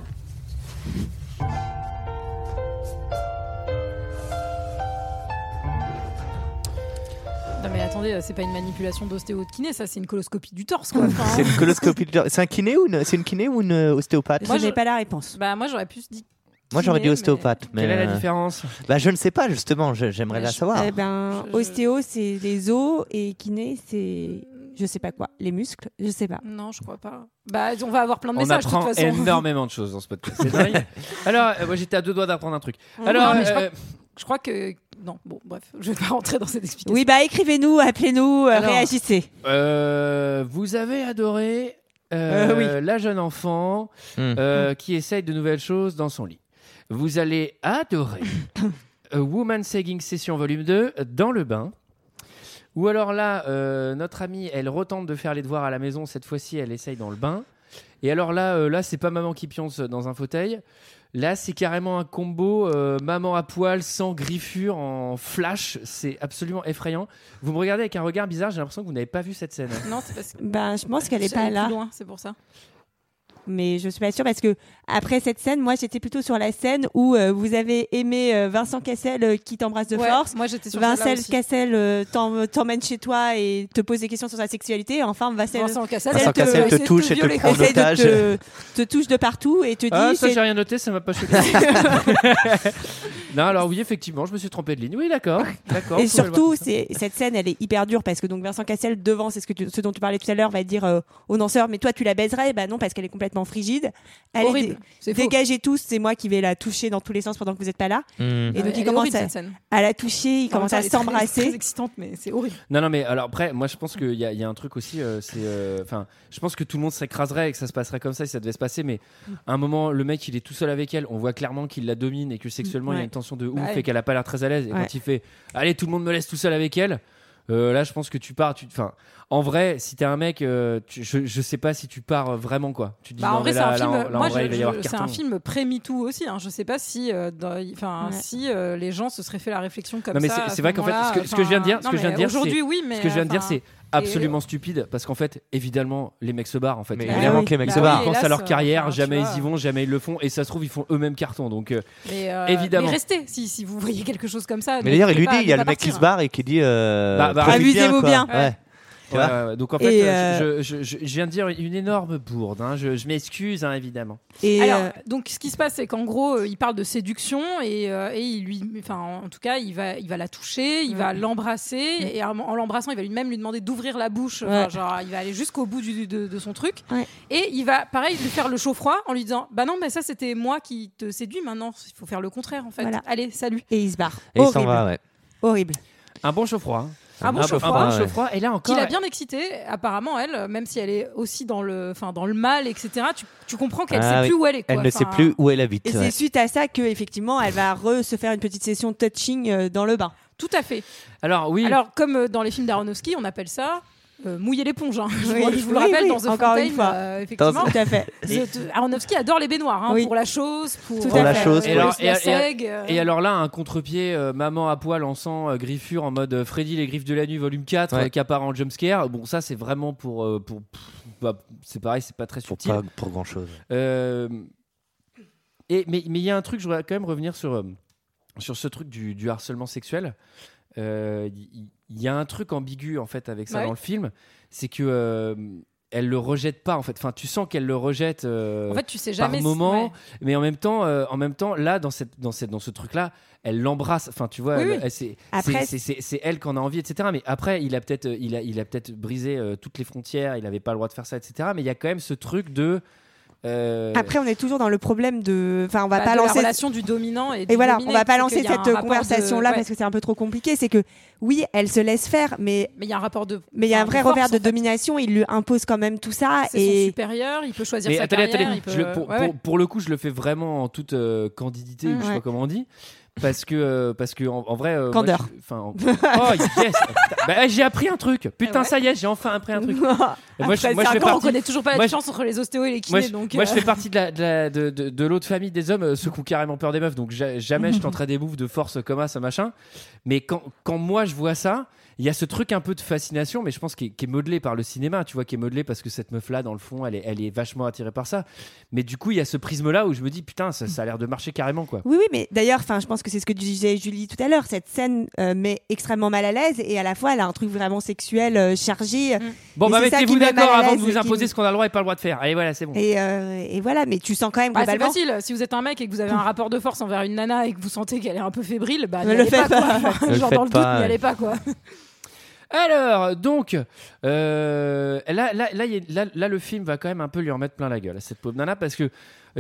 [SPEAKER 11] Non mais attendez, euh, c'est pas une manipulation d'ostéo de kiné, ça c'est une coloscopie du torse quoi. Enfin,
[SPEAKER 6] C'est une coloscopie. de- C'est un kiné ou une... c'est une kiné ou une euh, ostéopathe
[SPEAKER 11] Moi,
[SPEAKER 7] je n'ai
[SPEAKER 11] je-
[SPEAKER 7] pas la réponse.
[SPEAKER 11] Bah moi j'aurais pu se dire.
[SPEAKER 6] Moi, j'aurais
[SPEAKER 11] kiné,
[SPEAKER 6] dit
[SPEAKER 11] mais-
[SPEAKER 6] ostéopathe. Mais...
[SPEAKER 1] Quelle est la
[SPEAKER 6] euh,
[SPEAKER 1] différence
[SPEAKER 6] Bah, je ne sais pas justement. je- J'aimerais
[SPEAKER 11] Mais
[SPEAKER 6] la
[SPEAKER 11] je-
[SPEAKER 6] savoir.
[SPEAKER 7] Eh ben,
[SPEAKER 11] Je- je-
[SPEAKER 7] ostéo, c'est les os et kiné, c'est je sais pas quoi, les muscles, je sais pas.
[SPEAKER 11] Non, je crois pas. Bah on va avoir plein de
[SPEAKER 1] On
[SPEAKER 11] messages de toute
[SPEAKER 1] apprend
[SPEAKER 11] façon.
[SPEAKER 1] énormément de choses dans ce podcast. C'est dingue. Alors, euh, moi, j'étais à deux doigts d'apprendre un truc. Alors,
[SPEAKER 11] Ah
[SPEAKER 7] Ah,
[SPEAKER 11] Non, mais je crois
[SPEAKER 1] euh,
[SPEAKER 11] Je crois que non. Bon bref, je vais pas rentrer dans cette explication.
[SPEAKER 7] Oui, bah écrivez-nous, appelez-nous, euh,
[SPEAKER 1] Alors-
[SPEAKER 7] réagissez.
[SPEAKER 1] Euh, vous avez adoré euh,
[SPEAKER 7] Euh,
[SPEAKER 1] la jeune enfant
[SPEAKER 6] Hmm.
[SPEAKER 1] euh, qui essaye de nouvelles choses dans son lit. Vous allez adorer A Woman Sagging Session Volume 2 dans le bain. Ou alors là, euh, notre amie, elle retente de faire les devoirs à la maison. Cette fois-ci, elle essaye dans le bain. Et alors là, euh, là, c'est pas maman qui pionce dans un fauteuil. Là, c'est carrément un combo euh, maman à poil sans griffure en flash. C'est absolument effrayant. Vous me regardez avec un regard bizarre. J'ai l'impression que vous n'avez pas vu cette scène.
[SPEAKER 11] Non, c'est parce que
[SPEAKER 7] Ben, je pense qu'elle
[SPEAKER 11] j'allais
[SPEAKER 7] est pas
[SPEAKER 11] plus
[SPEAKER 7] là,
[SPEAKER 11] loin, c'est pour ça.
[SPEAKER 7] mais je suis pas sûre parce que après cette scène, moi j'étais plutôt sur la scène où euh, vous avez aimé euh, Vincent Cassel euh, qui t'embrasse de
[SPEAKER 11] Ouais,
[SPEAKER 7] force.
[SPEAKER 11] Moi j'étais sur
[SPEAKER 7] Vincent
[SPEAKER 11] celle-là aussi.
[SPEAKER 7] Cassel euh, t'em- t'emmène chez toi et te pose des questions sur sa sexualité. Et enfin, Vincent,
[SPEAKER 11] Vincent Cassel,
[SPEAKER 6] Vincent
[SPEAKER 11] elle te-
[SPEAKER 6] Cassel te
[SPEAKER 11] essaie de
[SPEAKER 6] touche et te
[SPEAKER 11] violer.
[SPEAKER 6] prend en
[SPEAKER 7] essaye de
[SPEAKER 6] otage.
[SPEAKER 7] te, te touche de partout et te dit
[SPEAKER 1] Ah, ça,
[SPEAKER 7] c'est-
[SPEAKER 1] j'ai rien noté, ça m'a pas choqué. non, alors oui, effectivement, je me suis trompé de ligne. Oui, d'accord.
[SPEAKER 6] Hein,
[SPEAKER 1] d'accord
[SPEAKER 7] Et
[SPEAKER 1] faut le voir
[SPEAKER 7] surtout,
[SPEAKER 1] comme ça.
[SPEAKER 7] c'est cette scène, elle est hyper dure parce que donc Vincent Cassel devant, c'est ce que tu- ce dont tu parlais tout à l'heure, va dire euh, au danseur, mais toi tu la baiserais, bah non parce qu'elle est complètement complètement frigide. Allez,
[SPEAKER 11] Horrible.
[SPEAKER 7] dé-
[SPEAKER 11] C'est faux.
[SPEAKER 7] dégagez tous, c'est moi qui vais la toucher dans tous les sens pendant que vous n'êtes pas là.
[SPEAKER 1] Mm.
[SPEAKER 7] Et
[SPEAKER 11] Elle
[SPEAKER 7] donc
[SPEAKER 11] est
[SPEAKER 7] il commence
[SPEAKER 11] horrible,
[SPEAKER 7] à,
[SPEAKER 11] cette scène.
[SPEAKER 7] à la toucher, il commence à
[SPEAKER 11] C'est très
[SPEAKER 7] s'embrasser.
[SPEAKER 11] excitante, mais c'est horrible.
[SPEAKER 1] Non, non, mais alors après, moi je pense qu'il y, a- il y a un truc aussi, euh, c'est. euh, Enfin, je pense que tout le monde s'écraserait et que ça se passerait comme ça si ça devait se passer, mais à un moment, le mec il est tout seul avec elle, on voit clairement qu'il la domine et que sexuellement il y a
[SPEAKER 7] Ouais.
[SPEAKER 1] une tension de ouf
[SPEAKER 7] Bah,
[SPEAKER 1] et qu'elle a pas l'air très à l'aise. Et
[SPEAKER 7] Ouais.
[SPEAKER 1] quand il fait Allez, tout le monde me laisse tout seul avec elle. euh, là, je pense que tu pars. Tu, enfin, en vrai, si t'es un mec, euh, tu- je, je sais pas si tu pars euh, vraiment quoi. Tu te dis
[SPEAKER 11] Bah,
[SPEAKER 1] non,
[SPEAKER 11] en vrai,
[SPEAKER 1] mais
[SPEAKER 11] c'est
[SPEAKER 1] là,
[SPEAKER 11] un
[SPEAKER 1] là,
[SPEAKER 11] film.
[SPEAKER 1] en- là, en
[SPEAKER 11] moi,
[SPEAKER 1] vrai,
[SPEAKER 11] je-
[SPEAKER 1] il va y avoir
[SPEAKER 11] je- c'est
[SPEAKER 1] carton.
[SPEAKER 11] un film pré-MeToo aussi. hein. Je sais pas si, euh, dans- enfin,
[SPEAKER 7] Ouais.
[SPEAKER 11] si euh, les gens se seraient fait la réflexion comme
[SPEAKER 1] Non mais
[SPEAKER 11] ça.
[SPEAKER 1] c'est-
[SPEAKER 11] à
[SPEAKER 1] c'est vrai
[SPEAKER 11] ce
[SPEAKER 1] qu'en fait,
[SPEAKER 11] moment-là.
[SPEAKER 1] ce que, ce que je viens de dire,
[SPEAKER 11] Enfin,
[SPEAKER 1] ce que je viens de
[SPEAKER 11] non,
[SPEAKER 1] dire,
[SPEAKER 11] mais aujourd'hui,
[SPEAKER 1] c'est-
[SPEAKER 11] oui, mais
[SPEAKER 1] ce que je viens de dire,
[SPEAKER 11] enfin,
[SPEAKER 1] c'est absolument stupide parce qu'en fait, évidemment, les mecs se barrent en fait.
[SPEAKER 6] Mais
[SPEAKER 11] Bah
[SPEAKER 1] Ils-
[SPEAKER 6] évidemment que les mecs
[SPEAKER 1] ils
[SPEAKER 6] se barrent.
[SPEAKER 1] pensent à
[SPEAKER 11] Hélas,
[SPEAKER 1] leur
[SPEAKER 11] euh,
[SPEAKER 1] carrière,
[SPEAKER 11] enfin, tu
[SPEAKER 1] jamais
[SPEAKER 11] vois.
[SPEAKER 1] ils y vont, jamais ils le font, et ça se trouve ils font eux-mêmes carton. Donc euh,
[SPEAKER 11] Mais, euh,
[SPEAKER 1] Évidemment.
[SPEAKER 11] mais restez si, si vous voyez quelque chose comme ça.
[SPEAKER 6] Mais d'ailleurs, il
[SPEAKER 11] n'hésitez
[SPEAKER 6] lui
[SPEAKER 11] pas hein.
[SPEAKER 6] dit,
[SPEAKER 11] à
[SPEAKER 6] il y a
[SPEAKER 11] ne
[SPEAKER 6] le
[SPEAKER 11] pas
[SPEAKER 6] mec qui se
[SPEAKER 11] partir.
[SPEAKER 6] barre et qui dit. euh,
[SPEAKER 1] Bah, bah,
[SPEAKER 6] profite
[SPEAKER 7] amusez-vous
[SPEAKER 6] quoi.
[SPEAKER 7] bien.
[SPEAKER 6] Ouais. Tu vois
[SPEAKER 1] ouais, ouais, ouais. donc en fait,
[SPEAKER 7] Et,
[SPEAKER 1] euh, je, je- je- je viens de dire une énorme bourde. hein. Je, je m'excuse hein, évidemment.
[SPEAKER 7] Et
[SPEAKER 11] Alors,
[SPEAKER 7] euh,
[SPEAKER 11] donc, ce qui se passe, c'est qu'en gros, euh, il parle de séduction et, euh, et il lui, enfin, en tout cas, il va, il va la toucher, il va l'embrasser et en en l'embrassant, il va lui même lui demander d'ouvrir la bouche. Enfin,
[SPEAKER 7] Ouais.
[SPEAKER 11] genre, il va aller jusqu'au bout du- de, de son truc
[SPEAKER 7] Ouais.
[SPEAKER 11] et il va, pareil, lui faire le chaud froid en lui disant, bah non, mais ça, c'était moi qui te séduis. Maintenant, il faut faire le contraire, en fait.
[SPEAKER 7] Voilà.
[SPEAKER 11] Allez, salut.
[SPEAKER 7] et il se barre.
[SPEAKER 6] Et il s'en
[SPEAKER 7] horrible,
[SPEAKER 6] va, ouais.
[SPEAKER 7] horrible.
[SPEAKER 1] Un bon chaud froid. hein.
[SPEAKER 11] Un bon chaud
[SPEAKER 1] un
[SPEAKER 11] froid,
[SPEAKER 1] bon
[SPEAKER 6] ouais.
[SPEAKER 1] chaud froid. Et là
[SPEAKER 11] Qui
[SPEAKER 1] encore.
[SPEAKER 11] l'a bien excitée, apparemment, elle, euh, même si elle est aussi dans le, enfin, dans le mal, etc. Tu, tu comprends qu'elle
[SPEAKER 6] Ah
[SPEAKER 11] sait
[SPEAKER 6] oui.
[SPEAKER 11] plus où elle est.
[SPEAKER 6] Elle
[SPEAKER 11] quoi.
[SPEAKER 6] ne sait
[SPEAKER 11] Enfin,
[SPEAKER 6] plus où elle habite.
[SPEAKER 7] Et
[SPEAKER 6] ouais.
[SPEAKER 7] c'est suite à ça que effectivement, elle va re se faire une petite session touching euh, dans le bain.
[SPEAKER 11] Tout à fait.
[SPEAKER 1] Alors oui.
[SPEAKER 11] Alors, comme euh, dans les films d'Aronofsky, on appelle ça euh, mouiller l'éponge. hein. Je,
[SPEAKER 7] Oui,
[SPEAKER 11] vous- je vous le
[SPEAKER 7] oui,
[SPEAKER 11] rappelle
[SPEAKER 7] oui,
[SPEAKER 11] dans The
[SPEAKER 7] encore
[SPEAKER 11] Fountain,
[SPEAKER 7] une fois.
[SPEAKER 11] euh,
[SPEAKER 6] Ah,
[SPEAKER 11] effectivement.
[SPEAKER 7] Tout à fait.
[SPEAKER 11] The- Aronofsky adore les baignoires hein,
[SPEAKER 7] Oui.
[SPEAKER 11] pour la chose, pour, euh,
[SPEAKER 7] Tout à Pour la fait.
[SPEAKER 6] chose,
[SPEAKER 11] pour
[SPEAKER 1] Et alors-
[SPEAKER 11] la
[SPEAKER 1] et- et-
[SPEAKER 11] seg, euh.
[SPEAKER 1] Et alors là, un contre-pied, euh, maman à poil en sang, euh, griffure en mode euh, Freddy les griffes de la nuit volume 4,
[SPEAKER 6] Ouais.
[SPEAKER 1] euh, qui apparaît en jumpscare. Bon, ça c'est vraiment pour. euh, pour pff, bah, c'est pareil, c'est pas très
[SPEAKER 6] Pour
[SPEAKER 1] subtil.
[SPEAKER 6] pas pour grand chose.
[SPEAKER 1] Euh, et, mais mais il y a un truc, je voudrais quand même revenir sur, euh, sur ce truc du, du harcèlement sexuel. Euh, Il il y, a un truc ambigu en fait avec ça
[SPEAKER 11] Ouais.
[SPEAKER 1] dans le film, c'est que euh, elle le rejette pas en fait. Enfin, tu sens qu'elle le rejette. euh,
[SPEAKER 11] en fait, tu sais
[SPEAKER 1] par
[SPEAKER 11] jamais. si-
[SPEAKER 1] moment,
[SPEAKER 11] ouais.
[SPEAKER 1] mais en même temps, euh, en même temps, là dans cette dans cette dans ce truc là, elle l'embrasse. Enfin, tu vois,
[SPEAKER 11] Oui,
[SPEAKER 1] elle-
[SPEAKER 11] oui.
[SPEAKER 1] elle- c'est
[SPEAKER 7] Après-
[SPEAKER 1] c'est- c'est- c'est- c'est elle qu'on a envie, etc. Mais après, il a peut-être euh, il a il a peut-être brisé euh, toutes les frontières. Il n'avait pas le droit de faire ça, etc. Mais il y a quand même ce truc de euh,
[SPEAKER 7] Après, on est toujours dans le problème de. Enfin, on va
[SPEAKER 11] Bah,
[SPEAKER 7] pas
[SPEAKER 11] de la
[SPEAKER 7] lancer.
[SPEAKER 11] relation du dominant et, du
[SPEAKER 7] Et voilà,
[SPEAKER 11] dominé,
[SPEAKER 7] on va pas
[SPEAKER 11] c'est
[SPEAKER 7] lancer
[SPEAKER 11] qu'il y a un
[SPEAKER 7] cette
[SPEAKER 11] rapport de-
[SPEAKER 7] conversation là
[SPEAKER 11] ouais.
[SPEAKER 7] parce que c'est un peu trop compliqué. C'est que oui, elle se laisse faire, mais
[SPEAKER 11] Mais il y a un rapport de.
[SPEAKER 7] mais il y a un
[SPEAKER 11] de
[SPEAKER 7] vrai
[SPEAKER 11] force,
[SPEAKER 7] revers de
[SPEAKER 11] en fait.
[SPEAKER 7] domination. Il lui impose quand même tout ça
[SPEAKER 11] C'est son
[SPEAKER 7] et
[SPEAKER 11] supérieur, il peut choisir
[SPEAKER 1] Mais
[SPEAKER 11] sa
[SPEAKER 1] attendez,
[SPEAKER 11] carrière.
[SPEAKER 1] attendez,
[SPEAKER 11] il peut-
[SPEAKER 1] je le- pour,
[SPEAKER 11] ouais,
[SPEAKER 1] pour-
[SPEAKER 11] ouais.
[SPEAKER 1] pour le coup, je le fais vraiment en toute euh, candidité,
[SPEAKER 11] Mm.
[SPEAKER 1] ou je sais
[SPEAKER 7] Ouais.
[SPEAKER 1] pas comment on dit, parce que, euh, parce que en, en vrai. euh, moi,
[SPEAKER 7] Candeur.
[SPEAKER 1] je- Enfin, en- oh, yes Bah, J'ai appris un truc Putain,
[SPEAKER 11] Ah ouais.
[SPEAKER 1] ça y est, j'ai enfin appris un truc Et moi, je-
[SPEAKER 11] Après,
[SPEAKER 1] moi, je
[SPEAKER 11] c'est
[SPEAKER 1] fais
[SPEAKER 11] encore, on
[SPEAKER 1] partie-
[SPEAKER 11] connaît toujours pas la
[SPEAKER 1] moi, je-
[SPEAKER 11] différence entre les ostéos et les kinés.
[SPEAKER 1] Moi, je,
[SPEAKER 11] donc,
[SPEAKER 1] moi,
[SPEAKER 11] euh,
[SPEAKER 1] je fais partie de l'autre la, de la- de, de- de l'autre famille des hommes, euh, ceux qui ont carrément peur des meufs, donc ja- jamais je tenterai des moves de force euh, comme ça, machin. Mais quand, quand moi je vois ça, il y a ce truc un peu de fascination, mais je pense qui est, qui est modelé par le cinéma, tu vois, qui est modelé parce que cette meuf-là, dans le fond, elle est, elle est vachement attirée par ça. Mais du coup, il y a ce prisme-là où je me dis, putain, ça, ça a l'air de marcher carrément, quoi.
[SPEAKER 7] Oui, oui, mais d'ailleurs, enfin, je pense que c'est ce que disait Julie tout à l'heure. Cette scène euh, met extrêmement mal à l'aise et à la fois, elle a un truc vraiment sexuel euh, chargé.
[SPEAKER 11] Mm.
[SPEAKER 1] Bon,
[SPEAKER 7] Et
[SPEAKER 1] bah
[SPEAKER 7] c'est ça
[SPEAKER 1] mettez-vous
[SPEAKER 7] qui me met
[SPEAKER 1] d'accord
[SPEAKER 7] mal à
[SPEAKER 1] avant de
[SPEAKER 7] l'aise
[SPEAKER 1] vous
[SPEAKER 7] et qui
[SPEAKER 1] imposer
[SPEAKER 7] me-
[SPEAKER 1] ce qu'on a le droit et pas le droit de faire. Allez, voilà, c'est bon.
[SPEAKER 7] Et, euh, et voilà, mais tu sens quand même
[SPEAKER 11] Bah, c'est
[SPEAKER 7] globalement.
[SPEAKER 11] facile. Si vous êtes un mec et que vous avez un rapport de force envers une nana et que vous sentez qu'elle est un peu fébrile, bah
[SPEAKER 7] Ne
[SPEAKER 11] n'y
[SPEAKER 7] le
[SPEAKER 11] allez
[SPEAKER 7] faites
[SPEAKER 11] pas.
[SPEAKER 7] pas.
[SPEAKER 11] quoi. Enfin,
[SPEAKER 6] Ne le
[SPEAKER 11] Genre
[SPEAKER 6] faites
[SPEAKER 11] dans le doute,
[SPEAKER 6] pas,
[SPEAKER 11] n'y
[SPEAKER 6] ouais.
[SPEAKER 11] allez pas quoi.
[SPEAKER 1] Alors, donc, euh, là, là, là, il y a- là- là, le film va quand même un peu lui en mettre plein la gueule à cette pauvre nana parce que euh,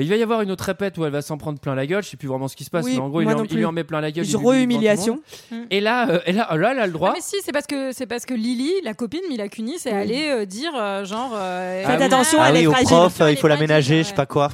[SPEAKER 1] il va y avoir une autre répète où elle va s'en prendre plein la gueule. Je sais plus vraiment ce qui se passe,
[SPEAKER 7] Oui,
[SPEAKER 1] mais en gros, il,
[SPEAKER 7] moi
[SPEAKER 1] lui en-
[SPEAKER 7] non
[SPEAKER 1] il
[SPEAKER 7] plus.
[SPEAKER 1] lui en met plein la gueule. il
[SPEAKER 7] Une
[SPEAKER 1] lui dit devant tout le
[SPEAKER 7] re-humiliation.
[SPEAKER 1] monde. Et là, euh, et là, oh là, elle a le droit.
[SPEAKER 11] Ah, mais si, c'est parce que c'est parce que Lily, la copine Mila Kunis, est allée euh, dire euh, genre. euh,
[SPEAKER 7] Faites
[SPEAKER 11] euh,
[SPEAKER 7] attention,
[SPEAKER 11] ah,
[SPEAKER 6] Ah
[SPEAKER 7] elle
[SPEAKER 6] oui,
[SPEAKER 7] est
[SPEAKER 6] au
[SPEAKER 7] fragile.
[SPEAKER 6] prof, euh, il
[SPEAKER 11] Elle
[SPEAKER 6] faut
[SPEAKER 11] est
[SPEAKER 6] la
[SPEAKER 11] fragile,
[SPEAKER 6] ménager, je
[SPEAKER 11] ouais.
[SPEAKER 6] sais pas quoi.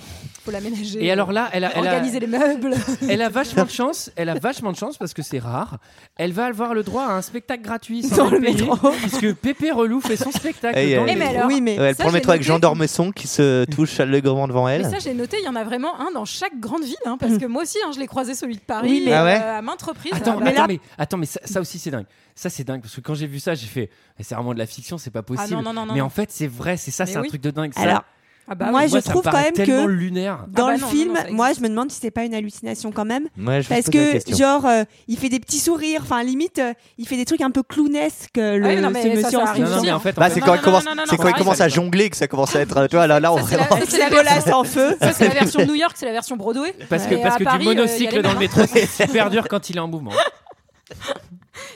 [SPEAKER 11] Faut la ménager.
[SPEAKER 1] Et alors là, elle a, elle a,
[SPEAKER 11] organiser les meubles.
[SPEAKER 1] elle a vachement de chance. Elle a vachement de chance parce que c'est rare. Elle va avoir le droit à un spectacle gratuit sans
[SPEAKER 7] Dans le
[SPEAKER 1] payer,
[SPEAKER 7] métro.
[SPEAKER 1] puisque Pépé Relou fait son spectacle
[SPEAKER 6] Hey,
[SPEAKER 1] dans le
[SPEAKER 6] hey.
[SPEAKER 11] Eh, mais
[SPEAKER 1] métro.
[SPEAKER 11] alors-
[SPEAKER 7] oui, mais
[SPEAKER 6] Euh, Elle
[SPEAKER 11] ça,
[SPEAKER 6] prend le
[SPEAKER 11] j'ai
[SPEAKER 6] métro avec
[SPEAKER 11] noté.
[SPEAKER 6] Jean d'Ormesson qui se touche allègrement devant
[SPEAKER 11] Mais
[SPEAKER 6] elle.
[SPEAKER 11] ça, j'ai noté, il y en a vraiment un dans chaque grande ville, hein, parce que moi aussi, hein, je l'ai croisé celui de Paris
[SPEAKER 7] Oui, mais-
[SPEAKER 11] euh,
[SPEAKER 6] Ah ouais
[SPEAKER 11] à maintes reprises.
[SPEAKER 1] Attends,
[SPEAKER 11] Ah,
[SPEAKER 1] mais,
[SPEAKER 11] bah,
[SPEAKER 1] attends, mais, attends, mais ça, ça aussi c'est dingue. Ça c'est dingue parce que quand j'ai vu ça, j'ai fait, mais c'est vraiment de la fiction, c'est pas possible.
[SPEAKER 11] Ah, non, non, non,
[SPEAKER 1] mais
[SPEAKER 11] non.
[SPEAKER 1] en fait, c'est vrai, c'est ça,
[SPEAKER 11] Mais
[SPEAKER 1] c'est un
[SPEAKER 11] oui.
[SPEAKER 1] truc de dingue. Ça,
[SPEAKER 7] Alors,
[SPEAKER 11] ah bah
[SPEAKER 7] moi,
[SPEAKER 11] oui.
[SPEAKER 7] je
[SPEAKER 1] moi, ça me
[SPEAKER 7] trouve quand
[SPEAKER 1] paraît
[SPEAKER 7] même que-
[SPEAKER 1] tellement lunaire.
[SPEAKER 7] dans
[SPEAKER 11] bah
[SPEAKER 7] le
[SPEAKER 11] non, non,
[SPEAKER 7] film,
[SPEAKER 11] non, ça existe.
[SPEAKER 7] moi, je me demande si c'est pas une hallucination quand même.
[SPEAKER 6] Ouais, je me
[SPEAKER 7] Parce
[SPEAKER 6] pose la
[SPEAKER 7] que,
[SPEAKER 6] question.
[SPEAKER 7] genre, euh, il fait des petits sourires, enfin, limite, euh, il fait des trucs un peu clownesques, euh, le,
[SPEAKER 11] Ah oui, non, mais
[SPEAKER 7] ce
[SPEAKER 11] ça, ça
[SPEAKER 7] monsieur en
[SPEAKER 11] arrive.
[SPEAKER 1] Non,
[SPEAKER 7] question.
[SPEAKER 1] non, mais en fait, en
[SPEAKER 6] Bah,
[SPEAKER 1] fait-
[SPEAKER 6] c'est
[SPEAKER 11] non,
[SPEAKER 6] quand
[SPEAKER 11] non,
[SPEAKER 6] il commence,
[SPEAKER 11] non, non, non,
[SPEAKER 6] c'est quand
[SPEAKER 11] non,
[SPEAKER 6] il
[SPEAKER 11] ça
[SPEAKER 6] commence à
[SPEAKER 1] arrive.
[SPEAKER 6] jongler que ça commence à être. Tu vois, là, là, on
[SPEAKER 11] Ça, c'est la-
[SPEAKER 6] vraiment.
[SPEAKER 11] ça, c'est la
[SPEAKER 7] Dégueulasse
[SPEAKER 11] version-
[SPEAKER 7] en feu.
[SPEAKER 11] ça, c'est la version New York, c'est la version Broadway.
[SPEAKER 1] parce que,
[SPEAKER 11] Et
[SPEAKER 1] parce
[SPEAKER 11] à
[SPEAKER 1] que
[SPEAKER 11] Paris,
[SPEAKER 1] du
[SPEAKER 11] euh, y a les
[SPEAKER 1] monocycle dans le
[SPEAKER 11] mêmes,
[SPEAKER 1] métro, c'est super dur quand il est en mouvement.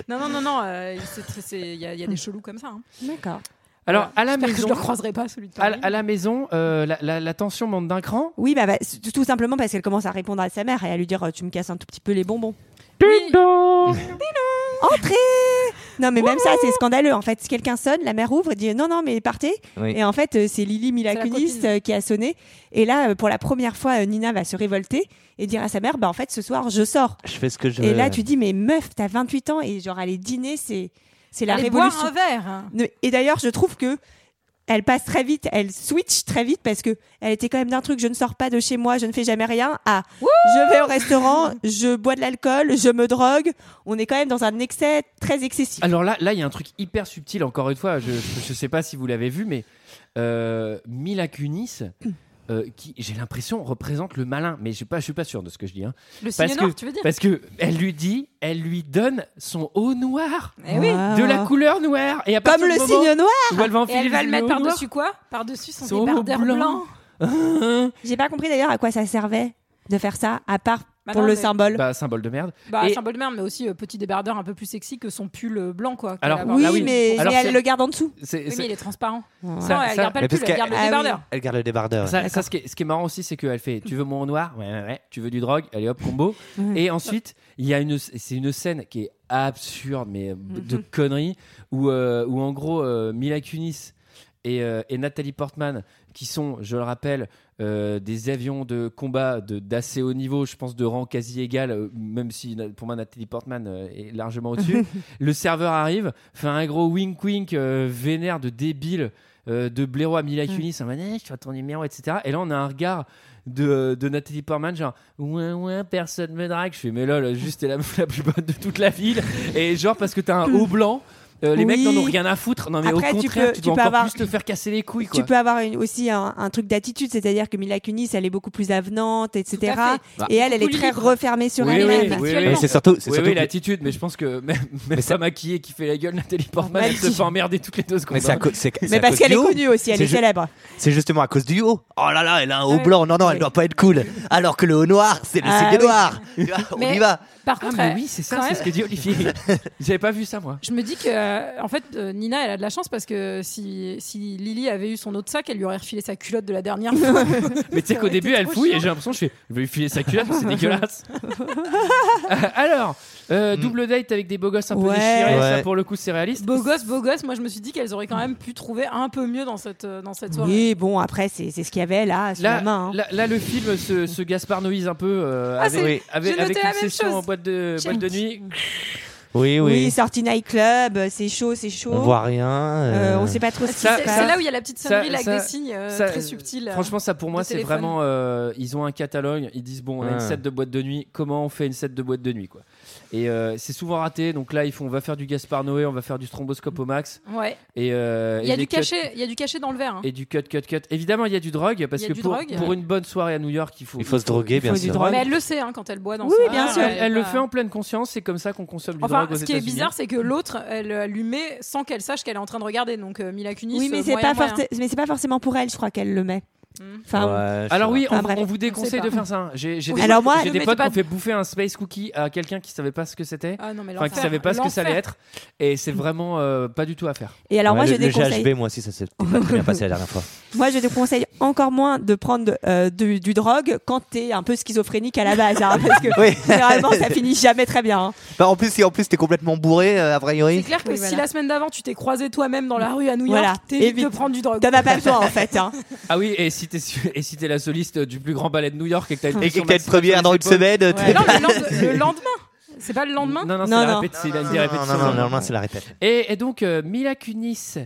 [SPEAKER 11] Non, non, non, non. euh, c'est- c'est- Il y, a- il y a des chelous comme ça. hein.
[SPEAKER 7] D'accord.
[SPEAKER 1] Alors, à la
[SPEAKER 11] J'espère que
[SPEAKER 1] maison.
[SPEAKER 11] je le croiserai pas, celui de
[SPEAKER 1] À,
[SPEAKER 11] Paris.
[SPEAKER 1] à la maison, euh, la, la- la tension monte d'un cran.
[SPEAKER 7] Oui, bah, bah, c'est tout simplement parce qu'elle commence à répondre à sa mère et à lui dire euh, Tu me casses un tout petit peu les bonbons. Entrez Non, mais même ça, c'est scandaleux. En fait, si quelqu'un sonne, la mère ouvre et dit Non, non, mais partez.
[SPEAKER 12] Oui.
[SPEAKER 7] Et en fait, euh, c'est Lily Milakunis euh, qui a sonné. Et là, euh, pour la première fois, euh, Nina va se révolter et dire à sa mère Bah, en fait, ce soir, je sors.
[SPEAKER 6] Je fais ce que je veux.
[SPEAKER 7] Et là, tu dis Mais meuf, t'as 28 ans et genre, aller dîner, c'est. C'est la
[SPEAKER 11] Allez
[SPEAKER 7] révolution.
[SPEAKER 11] boire un verre. hein.
[SPEAKER 7] Ne- Et d'ailleurs, je trouve que elle passe très vite, elle switch très vite parce que elle était quand même d'un truc je ne sors pas de chez moi, je ne fais jamais rien à je vais au restaurant, je bois de l'alcool, je me drogue. On est quand même dans un excès très excessif.
[SPEAKER 1] Alors là, là, il y a un truc hyper subtil. Encore une fois, je ne sais pas si vous l'avez vu, mais euh, Mila Kunis. euh, qui, j'ai l'impression, représente le malin, mais je suis pas, je suis pas sûr de ce que je dis. hein.
[SPEAKER 11] Le
[SPEAKER 1] parce
[SPEAKER 11] signe
[SPEAKER 1] que,
[SPEAKER 11] noir, tu veux dire
[SPEAKER 1] Parce que elle lui dit, elle lui donne son haut noir,
[SPEAKER 11] Eh oui.
[SPEAKER 1] de la couleur noire, et à
[SPEAKER 7] Comme
[SPEAKER 1] partir
[SPEAKER 7] le
[SPEAKER 1] du moment
[SPEAKER 7] signe noir.
[SPEAKER 1] où elle va
[SPEAKER 11] Et
[SPEAKER 1] enfiler
[SPEAKER 11] elle va le
[SPEAKER 1] le
[SPEAKER 11] mettre
[SPEAKER 1] haut noir-
[SPEAKER 11] par-dessus quoi Par-dessus son,
[SPEAKER 1] Son
[SPEAKER 11] débardeur
[SPEAKER 1] blanc.
[SPEAKER 11] blanc.
[SPEAKER 7] J'ai pas compris d'ailleurs à quoi ça servait de faire ça à part
[SPEAKER 11] Bah
[SPEAKER 7] pour
[SPEAKER 11] non,
[SPEAKER 7] le
[SPEAKER 11] mais-
[SPEAKER 7] symbole.
[SPEAKER 1] Bah, symbole de merde.
[SPEAKER 11] Bah,
[SPEAKER 1] Et-
[SPEAKER 11] symbole de merde, mais aussi euh, petit débardeur un peu plus sexy que son pull euh, blanc quoi. qu'elle
[SPEAKER 1] Alors,
[SPEAKER 11] a avant.
[SPEAKER 1] Oui, là, oui. mais-
[SPEAKER 7] Et
[SPEAKER 1] Alors,
[SPEAKER 7] elle
[SPEAKER 1] c'est-
[SPEAKER 7] le garde en dessous.
[SPEAKER 1] c'est-
[SPEAKER 11] Oui,
[SPEAKER 1] c'est-
[SPEAKER 11] mais il est transparent. non,
[SPEAKER 1] Ça-
[SPEAKER 11] elle
[SPEAKER 1] ça-
[SPEAKER 11] garde pas le pull, elle
[SPEAKER 1] Ah
[SPEAKER 11] garde le
[SPEAKER 7] Ah
[SPEAKER 11] débardeur.
[SPEAKER 6] Elle garde le débardeur.
[SPEAKER 1] Ça, ça, ce, qui est, ce qui est marrant aussi, c'est qu'elle fait Tu veux mon noir Ouais, ouais, ouais. Tu veux du drogue Allez hop, combo. et ensuite, il y a une, c'est une scène qui est absurde, mais euh, de conneries, où, euh, où en gros, euh, Mila Kunis et, euh, et Nathalie Portman, qui sont, je le rappelle, euh, des avions de combat de- d'assez haut niveau, je pense de rang quasi égal, euh, même si na- pour moi Nathalie Portman euh, est largement au-dessus. le serveur arrive, fait un gros wink wink euh, vénère de débile euh, de blaireau à
[SPEAKER 7] Mm.
[SPEAKER 1] Mila Kunis, en mode, Eh, je suis à ton numéro, etc. Et là on a un regard de, de Nathalie Portman, genre ouais ouais personne me drague. Je fais mais lol, juste t'es la meuf la plus bonne de toute la ville et genre parce que t'as un haut blanc. euh,
[SPEAKER 7] Mm. Oui.
[SPEAKER 1] les mecs n'en ont rien à foutre. Non, mais
[SPEAKER 7] Après,
[SPEAKER 1] au
[SPEAKER 7] tu
[SPEAKER 1] contraire,
[SPEAKER 7] peux-
[SPEAKER 1] tu,
[SPEAKER 7] tu
[SPEAKER 1] dois
[SPEAKER 7] peux
[SPEAKER 1] encore
[SPEAKER 7] avoir-
[SPEAKER 1] plus te faire casser les couilles. Quoi.
[SPEAKER 7] Tu peux avoir une- aussi un, un truc d'attitude, c'est-à-dire que Mila Kunis, elle est beaucoup plus avenante, etc.
[SPEAKER 11] à
[SPEAKER 6] fait.
[SPEAKER 7] Et elle, elle est
[SPEAKER 11] Beaucoup
[SPEAKER 7] très
[SPEAKER 11] libre.
[SPEAKER 7] refermée sur
[SPEAKER 1] Oui, oui,
[SPEAKER 7] elle-même.
[SPEAKER 1] oui, oui,
[SPEAKER 6] Mais c'est surtout- c'est
[SPEAKER 1] Oui,
[SPEAKER 6] surtout
[SPEAKER 1] oui,
[SPEAKER 6] que-
[SPEAKER 1] l'attitude, mais je pense que même, même ça maquillée qui fait la gueule, Nathalie Portman, elle se fait emmerder toutes les deux secondes.
[SPEAKER 6] Mais c'est à co- c'est- c'est à
[SPEAKER 7] parce
[SPEAKER 6] cause
[SPEAKER 7] qu'elle
[SPEAKER 6] du
[SPEAKER 7] est
[SPEAKER 6] haut.
[SPEAKER 7] connue aussi, elle
[SPEAKER 6] C'est
[SPEAKER 7] est
[SPEAKER 6] ju-
[SPEAKER 7] célèbre.
[SPEAKER 6] C'est justement à cause du haut. Oh là là, elle a un haut
[SPEAKER 11] Ouais.
[SPEAKER 6] blanc. Non, non, elle doit pas être cool. Alors que le haut noir, c'est le
[SPEAKER 7] Ah
[SPEAKER 6] signe
[SPEAKER 7] oui.
[SPEAKER 6] noir. On
[SPEAKER 11] Mais
[SPEAKER 6] y va.
[SPEAKER 11] Par
[SPEAKER 1] Ah,
[SPEAKER 11] contre,
[SPEAKER 1] mais
[SPEAKER 11] euh,
[SPEAKER 1] oui, c'est ça,
[SPEAKER 11] quand
[SPEAKER 1] c'est
[SPEAKER 11] même,
[SPEAKER 1] ce que dit Olivier. J'avais pas vu ça, moi.
[SPEAKER 11] Je me dis que, euh, en fait, euh, Nina, elle a de la chance parce que si, si Lily avait eu son autre sac, elle lui aurait refilé sa culotte de la dernière fois.
[SPEAKER 1] Mais tu sais qu'au début, elle fouille et j'ai l'impression, je fais, je vais lui filer sa culotte, c'est dégueulasse. Alors, euh, double date avec des beaux gosses un peu
[SPEAKER 7] Ouais.
[SPEAKER 1] déchirés, ça
[SPEAKER 6] Ouais.
[SPEAKER 1] pour le coup, c'est réaliste.
[SPEAKER 11] beau gosse, beau gosse. Moi, je me suis dit qu'elles auraient quand même pu trouver un peu mieux dans cette, euh, dans cette soirée.
[SPEAKER 7] Oui, bon, après, c'est c'est ce qu'il y avait là, sur
[SPEAKER 1] Là,
[SPEAKER 7] la main. hein.
[SPEAKER 1] là, là, le film se, se Gaspard Noise un peu euh,
[SPEAKER 11] Ah,
[SPEAKER 1] avec,
[SPEAKER 6] c'est-
[SPEAKER 1] avec,
[SPEAKER 11] j'ai noté
[SPEAKER 1] avec
[SPEAKER 11] la
[SPEAKER 1] une
[SPEAKER 11] même
[SPEAKER 1] session
[SPEAKER 11] chose.
[SPEAKER 1] en boîte de, boîte de nuit.
[SPEAKER 6] Oui,
[SPEAKER 7] oui.
[SPEAKER 6] oui.
[SPEAKER 7] sortie nightclub, euh, c'est chaud, c'est chaud.
[SPEAKER 6] On voit rien.
[SPEAKER 7] Euh,
[SPEAKER 6] euh,
[SPEAKER 7] on sait pas trop ce qui
[SPEAKER 1] Ça-
[SPEAKER 7] se
[SPEAKER 11] C'est
[SPEAKER 7] passe.
[SPEAKER 11] c'est là où il y a la petite
[SPEAKER 1] ça-
[SPEAKER 11] sonnerie là, avec
[SPEAKER 1] ça-
[SPEAKER 11] des signes euh,
[SPEAKER 1] ça-
[SPEAKER 11] très subtils. euh.
[SPEAKER 1] Franchement, ça pour moi,
[SPEAKER 11] de
[SPEAKER 1] c'est
[SPEAKER 11] téléphone.
[SPEAKER 1] vraiment. euh, ils ont un catalogue, ils disent bon, on a une
[SPEAKER 6] Ouais.
[SPEAKER 1] set de boîte de nuit, comment on fait une set de boîte de nuit quoi. Et euh, c'est souvent raté, donc là, ils font on va faire du Gaspard Noé, on va faire du stromboscope au max.
[SPEAKER 11] Ouais.
[SPEAKER 1] Et, euh,
[SPEAKER 11] Il y, a
[SPEAKER 1] et des
[SPEAKER 11] du
[SPEAKER 1] cuts-
[SPEAKER 11] cachet, il y a du cachet dans le verre. hein.
[SPEAKER 1] Et du cut, cut, cut. Évidemment, il y a du drogue,
[SPEAKER 11] Il
[SPEAKER 1] parce
[SPEAKER 11] y a
[SPEAKER 1] que
[SPEAKER 11] du
[SPEAKER 1] pour,
[SPEAKER 11] drogue.
[SPEAKER 1] pour une bonne soirée à New York, il faut.
[SPEAKER 6] Il faut se droguer, bien
[SPEAKER 1] faut du
[SPEAKER 6] sûr.
[SPEAKER 1] drogue.
[SPEAKER 11] Mais elle le sait hein, quand elle boit dans
[SPEAKER 7] Oui,
[SPEAKER 11] sa-
[SPEAKER 7] bien
[SPEAKER 11] Ah,
[SPEAKER 7] sûr.
[SPEAKER 1] Elle, elle le
[SPEAKER 11] pas-
[SPEAKER 1] fait en pleine conscience, c'est comme ça qu'on consomme du
[SPEAKER 11] Enfin,
[SPEAKER 1] drogue aux
[SPEAKER 11] ce qui est
[SPEAKER 1] États-Unis.
[SPEAKER 11] bizarre, c'est que l'autre, elle euh, lui met sans qu'elle sache qu'elle est en train de regarder. Donc, euh, Mila Kunis.
[SPEAKER 7] Oui, mais
[SPEAKER 11] euh,
[SPEAKER 7] c'est
[SPEAKER 11] moyen,
[SPEAKER 7] pas,
[SPEAKER 11] moyen.
[SPEAKER 7] forcé- mais c'est pas forcément pour elle, je crois qu'elle le met.
[SPEAKER 11] Hmm.
[SPEAKER 7] Enfin,
[SPEAKER 6] Ouais, je
[SPEAKER 1] Alors
[SPEAKER 6] sais
[SPEAKER 1] oui, on,
[SPEAKER 7] Enfin, bref.
[SPEAKER 1] on vous déconseille
[SPEAKER 11] On sait
[SPEAKER 1] de
[SPEAKER 11] pas.
[SPEAKER 1] faire ça. hein. J'ai j'ai des,
[SPEAKER 7] Alors moi-
[SPEAKER 1] j'ai
[SPEAKER 11] Ne
[SPEAKER 1] des
[SPEAKER 11] mettez
[SPEAKER 1] potes qui
[SPEAKER 11] pas
[SPEAKER 1] ont
[SPEAKER 11] de-
[SPEAKER 1] fait bouffer un space cookie à quelqu'un qui savait pas ce que c'était.
[SPEAKER 11] Ah non, mais
[SPEAKER 1] Enfin, qui savait pas ce que ça allait être. Et c'est vraiment euh, pas du tout à faire.
[SPEAKER 7] et alors
[SPEAKER 6] Ouais,
[SPEAKER 7] moi,
[SPEAKER 6] le,
[SPEAKER 7] je déconseille.
[SPEAKER 6] Le GHB, moi aussi, ça s'est pas très bien passé la dernière fois.
[SPEAKER 7] Moi, je te conseille encore moins de prendre euh, du, du drogue quand t'es un peu schizophrénique à la base, hein, parce que
[SPEAKER 6] Oui.
[SPEAKER 7] généralement, ça finit jamais très bien. hein.
[SPEAKER 6] Bah, en plus, si en plus t'es complètement bourré, euh, a
[SPEAKER 11] C'est
[SPEAKER 6] priori.
[SPEAKER 11] clair que
[SPEAKER 7] Oui,
[SPEAKER 11] si
[SPEAKER 7] voilà.
[SPEAKER 11] la semaine d'avant tu t'es croisé toi-même dans la rue à New York,
[SPEAKER 7] Voilà.
[SPEAKER 11] t'évites
[SPEAKER 7] Évite.
[SPEAKER 11] de prendre du drogue.
[SPEAKER 7] T'en as pas besoin, en fait. hein.
[SPEAKER 1] Ah oui, et si t'es su- et si t'es la soliste du plus grand ballet de New York et que t'as une
[SPEAKER 6] Et
[SPEAKER 1] pression
[SPEAKER 6] que t'as une
[SPEAKER 1] maximale
[SPEAKER 6] première
[SPEAKER 1] sur
[SPEAKER 6] dans
[SPEAKER 1] les
[SPEAKER 6] une semaine. t'es-
[SPEAKER 11] Mais non, le, lende- le lendemain. C'est pas le lendemain.
[SPEAKER 1] épaules. Non, non, c'est
[SPEAKER 7] Non,
[SPEAKER 1] la
[SPEAKER 7] non.
[SPEAKER 1] répétition. il a
[SPEAKER 6] Non,
[SPEAKER 1] dit
[SPEAKER 6] non,
[SPEAKER 1] répétition.
[SPEAKER 6] non, non, normalement, c'est la répète.
[SPEAKER 1] Et, et donc, euh, Mila Kunis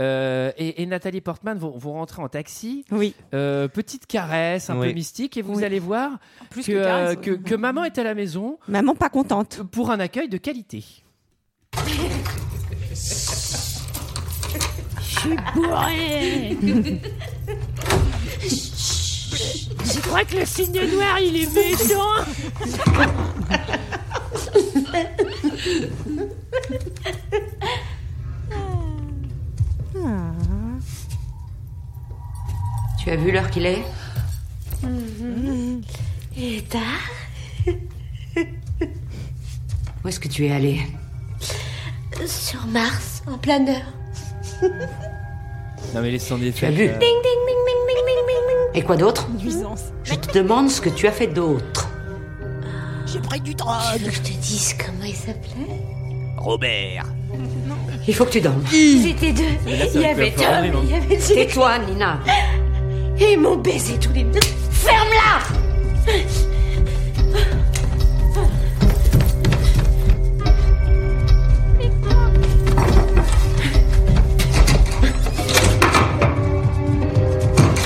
[SPEAKER 1] euh, et, et Nathalie Portman vont, vont rentrer en taxi.
[SPEAKER 7] Oui.
[SPEAKER 1] Euh, petite caresse un
[SPEAKER 6] Oui.
[SPEAKER 1] peu mystique, et vous
[SPEAKER 7] Oui.
[SPEAKER 1] allez voir
[SPEAKER 11] Plus
[SPEAKER 1] que,
[SPEAKER 11] que caresse,
[SPEAKER 1] euh, que-
[SPEAKER 11] ouais.
[SPEAKER 1] que maman est à la maison
[SPEAKER 7] Maman pas contente.
[SPEAKER 1] pour un accueil de qualité.
[SPEAKER 9] Tu as vu l'heure qu'il est
[SPEAKER 8] Et tard
[SPEAKER 9] Où est-ce que tu es allé
[SPEAKER 8] euh, Sur Mars, en pleine heure.
[SPEAKER 1] Non, mais les sons des
[SPEAKER 9] Tu as bu.
[SPEAKER 8] euh,
[SPEAKER 9] Et quoi d'autre
[SPEAKER 11] Nuisance.
[SPEAKER 9] Je te demande ce que tu as fait d'autre.
[SPEAKER 8] J'ai pris du drogue. Tu veux que je te dise comment il s'appelait
[SPEAKER 9] Robert. Il faut que tu dormes.
[SPEAKER 8] C'était deux.
[SPEAKER 9] Mais là, ça
[SPEAKER 8] Il y
[SPEAKER 9] va
[SPEAKER 8] avait
[SPEAKER 9] te faire
[SPEAKER 8] Tom,
[SPEAKER 9] pleurer,
[SPEAKER 8] il y avait
[SPEAKER 9] Tais-toi, Nina.
[SPEAKER 8] Et ils m'ont baisé tous les deux. Ferme-la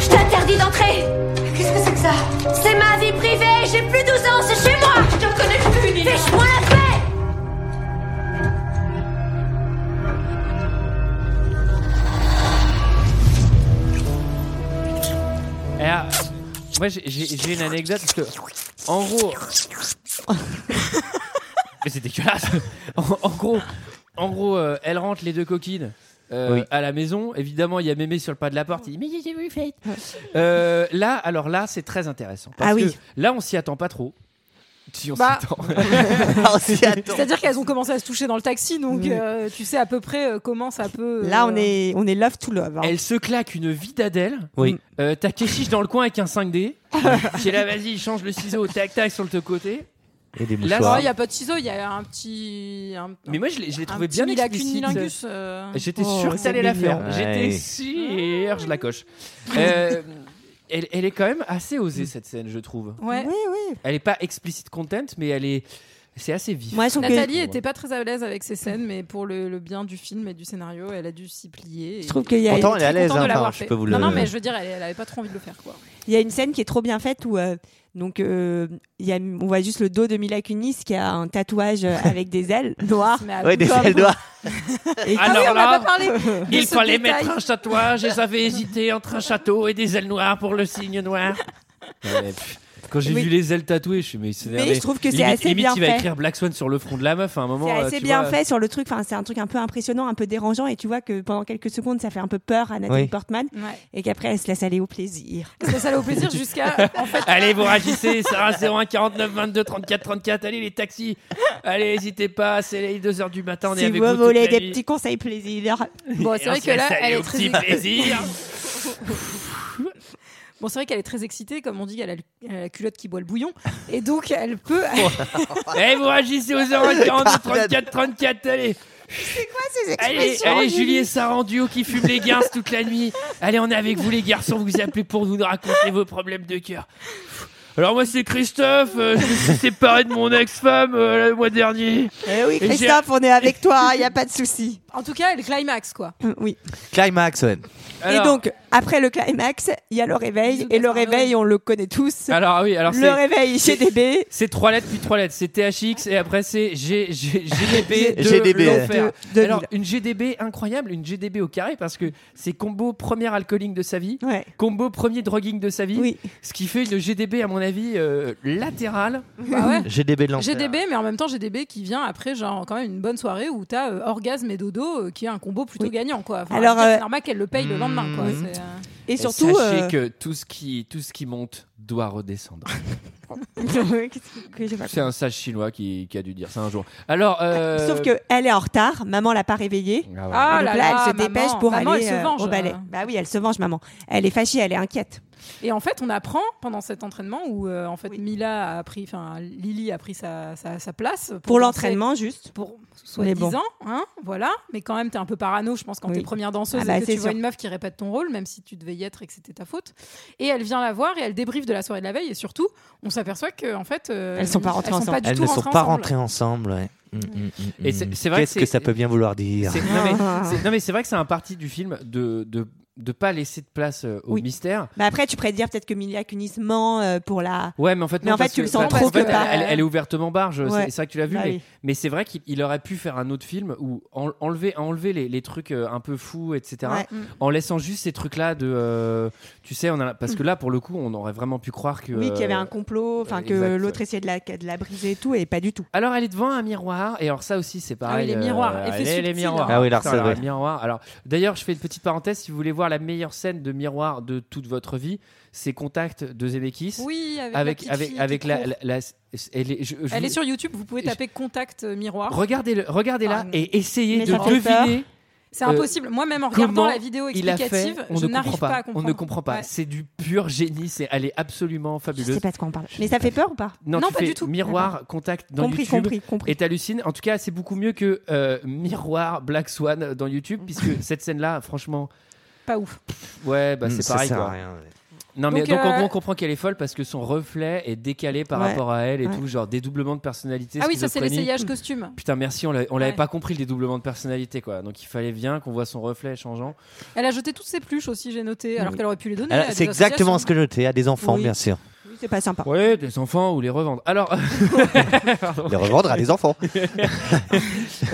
[SPEAKER 8] Je t'interdis d'entrer Qu'est-ce que c'est que ça C'est ma vie privée, j'ai plus 12 ans, c'est chez moi Je te connais plus, Nina Fais-moi la paix
[SPEAKER 1] Et là, Eh, ah, moi, j'ai- j'ai j'ai une anecdote parce que, en gros. Mais c'est dégueulasse! En, en gros, en gros euh, elles rentrent les deux coquines. euh,
[SPEAKER 6] Oui.
[SPEAKER 1] à la maison, évidemment, il y a mémé sur le pas de la porte. Il dit, mais j'ai vu fait. Euh, là, alors là, c'est très intéressant. Parce
[SPEAKER 7] Ah oui.
[SPEAKER 1] que là, on s'y attend pas trop. Si on
[SPEAKER 11] Bah.
[SPEAKER 1] s'y attend.
[SPEAKER 11] C'est-à-dire qu'elles ont commencé à se toucher dans le taxi, donc euh, tu sais à peu près euh, comment ça peut. euh,
[SPEAKER 7] Là, on est, on est love to love. hein.
[SPEAKER 1] Elle se claque une vie d'Adèle.
[SPEAKER 6] Oui.
[SPEAKER 1] Euh, T'as Keshish dans le coin avec un 5D. Qui est là, vas-y, il change le ciseau, tac tac sur le te- côté.
[SPEAKER 6] Et des
[SPEAKER 1] Là,
[SPEAKER 11] Ah, Il
[SPEAKER 6] mouchoirs.
[SPEAKER 11] n'y a pas de ciseaux, il y a un petit. un-
[SPEAKER 1] Mais moi, je l'ai je l'ai
[SPEAKER 11] un
[SPEAKER 1] trouvé
[SPEAKER 11] petit
[SPEAKER 1] bien
[SPEAKER 11] milac-
[SPEAKER 1] explicite.
[SPEAKER 11] unilingus, euh.
[SPEAKER 7] Ah.
[SPEAKER 1] J'étais
[SPEAKER 11] Oh,
[SPEAKER 1] sûr que
[SPEAKER 11] c'est
[SPEAKER 1] t'allais la
[SPEAKER 11] mignon.
[SPEAKER 1] faire. J'étais
[SPEAKER 6] Ouais.
[SPEAKER 1] sûr, je la coche. Euh, elle, elle est quand même assez osée cette scène, je trouve.
[SPEAKER 11] Ouais.
[SPEAKER 7] Oui, oui.
[SPEAKER 1] Elle est pas explicite content, mais elle est, c'est assez vif.
[SPEAKER 7] Moi, elles sont que-
[SPEAKER 11] Nathalie était pas très à l'aise avec ces scènes, mais pour le, le bien du film et du scénario, elle a dû s'y plier.
[SPEAKER 7] Je trouve qu'il y a
[SPEAKER 6] Pourtant, elle est à
[SPEAKER 11] très
[SPEAKER 6] l'aise,
[SPEAKER 11] contente de
[SPEAKER 6] hein,
[SPEAKER 11] l'avoir
[SPEAKER 6] enfin, je
[SPEAKER 11] fait.
[SPEAKER 6] peux vous
[SPEAKER 11] Non,
[SPEAKER 6] le-
[SPEAKER 11] non, mais je veux dire, elle, elle avait pas trop envie de le faire, quoi.
[SPEAKER 7] Il y a une scène qui est trop bien faite où euh, donc euh, il y a, on voit juste le dos de Mila Kunis qui a un tatouage euh, avec des ailes noires.
[SPEAKER 11] Mais à
[SPEAKER 6] Ouais,
[SPEAKER 11] bout
[SPEAKER 6] des
[SPEAKER 11] de-
[SPEAKER 6] ailes doigts.
[SPEAKER 7] Et
[SPEAKER 11] Ah oui,
[SPEAKER 1] Alors
[SPEAKER 11] on n'a
[SPEAKER 1] là,
[SPEAKER 11] pas parlé. de
[SPEAKER 1] il
[SPEAKER 11] ce
[SPEAKER 1] fallait
[SPEAKER 11] détail.
[SPEAKER 1] mettre un tatouage et j'avais hésité entre un château et des ailes noires pour le signe noir. Quand j'ai
[SPEAKER 7] Oui.
[SPEAKER 1] vu les ailes tatouées, je suis mais c'est
[SPEAKER 7] Mais
[SPEAKER 1] énervé.
[SPEAKER 7] je trouve que c'est
[SPEAKER 1] Limite-
[SPEAKER 7] assez
[SPEAKER 1] limite,
[SPEAKER 7] bien
[SPEAKER 1] il va
[SPEAKER 7] fait.
[SPEAKER 1] écrire Black Swan sur le front de la meuf à un moment.
[SPEAKER 7] C'est
[SPEAKER 1] euh,
[SPEAKER 7] assez
[SPEAKER 1] tu
[SPEAKER 7] bien
[SPEAKER 1] vois.
[SPEAKER 7] fait sur le truc. Enfin, c'est un truc un peu impressionnant, un peu dérangeant, et tu vois que pendant quelques secondes, ça fait un peu peur à Nathalie
[SPEAKER 6] Oui.
[SPEAKER 7] Portman,
[SPEAKER 11] Ouais.
[SPEAKER 7] et qu'après, elle se laisse aller au plaisir.
[SPEAKER 11] Parce que ça allait au plaisir jusqu'à. En fait,
[SPEAKER 1] Allez, vous réagissez, Sarah 01 49 22 34 34. Allez, les taxis. Allez, n'hésitez pas. C'est les 2h du matin. On est
[SPEAKER 7] Si
[SPEAKER 1] avec
[SPEAKER 7] vous
[SPEAKER 1] toute
[SPEAKER 7] voulez
[SPEAKER 1] la
[SPEAKER 7] des
[SPEAKER 1] nuit.
[SPEAKER 7] petits conseils plaisir,
[SPEAKER 11] bon,
[SPEAKER 1] Et
[SPEAKER 11] c'est
[SPEAKER 1] on
[SPEAKER 11] vrai
[SPEAKER 1] se
[SPEAKER 11] que là,
[SPEAKER 1] laisse aller
[SPEAKER 11] elle
[SPEAKER 1] au
[SPEAKER 11] est
[SPEAKER 1] petit
[SPEAKER 11] très.
[SPEAKER 1] plaisir.
[SPEAKER 11] Bon, c'est vrai qu'elle est très excitée, comme on dit, elle a, le- elle a la culotte qui boit le bouillon, et donc elle peut.
[SPEAKER 1] Allez, Eh, vous réagissez aux 01 49 34 34. Allez. Allez, allez Julie et Sarah en duo qui fument les guinces toute la nuit. Allez, on est avec vous les garçons, vous appelez pour nous raconter vos problèmes de cœur. Alors moi c'est Christophe, euh, je me suis séparé de mon ex-femme euh, le mois dernier.
[SPEAKER 7] Eh oui,
[SPEAKER 1] Et
[SPEAKER 7] Christophe, on est avec toi, il n'y a pas de souci.
[SPEAKER 11] En tout cas, elle climax, quoi.
[SPEAKER 7] Euh, Oui.
[SPEAKER 6] Climax, ouais.
[SPEAKER 1] Alors-
[SPEAKER 7] Et donc, après le climax, il y a le réveil,
[SPEAKER 11] Bisous,
[SPEAKER 7] et le
[SPEAKER 11] Gaspard,
[SPEAKER 7] réveil,
[SPEAKER 11] oui.
[SPEAKER 7] on le connaît tous.
[SPEAKER 1] Alors ah oui, alors
[SPEAKER 7] Le
[SPEAKER 1] c'est
[SPEAKER 7] réveil chez DB.
[SPEAKER 1] c'est trois lettres puis trois lettres, c'est THX et après c'est G, G- GDB de
[SPEAKER 6] GDB,
[SPEAKER 1] l'enfer.
[SPEAKER 7] de- de
[SPEAKER 1] Alors
[SPEAKER 7] Lille.
[SPEAKER 1] une GDB incroyable, une GDB au carré parce que c'est combo premier alcoolique de sa vie,
[SPEAKER 7] Ouais.
[SPEAKER 1] combo premier droguing de sa vie,
[SPEAKER 7] Oui.
[SPEAKER 1] ce qui fait une GDB à mon avis euh, latérale.
[SPEAKER 11] Bah ouais.
[SPEAKER 6] GDB de l'enfer.
[SPEAKER 11] GDB, mais en même temps, GDB qui vient après, genre, quand même une bonne soirée où t'as euh, orgasme et dodo, euh, qui est un combo plutôt
[SPEAKER 7] Oui.
[SPEAKER 11] gagnant, quoi. Enfin,
[SPEAKER 7] Alors,
[SPEAKER 11] je veux dire,
[SPEAKER 7] euh, Mhm.
[SPEAKER 11] c'est normal qu'elle le paye le lendemain, quoi.
[SPEAKER 7] oui.
[SPEAKER 11] C'est, euh,
[SPEAKER 7] Et
[SPEAKER 1] Et
[SPEAKER 7] surtout.
[SPEAKER 1] sachez
[SPEAKER 7] euh, Ah,
[SPEAKER 1] que tout ce qui tout ce qui monte doit redescendre.
[SPEAKER 7] Qu'est-ce que j'ai pas
[SPEAKER 1] C'est un sage chinois qui, qui a dû dire ça un jour. Alors euh,
[SPEAKER 7] Sauf que elle est en retard, maman l'a pas réveillée.
[SPEAKER 1] Ah ouais.
[SPEAKER 11] Ah
[SPEAKER 7] Et
[SPEAKER 11] là
[SPEAKER 7] donc là,
[SPEAKER 11] là,
[SPEAKER 7] elle se
[SPEAKER 11] maman.
[SPEAKER 7] dépêche pour
[SPEAKER 11] Maman,
[SPEAKER 7] aller
[SPEAKER 11] elle se
[SPEAKER 7] euh,
[SPEAKER 11] venge,
[SPEAKER 7] au ballet.
[SPEAKER 11] euh.
[SPEAKER 7] Bah oui, elle se venge, maman. Elle est fâchée, elle est inquiète.
[SPEAKER 11] Et en fait, on apprend pendant cet entraînement où, euh, en fait,
[SPEAKER 7] Oui.
[SPEAKER 11] Mila a pris, enfin, Lily a pris sa, sa, sa place.
[SPEAKER 7] Pour
[SPEAKER 11] danser-
[SPEAKER 7] l'entraînement, juste.
[SPEAKER 11] Pour
[SPEAKER 7] Mais
[SPEAKER 11] soi-disant, hein, voilà. Mais quand même, t'es un peu parano, je pense, quand
[SPEAKER 7] Oui.
[SPEAKER 11] t'es première danseuse
[SPEAKER 7] Ah bah,
[SPEAKER 11] et que
[SPEAKER 7] c'est
[SPEAKER 11] tu vois
[SPEAKER 7] sûr.
[SPEAKER 11] une meuf qui répète ton rôle, même si tu devais y être et que c'était ta faute. Et elle vient la voir et elle débriefe de la soirée de la veille. Et surtout, on s'aperçoit que, en fait, euh,
[SPEAKER 7] Elles sont pas rentrées ensemble.
[SPEAKER 11] pas du
[SPEAKER 6] Elles
[SPEAKER 11] tout
[SPEAKER 6] ne sont pas
[SPEAKER 11] ensemble.
[SPEAKER 6] rentrées ensemble, ouais. Mm, mm, mm,
[SPEAKER 1] Et c'est-
[SPEAKER 6] mm.
[SPEAKER 1] c'est vrai que
[SPEAKER 6] Qu'est-ce que
[SPEAKER 1] c'est-
[SPEAKER 6] ça peut bien vouloir dire
[SPEAKER 1] c'est- non,
[SPEAKER 7] Ah.
[SPEAKER 1] mais, c'est- non, mais c'est vrai que c'est un parti du film de de de pas laisser de place euh, au
[SPEAKER 7] Oui.
[SPEAKER 1] mystère.
[SPEAKER 7] Mais Bah après, tu pourrais dire peut-être que Mila Kunis ment euh, pour la.
[SPEAKER 1] Ouais, mais en fait,
[SPEAKER 7] Mais en
[SPEAKER 1] non,
[SPEAKER 7] fait,
[SPEAKER 1] parce
[SPEAKER 7] tu le
[SPEAKER 1] que-
[SPEAKER 7] sens
[SPEAKER 1] parce
[SPEAKER 11] trop
[SPEAKER 1] qu'en
[SPEAKER 11] que-
[SPEAKER 1] fait, elle, elle est ouvertement barge. c'est-
[SPEAKER 7] Ouais.
[SPEAKER 1] C'est ça que tu l'as vu,
[SPEAKER 7] Bah
[SPEAKER 1] mais
[SPEAKER 7] oui.
[SPEAKER 1] Mais c'est vrai qu'il il aurait pu faire un autre film où en- enlever, enlever les, les trucs euh, un peu fous, etc.
[SPEAKER 7] Ouais.
[SPEAKER 11] Mm.
[SPEAKER 1] En laissant juste ces trucs-là de. euh, tu sais, on a, parce que là, pour le coup, on aurait vraiment pu croire que.
[SPEAKER 7] Oui, qu'il y avait
[SPEAKER 1] euh,
[SPEAKER 7] un complot, enfin
[SPEAKER 1] exact,
[SPEAKER 7] que l'autre essayait de la, de la briser et tout, et pas du tout.
[SPEAKER 1] Alors, elle est devant un miroir, et alors, ça aussi, c'est pareil. euh,
[SPEAKER 11] Ah oui, les miroirs, effet
[SPEAKER 1] les, les
[SPEAKER 11] subtil,
[SPEAKER 1] miroirs.
[SPEAKER 11] hein.
[SPEAKER 6] Ah oui, alors
[SPEAKER 1] Putain,
[SPEAKER 6] ça,
[SPEAKER 1] alors,
[SPEAKER 6] ouais.
[SPEAKER 1] les miroirs. Alors, d'ailleurs, je fais une petite parenthèse. Si vous voulez voir la meilleure scène de miroir de toute votre vie, c'est Contact de Zemeckis.
[SPEAKER 11] Oui, avec,
[SPEAKER 1] avec,
[SPEAKER 11] la petite
[SPEAKER 1] avec,
[SPEAKER 11] fille
[SPEAKER 1] avec
[SPEAKER 11] qui
[SPEAKER 1] la.
[SPEAKER 11] court.
[SPEAKER 1] la- la- elle est, je- je
[SPEAKER 11] Elle
[SPEAKER 1] vous-
[SPEAKER 11] est sur YouTube, vous pouvez
[SPEAKER 1] je-
[SPEAKER 11] taper contact euh, miroir.
[SPEAKER 1] Regardez-le, regardez-la
[SPEAKER 11] Ah, non.
[SPEAKER 1] et essayez
[SPEAKER 7] Mais
[SPEAKER 1] de
[SPEAKER 7] ça fait peur.
[SPEAKER 1] deviner
[SPEAKER 11] C'est impossible. Moi, même en regardant
[SPEAKER 1] comment
[SPEAKER 11] la vidéo
[SPEAKER 1] il a fait,
[SPEAKER 11] explicative,
[SPEAKER 1] on
[SPEAKER 11] je
[SPEAKER 1] ne
[SPEAKER 11] n'arrive
[SPEAKER 1] comprend pas,
[SPEAKER 11] pas à
[SPEAKER 1] On
[SPEAKER 11] comprendre.
[SPEAKER 1] ne comprend pas.
[SPEAKER 11] Ouais.
[SPEAKER 1] C'est du pur génie. C'est, elle est absolument fabuleuse.
[SPEAKER 7] Je sais pas de quoi on parle. Mais ça fait peur ou pas
[SPEAKER 1] Non, tu
[SPEAKER 7] pas
[SPEAKER 1] fais
[SPEAKER 7] du tout.
[SPEAKER 1] Miroir,
[SPEAKER 7] D'accord.
[SPEAKER 1] contact dans
[SPEAKER 7] Compris,
[SPEAKER 1] YouTube.
[SPEAKER 7] compris, compris.
[SPEAKER 1] Et t'hallucines. En tout cas, c'est beaucoup mieux que euh, Miroir, Black Swan dans YouTube, puisque cette scène-là, franchement,
[SPEAKER 11] Pas ouf.
[SPEAKER 1] ouais, bah,
[SPEAKER 12] Mm,
[SPEAKER 1] c'est
[SPEAKER 12] ça
[SPEAKER 1] pareil.
[SPEAKER 12] sert
[SPEAKER 1] quoi.
[SPEAKER 12] à rien, ouais.
[SPEAKER 1] Non, mais
[SPEAKER 11] Donc,
[SPEAKER 1] donc en
[SPEAKER 11] euh,
[SPEAKER 1] gros, on comprend qu'elle est folle parce que son reflet est décalé par
[SPEAKER 11] Ouais.
[SPEAKER 1] rapport à elle et
[SPEAKER 11] Ouais.
[SPEAKER 1] tout, genre dédoublement de personnalité.
[SPEAKER 11] Ah oui, ça c'est
[SPEAKER 1] schizophrénie.
[SPEAKER 11] l'essayage costume.
[SPEAKER 1] Putain, merci, on l'a- on l'avait
[SPEAKER 11] Ouais.
[SPEAKER 1] pas compris le dédoublement de personnalité, quoi. Donc il fallait bien qu'on voit son reflet changeant.
[SPEAKER 11] Elle a jeté toutes ses pluches aussi, j'ai noté, alors qu'elle aurait pu les donner.
[SPEAKER 6] Alors, C'est exactement ce que je notais à des enfants,
[SPEAKER 1] Oui.
[SPEAKER 6] bien sûr.
[SPEAKER 7] C'est pas sympa.
[SPEAKER 1] Ouais, des enfants ou les revendre. Alors, Pardon.
[SPEAKER 6] Les revendre à des enfants.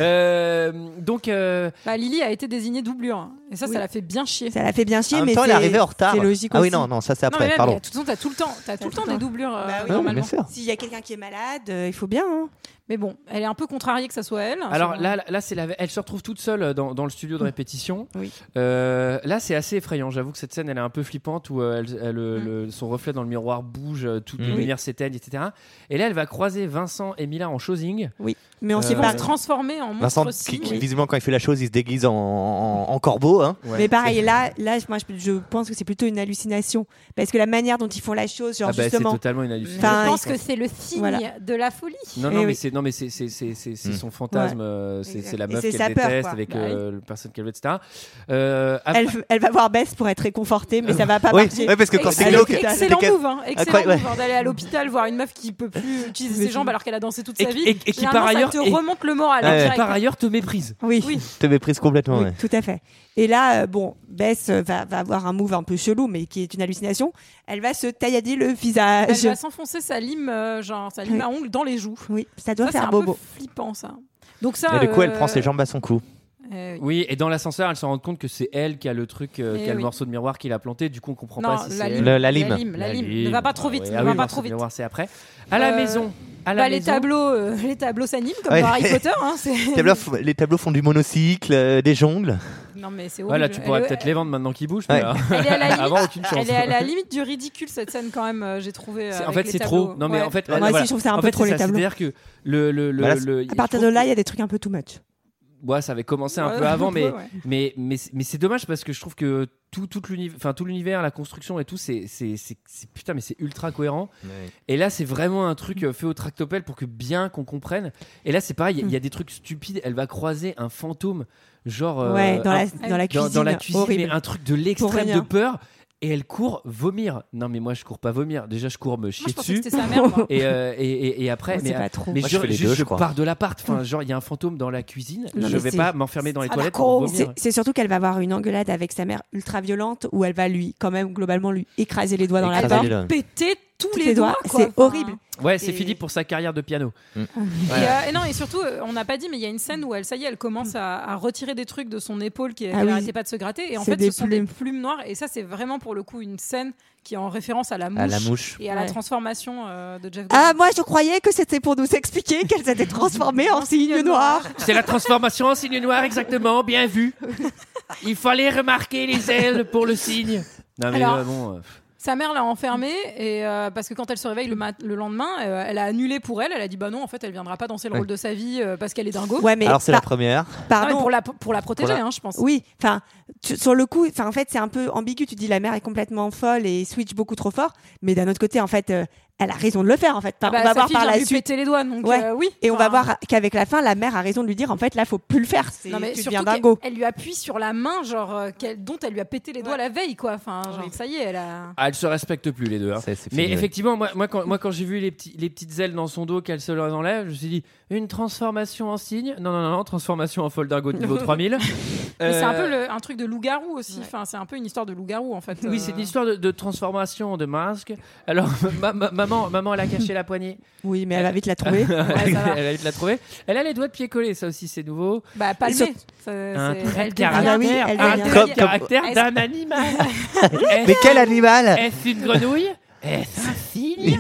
[SPEAKER 1] Euh, donc, euh,
[SPEAKER 11] Bah, Lily a été désignée doublure. hein. Et ça, ça l'a fait bien chier.
[SPEAKER 7] Ça l'a fait bien chier,
[SPEAKER 6] En même
[SPEAKER 7] mais
[SPEAKER 6] temps, elle est
[SPEAKER 7] c'est-
[SPEAKER 6] arrivée en retard.
[SPEAKER 7] C'est logique
[SPEAKER 6] Ah oui,
[SPEAKER 7] aussi.
[SPEAKER 6] non, non, ça, c'est après,
[SPEAKER 11] mais même,
[SPEAKER 6] pardon.
[SPEAKER 11] y
[SPEAKER 6] Ah
[SPEAKER 11] a- De toute façon, t'as tout le temps, t'as tout le temps des doublures. euh,
[SPEAKER 1] Bah
[SPEAKER 6] oui,
[SPEAKER 11] normalement.
[SPEAKER 6] bien sûr.
[SPEAKER 7] S'il y a quelqu'un qui est malade, euh, il faut bien. hein.
[SPEAKER 11] Mais bon, elle est un peu contrariée que ça soit elle. hein, euh,
[SPEAKER 1] alors
[SPEAKER 11] sûrement.
[SPEAKER 1] là, là, c'est la... elle se retrouve toute seule dans, dans le studio de répétition.
[SPEAKER 7] Oui.
[SPEAKER 1] Euh, là, c'est assez effrayant. J'avoue que cette scène, elle est un peu flippante où euh, elle- elle, euh, le- son reflet dans le miroir bouge, euh, toutes les
[SPEAKER 7] Mm.
[SPEAKER 1] lumières s'éteignent, etc. Et là, elle va croiser Vincent et Mila en choosing.
[SPEAKER 7] Oui. Mais
[SPEAKER 1] Euh,
[SPEAKER 11] Ils vont se transformer
[SPEAKER 7] Mmh.
[SPEAKER 11] en
[SPEAKER 6] Vincent,
[SPEAKER 11] monstre
[SPEAKER 6] qui, qui,
[SPEAKER 11] signe.
[SPEAKER 6] visiblement, quand il fait la chose, il se déguise en, en- en corbeau. hein.
[SPEAKER 7] mais pareil, là, là, moi, je, je pense que c'est plutôt une hallucination, parce que la manière dont ils font la chose, genre
[SPEAKER 1] Ah bah, c'est
[SPEAKER 7] justement.
[SPEAKER 1] totalement une hallucination.
[SPEAKER 7] Enfin,
[SPEAKER 1] Je
[SPEAKER 11] pense
[SPEAKER 7] ils-
[SPEAKER 11] que c'est le signe
[SPEAKER 7] Voilà.
[SPEAKER 11] de la folie.
[SPEAKER 1] Non, non,
[SPEAKER 7] Eh
[SPEAKER 1] mais
[SPEAKER 7] oui.
[SPEAKER 1] c'est non, mais c'est c'est c'est c'est c'est
[SPEAKER 6] Mm.
[SPEAKER 1] son fantasme. euh, c'est
[SPEAKER 7] Exact.
[SPEAKER 1] c'est la
[SPEAKER 7] Et
[SPEAKER 1] meuf
[SPEAKER 7] c'est
[SPEAKER 1] qu'elle
[SPEAKER 7] sa peur,
[SPEAKER 1] déteste
[SPEAKER 7] quoi.
[SPEAKER 1] avec
[SPEAKER 7] Bah
[SPEAKER 1] euh, le personne qu'elle veut, etc. Euh, après-
[SPEAKER 7] Elle, elle va voir Bess pour être réconfortée,
[SPEAKER 1] Ah
[SPEAKER 7] mais
[SPEAKER 1] bah,
[SPEAKER 7] ça va pas
[SPEAKER 6] Oui,
[SPEAKER 7] marcher.
[SPEAKER 6] ouais, parce que quand c'est
[SPEAKER 7] Elle est
[SPEAKER 6] glauque,
[SPEAKER 7] hôpital.
[SPEAKER 11] Excellent
[SPEAKER 6] C'était-
[SPEAKER 11] move, hein. excellent
[SPEAKER 6] Incroyable,
[SPEAKER 11] move,
[SPEAKER 6] ouais.
[SPEAKER 11] hein, d'aller à l'hôpital voir une meuf qui peut plus utiliser ses jambes alors qu'elle a dansé toute
[SPEAKER 1] Et
[SPEAKER 11] sa
[SPEAKER 1] qui-
[SPEAKER 11] vie.
[SPEAKER 1] et- et qui,
[SPEAKER 11] Généralement,
[SPEAKER 1] par ailleurs,
[SPEAKER 11] ça te
[SPEAKER 1] et-
[SPEAKER 11] remonte le moral.
[SPEAKER 6] Ouais.
[SPEAKER 11] hein, direct.
[SPEAKER 1] par ailleurs te méprise.
[SPEAKER 7] Oui.
[SPEAKER 11] Oui.
[SPEAKER 6] Je te méprise complètement. ouais.
[SPEAKER 7] Tout à fait. Et là, euh, bon, Bess euh, va, va avoir un move un peu chelou, mais qui est une hallucination. Elle va se taillader le
[SPEAKER 11] Elle
[SPEAKER 7] visage.
[SPEAKER 11] va s'enfoncer sa lime, euh, genre sa lime
[SPEAKER 7] Oui.
[SPEAKER 11] à ongles dans les joues.
[SPEAKER 7] Oui, ça doit
[SPEAKER 11] Ça c'est
[SPEAKER 7] faire
[SPEAKER 11] un
[SPEAKER 7] bobo.
[SPEAKER 11] peu flippant ça. Donc ça.
[SPEAKER 6] Et du coup, elle
[SPEAKER 11] euh,
[SPEAKER 6] prend ses jambes à son cou.
[SPEAKER 11] euh, oui.
[SPEAKER 1] Oui, et dans l'ascenseur, elle se rend compte que c'est elle qui a le truc, euh,
[SPEAKER 11] Eh
[SPEAKER 1] qui a le
[SPEAKER 11] oui.
[SPEAKER 1] morceau de miroir qu'il a planté. Du coup, on comprend
[SPEAKER 11] Non,
[SPEAKER 1] pas si
[SPEAKER 11] la
[SPEAKER 1] c'est
[SPEAKER 11] lime.
[SPEAKER 1] elle.
[SPEAKER 6] Le- la lime.
[SPEAKER 11] La lime, la lime. Ne va pas trop vite.
[SPEAKER 1] Ah
[SPEAKER 11] ne
[SPEAKER 1] oui,
[SPEAKER 11] va
[SPEAKER 1] le
[SPEAKER 11] pas
[SPEAKER 1] morceau
[SPEAKER 11] trop
[SPEAKER 1] de
[SPEAKER 11] vite.
[SPEAKER 1] miroir, c'est après. À la
[SPEAKER 11] Euh,
[SPEAKER 1] maison. À la
[SPEAKER 11] Bah, les
[SPEAKER 1] maison.
[SPEAKER 11] tableaux, euh, les tableaux s'animent comme
[SPEAKER 6] Ouais.
[SPEAKER 11] dans Harry Potter. Hein, c'est-
[SPEAKER 6] Les tableaux, f- les tableaux font du monocycle, euh, des jongles.
[SPEAKER 11] Non mais c'est
[SPEAKER 1] Ouais,
[SPEAKER 11] horrible.
[SPEAKER 1] là, tu pourrais
[SPEAKER 11] Elle-
[SPEAKER 1] peut-être les vendre maintenant qu'ils bougent.
[SPEAKER 6] Ouais.
[SPEAKER 1] mais, euh,
[SPEAKER 11] euh, Elle est à la limite,
[SPEAKER 1] Avant, aucune chance.
[SPEAKER 11] elle est à la limite du ridicule cette scène quand même. euh, J'ai trouvé. euh,
[SPEAKER 1] C'est- En
[SPEAKER 11] avec
[SPEAKER 1] fait,
[SPEAKER 11] les
[SPEAKER 1] c'est
[SPEAKER 11] tableaux.
[SPEAKER 1] trop. Non, mais
[SPEAKER 11] Ouais.
[SPEAKER 1] en fait,
[SPEAKER 6] Ouais,
[SPEAKER 1] euh,
[SPEAKER 7] Moi
[SPEAKER 1] voilà.
[SPEAKER 7] aussi, je trouve ça un
[SPEAKER 1] En
[SPEAKER 7] peu
[SPEAKER 1] fait,
[SPEAKER 7] trop
[SPEAKER 1] c'est
[SPEAKER 7] les
[SPEAKER 1] ça,
[SPEAKER 7] tableaux.
[SPEAKER 1] C'est-à-dire que le, le, le,
[SPEAKER 6] Voilà,
[SPEAKER 1] le-
[SPEAKER 7] À partir de là, il y a des trucs un peu too much.
[SPEAKER 1] Ouais, ça avait commencé un
[SPEAKER 11] Ouais,
[SPEAKER 1] peu avant,
[SPEAKER 11] un peu,
[SPEAKER 1] mais,
[SPEAKER 11] ouais.
[SPEAKER 1] mais, mais, c'est- mais c'est dommage parce que je trouve que tout, tout l'univers, enfin, tout l'univers, la construction et tout, c'est, c'est, c'est- c'est- putain, mais c'est ultra cohérent. Et là, c'est vraiment un truc euh, fait au tractopelle pour que bien qu'on comprenne. Et là, c'est pareil, il y a des trucs stupides. Elle va croiser un fantôme, genre euh,
[SPEAKER 7] ouais, dans la,
[SPEAKER 1] un-
[SPEAKER 7] dans la
[SPEAKER 1] dans-
[SPEAKER 7] cuisine.
[SPEAKER 1] dans la cuisine,
[SPEAKER 7] horrible.
[SPEAKER 1] mais un truc de l'extrême
[SPEAKER 7] rien.
[SPEAKER 1] de peur. Et elle court vomir. Non, mais moi, je cours pas vomir. Déjà, je cours me chier
[SPEAKER 11] Moi, je pensais que
[SPEAKER 1] dessus.
[SPEAKER 11] c'était sa mère. moi.
[SPEAKER 1] Et, euh, et, et, et après,
[SPEAKER 7] On
[SPEAKER 1] mais, euh,
[SPEAKER 7] sait Oh, pas trop.
[SPEAKER 1] mais
[SPEAKER 6] Moi,
[SPEAKER 1] je,
[SPEAKER 6] je fais les
[SPEAKER 1] juste,
[SPEAKER 6] deux,
[SPEAKER 1] je
[SPEAKER 6] je crois.
[SPEAKER 1] pars de l'appart. Enfin, genre, il y a un fantôme dans la cuisine.
[SPEAKER 7] Non,
[SPEAKER 1] je
[SPEAKER 7] mais
[SPEAKER 1] vais
[SPEAKER 7] c'est-
[SPEAKER 1] pas m'enfermer dans les
[SPEAKER 11] Ah,
[SPEAKER 1] toilettes
[SPEAKER 11] d'accord.
[SPEAKER 1] pour
[SPEAKER 7] C'est
[SPEAKER 1] vomir.
[SPEAKER 7] c'est surtout qu'elle va avoir une engueulade avec sa mère ultra violente où elle va lui, quand même, globalement, lui écraser les doigts dans la
[SPEAKER 6] Écraser
[SPEAKER 7] porte.
[SPEAKER 6] les doigts.
[SPEAKER 11] Péter tous
[SPEAKER 7] Tous
[SPEAKER 11] les,
[SPEAKER 7] les doigts,
[SPEAKER 11] quoi.
[SPEAKER 7] c'est
[SPEAKER 11] Enfin,
[SPEAKER 7] horrible.
[SPEAKER 1] Ouais, c'est
[SPEAKER 7] Et-
[SPEAKER 1] Philippe pour sa carrière de piano.
[SPEAKER 11] Et, euh, et non, et surtout, euh, on n'a pas dit, mais il y a une scène où elle, ça y est, elle commence à, à retirer des trucs de son épaule qui
[SPEAKER 7] Ah
[SPEAKER 11] elle
[SPEAKER 7] oui.
[SPEAKER 11] n'arrêtait pas de se gratter. Et en
[SPEAKER 7] C'est
[SPEAKER 11] fait,
[SPEAKER 7] des
[SPEAKER 11] ce sont
[SPEAKER 7] plumes.
[SPEAKER 11] des plumes noires. Et ça, c'est vraiment pour le coup une scène qui est en référence à la mouche,
[SPEAKER 6] euh, À la mouche.
[SPEAKER 11] et à la
[SPEAKER 7] Ouais.
[SPEAKER 11] transformation euh, de Jeff.
[SPEAKER 7] Ah, moi, je croyais que c'était pour nous expliquer qu'elle s'était transformée en signe noir.
[SPEAKER 1] C'est la transformation en signe noir, exactement. Bien vu. Il fallait remarquer les ailes pour le signe. Non, mais
[SPEAKER 11] Alors-
[SPEAKER 1] là, bon. euh,
[SPEAKER 11] Sa mère l'a enfermée et euh, parce que quand elle se réveille le, mat- le lendemain, euh, elle a annulé pour elle. Elle a dit bah non, en fait, elle viendra pas danser le
[SPEAKER 6] Ouais.
[SPEAKER 11] rôle de sa vie euh, parce qu'elle est dingo.
[SPEAKER 7] Ouais, mais
[SPEAKER 6] Alors, c'est
[SPEAKER 7] par-
[SPEAKER 6] la première.
[SPEAKER 11] Non, mais
[SPEAKER 7] pardon.
[SPEAKER 11] pour la pour la protéger,
[SPEAKER 6] Voilà.
[SPEAKER 11] hein, je pense.
[SPEAKER 7] Oui, enfin, tu- sur le coup, enfin, en fait, c'est un peu ambigu. Tu dis la mère est complètement folle et switch beaucoup trop fort, mais d'un autre côté, en fait, euh, elle a raison de le faire. En fait, Enfin,
[SPEAKER 11] Bah,
[SPEAKER 7] on va
[SPEAKER 11] sa
[SPEAKER 7] voir
[SPEAKER 11] fille
[SPEAKER 7] par
[SPEAKER 11] vient de
[SPEAKER 7] la
[SPEAKER 11] lui
[SPEAKER 7] suite.
[SPEAKER 11] péter les doigts, donc
[SPEAKER 7] Ouais.
[SPEAKER 11] euh, oui.
[SPEAKER 7] Et on
[SPEAKER 11] Enfin,
[SPEAKER 7] va voir qu'avec la fin, la mère a raison de lui dire en fait là, faut plus le faire. C'est-
[SPEAKER 11] Non mais
[SPEAKER 7] tu
[SPEAKER 11] surtout
[SPEAKER 7] deviens
[SPEAKER 11] qu'elle-
[SPEAKER 7] dingo.
[SPEAKER 11] elle lui appuie sur la main genre euh, qu'elle- dont elle lui a pété les doigts la veille quoi. Enfin genre, ça y est elle a.
[SPEAKER 1] Ah, elles se respectent plus, les deux. hein.
[SPEAKER 6] C'est- c'est
[SPEAKER 1] Mais
[SPEAKER 6] fini, ouais.
[SPEAKER 1] effectivement, moi, moi, quand, moi, quand j'ai vu les, petits, les petites ailes dans son dos qu'elle se leur enlève, je me suis dit une transformation en signe Non, non, non, non, transformation en folle d'argot de niveau 3000.
[SPEAKER 11] Mais c'est un
[SPEAKER 1] Euh,
[SPEAKER 11] peu le- un truc de loup-garou aussi. Enfin c'est un peu une histoire de loup-garou en fait.
[SPEAKER 1] Oui,
[SPEAKER 11] euh.
[SPEAKER 1] c'est une histoire de, de transformation de masque. Alors, ma- ma- maman, maman, elle a caché la poignée.
[SPEAKER 7] Oui, mais elle va vite la trouver.
[SPEAKER 1] elle,
[SPEAKER 11] ça va.
[SPEAKER 1] a eu de la trouver. Elle a les doigts de pied collés, ça aussi, c'est nouveau.
[SPEAKER 11] Bah palmée.
[SPEAKER 7] Surtout-
[SPEAKER 11] Ça,
[SPEAKER 1] Un
[SPEAKER 11] c'est-
[SPEAKER 1] trait
[SPEAKER 11] elle devient-
[SPEAKER 1] de caractère,
[SPEAKER 7] Ah oui, elle
[SPEAKER 1] un
[SPEAKER 7] devient-
[SPEAKER 1] trait de
[SPEAKER 6] Comme-
[SPEAKER 1] caractère
[SPEAKER 11] comme-
[SPEAKER 1] d'un animal.
[SPEAKER 6] Mais
[SPEAKER 1] Est-ce
[SPEAKER 6] quel animal
[SPEAKER 1] est-ce une grenouille Est-ce un signe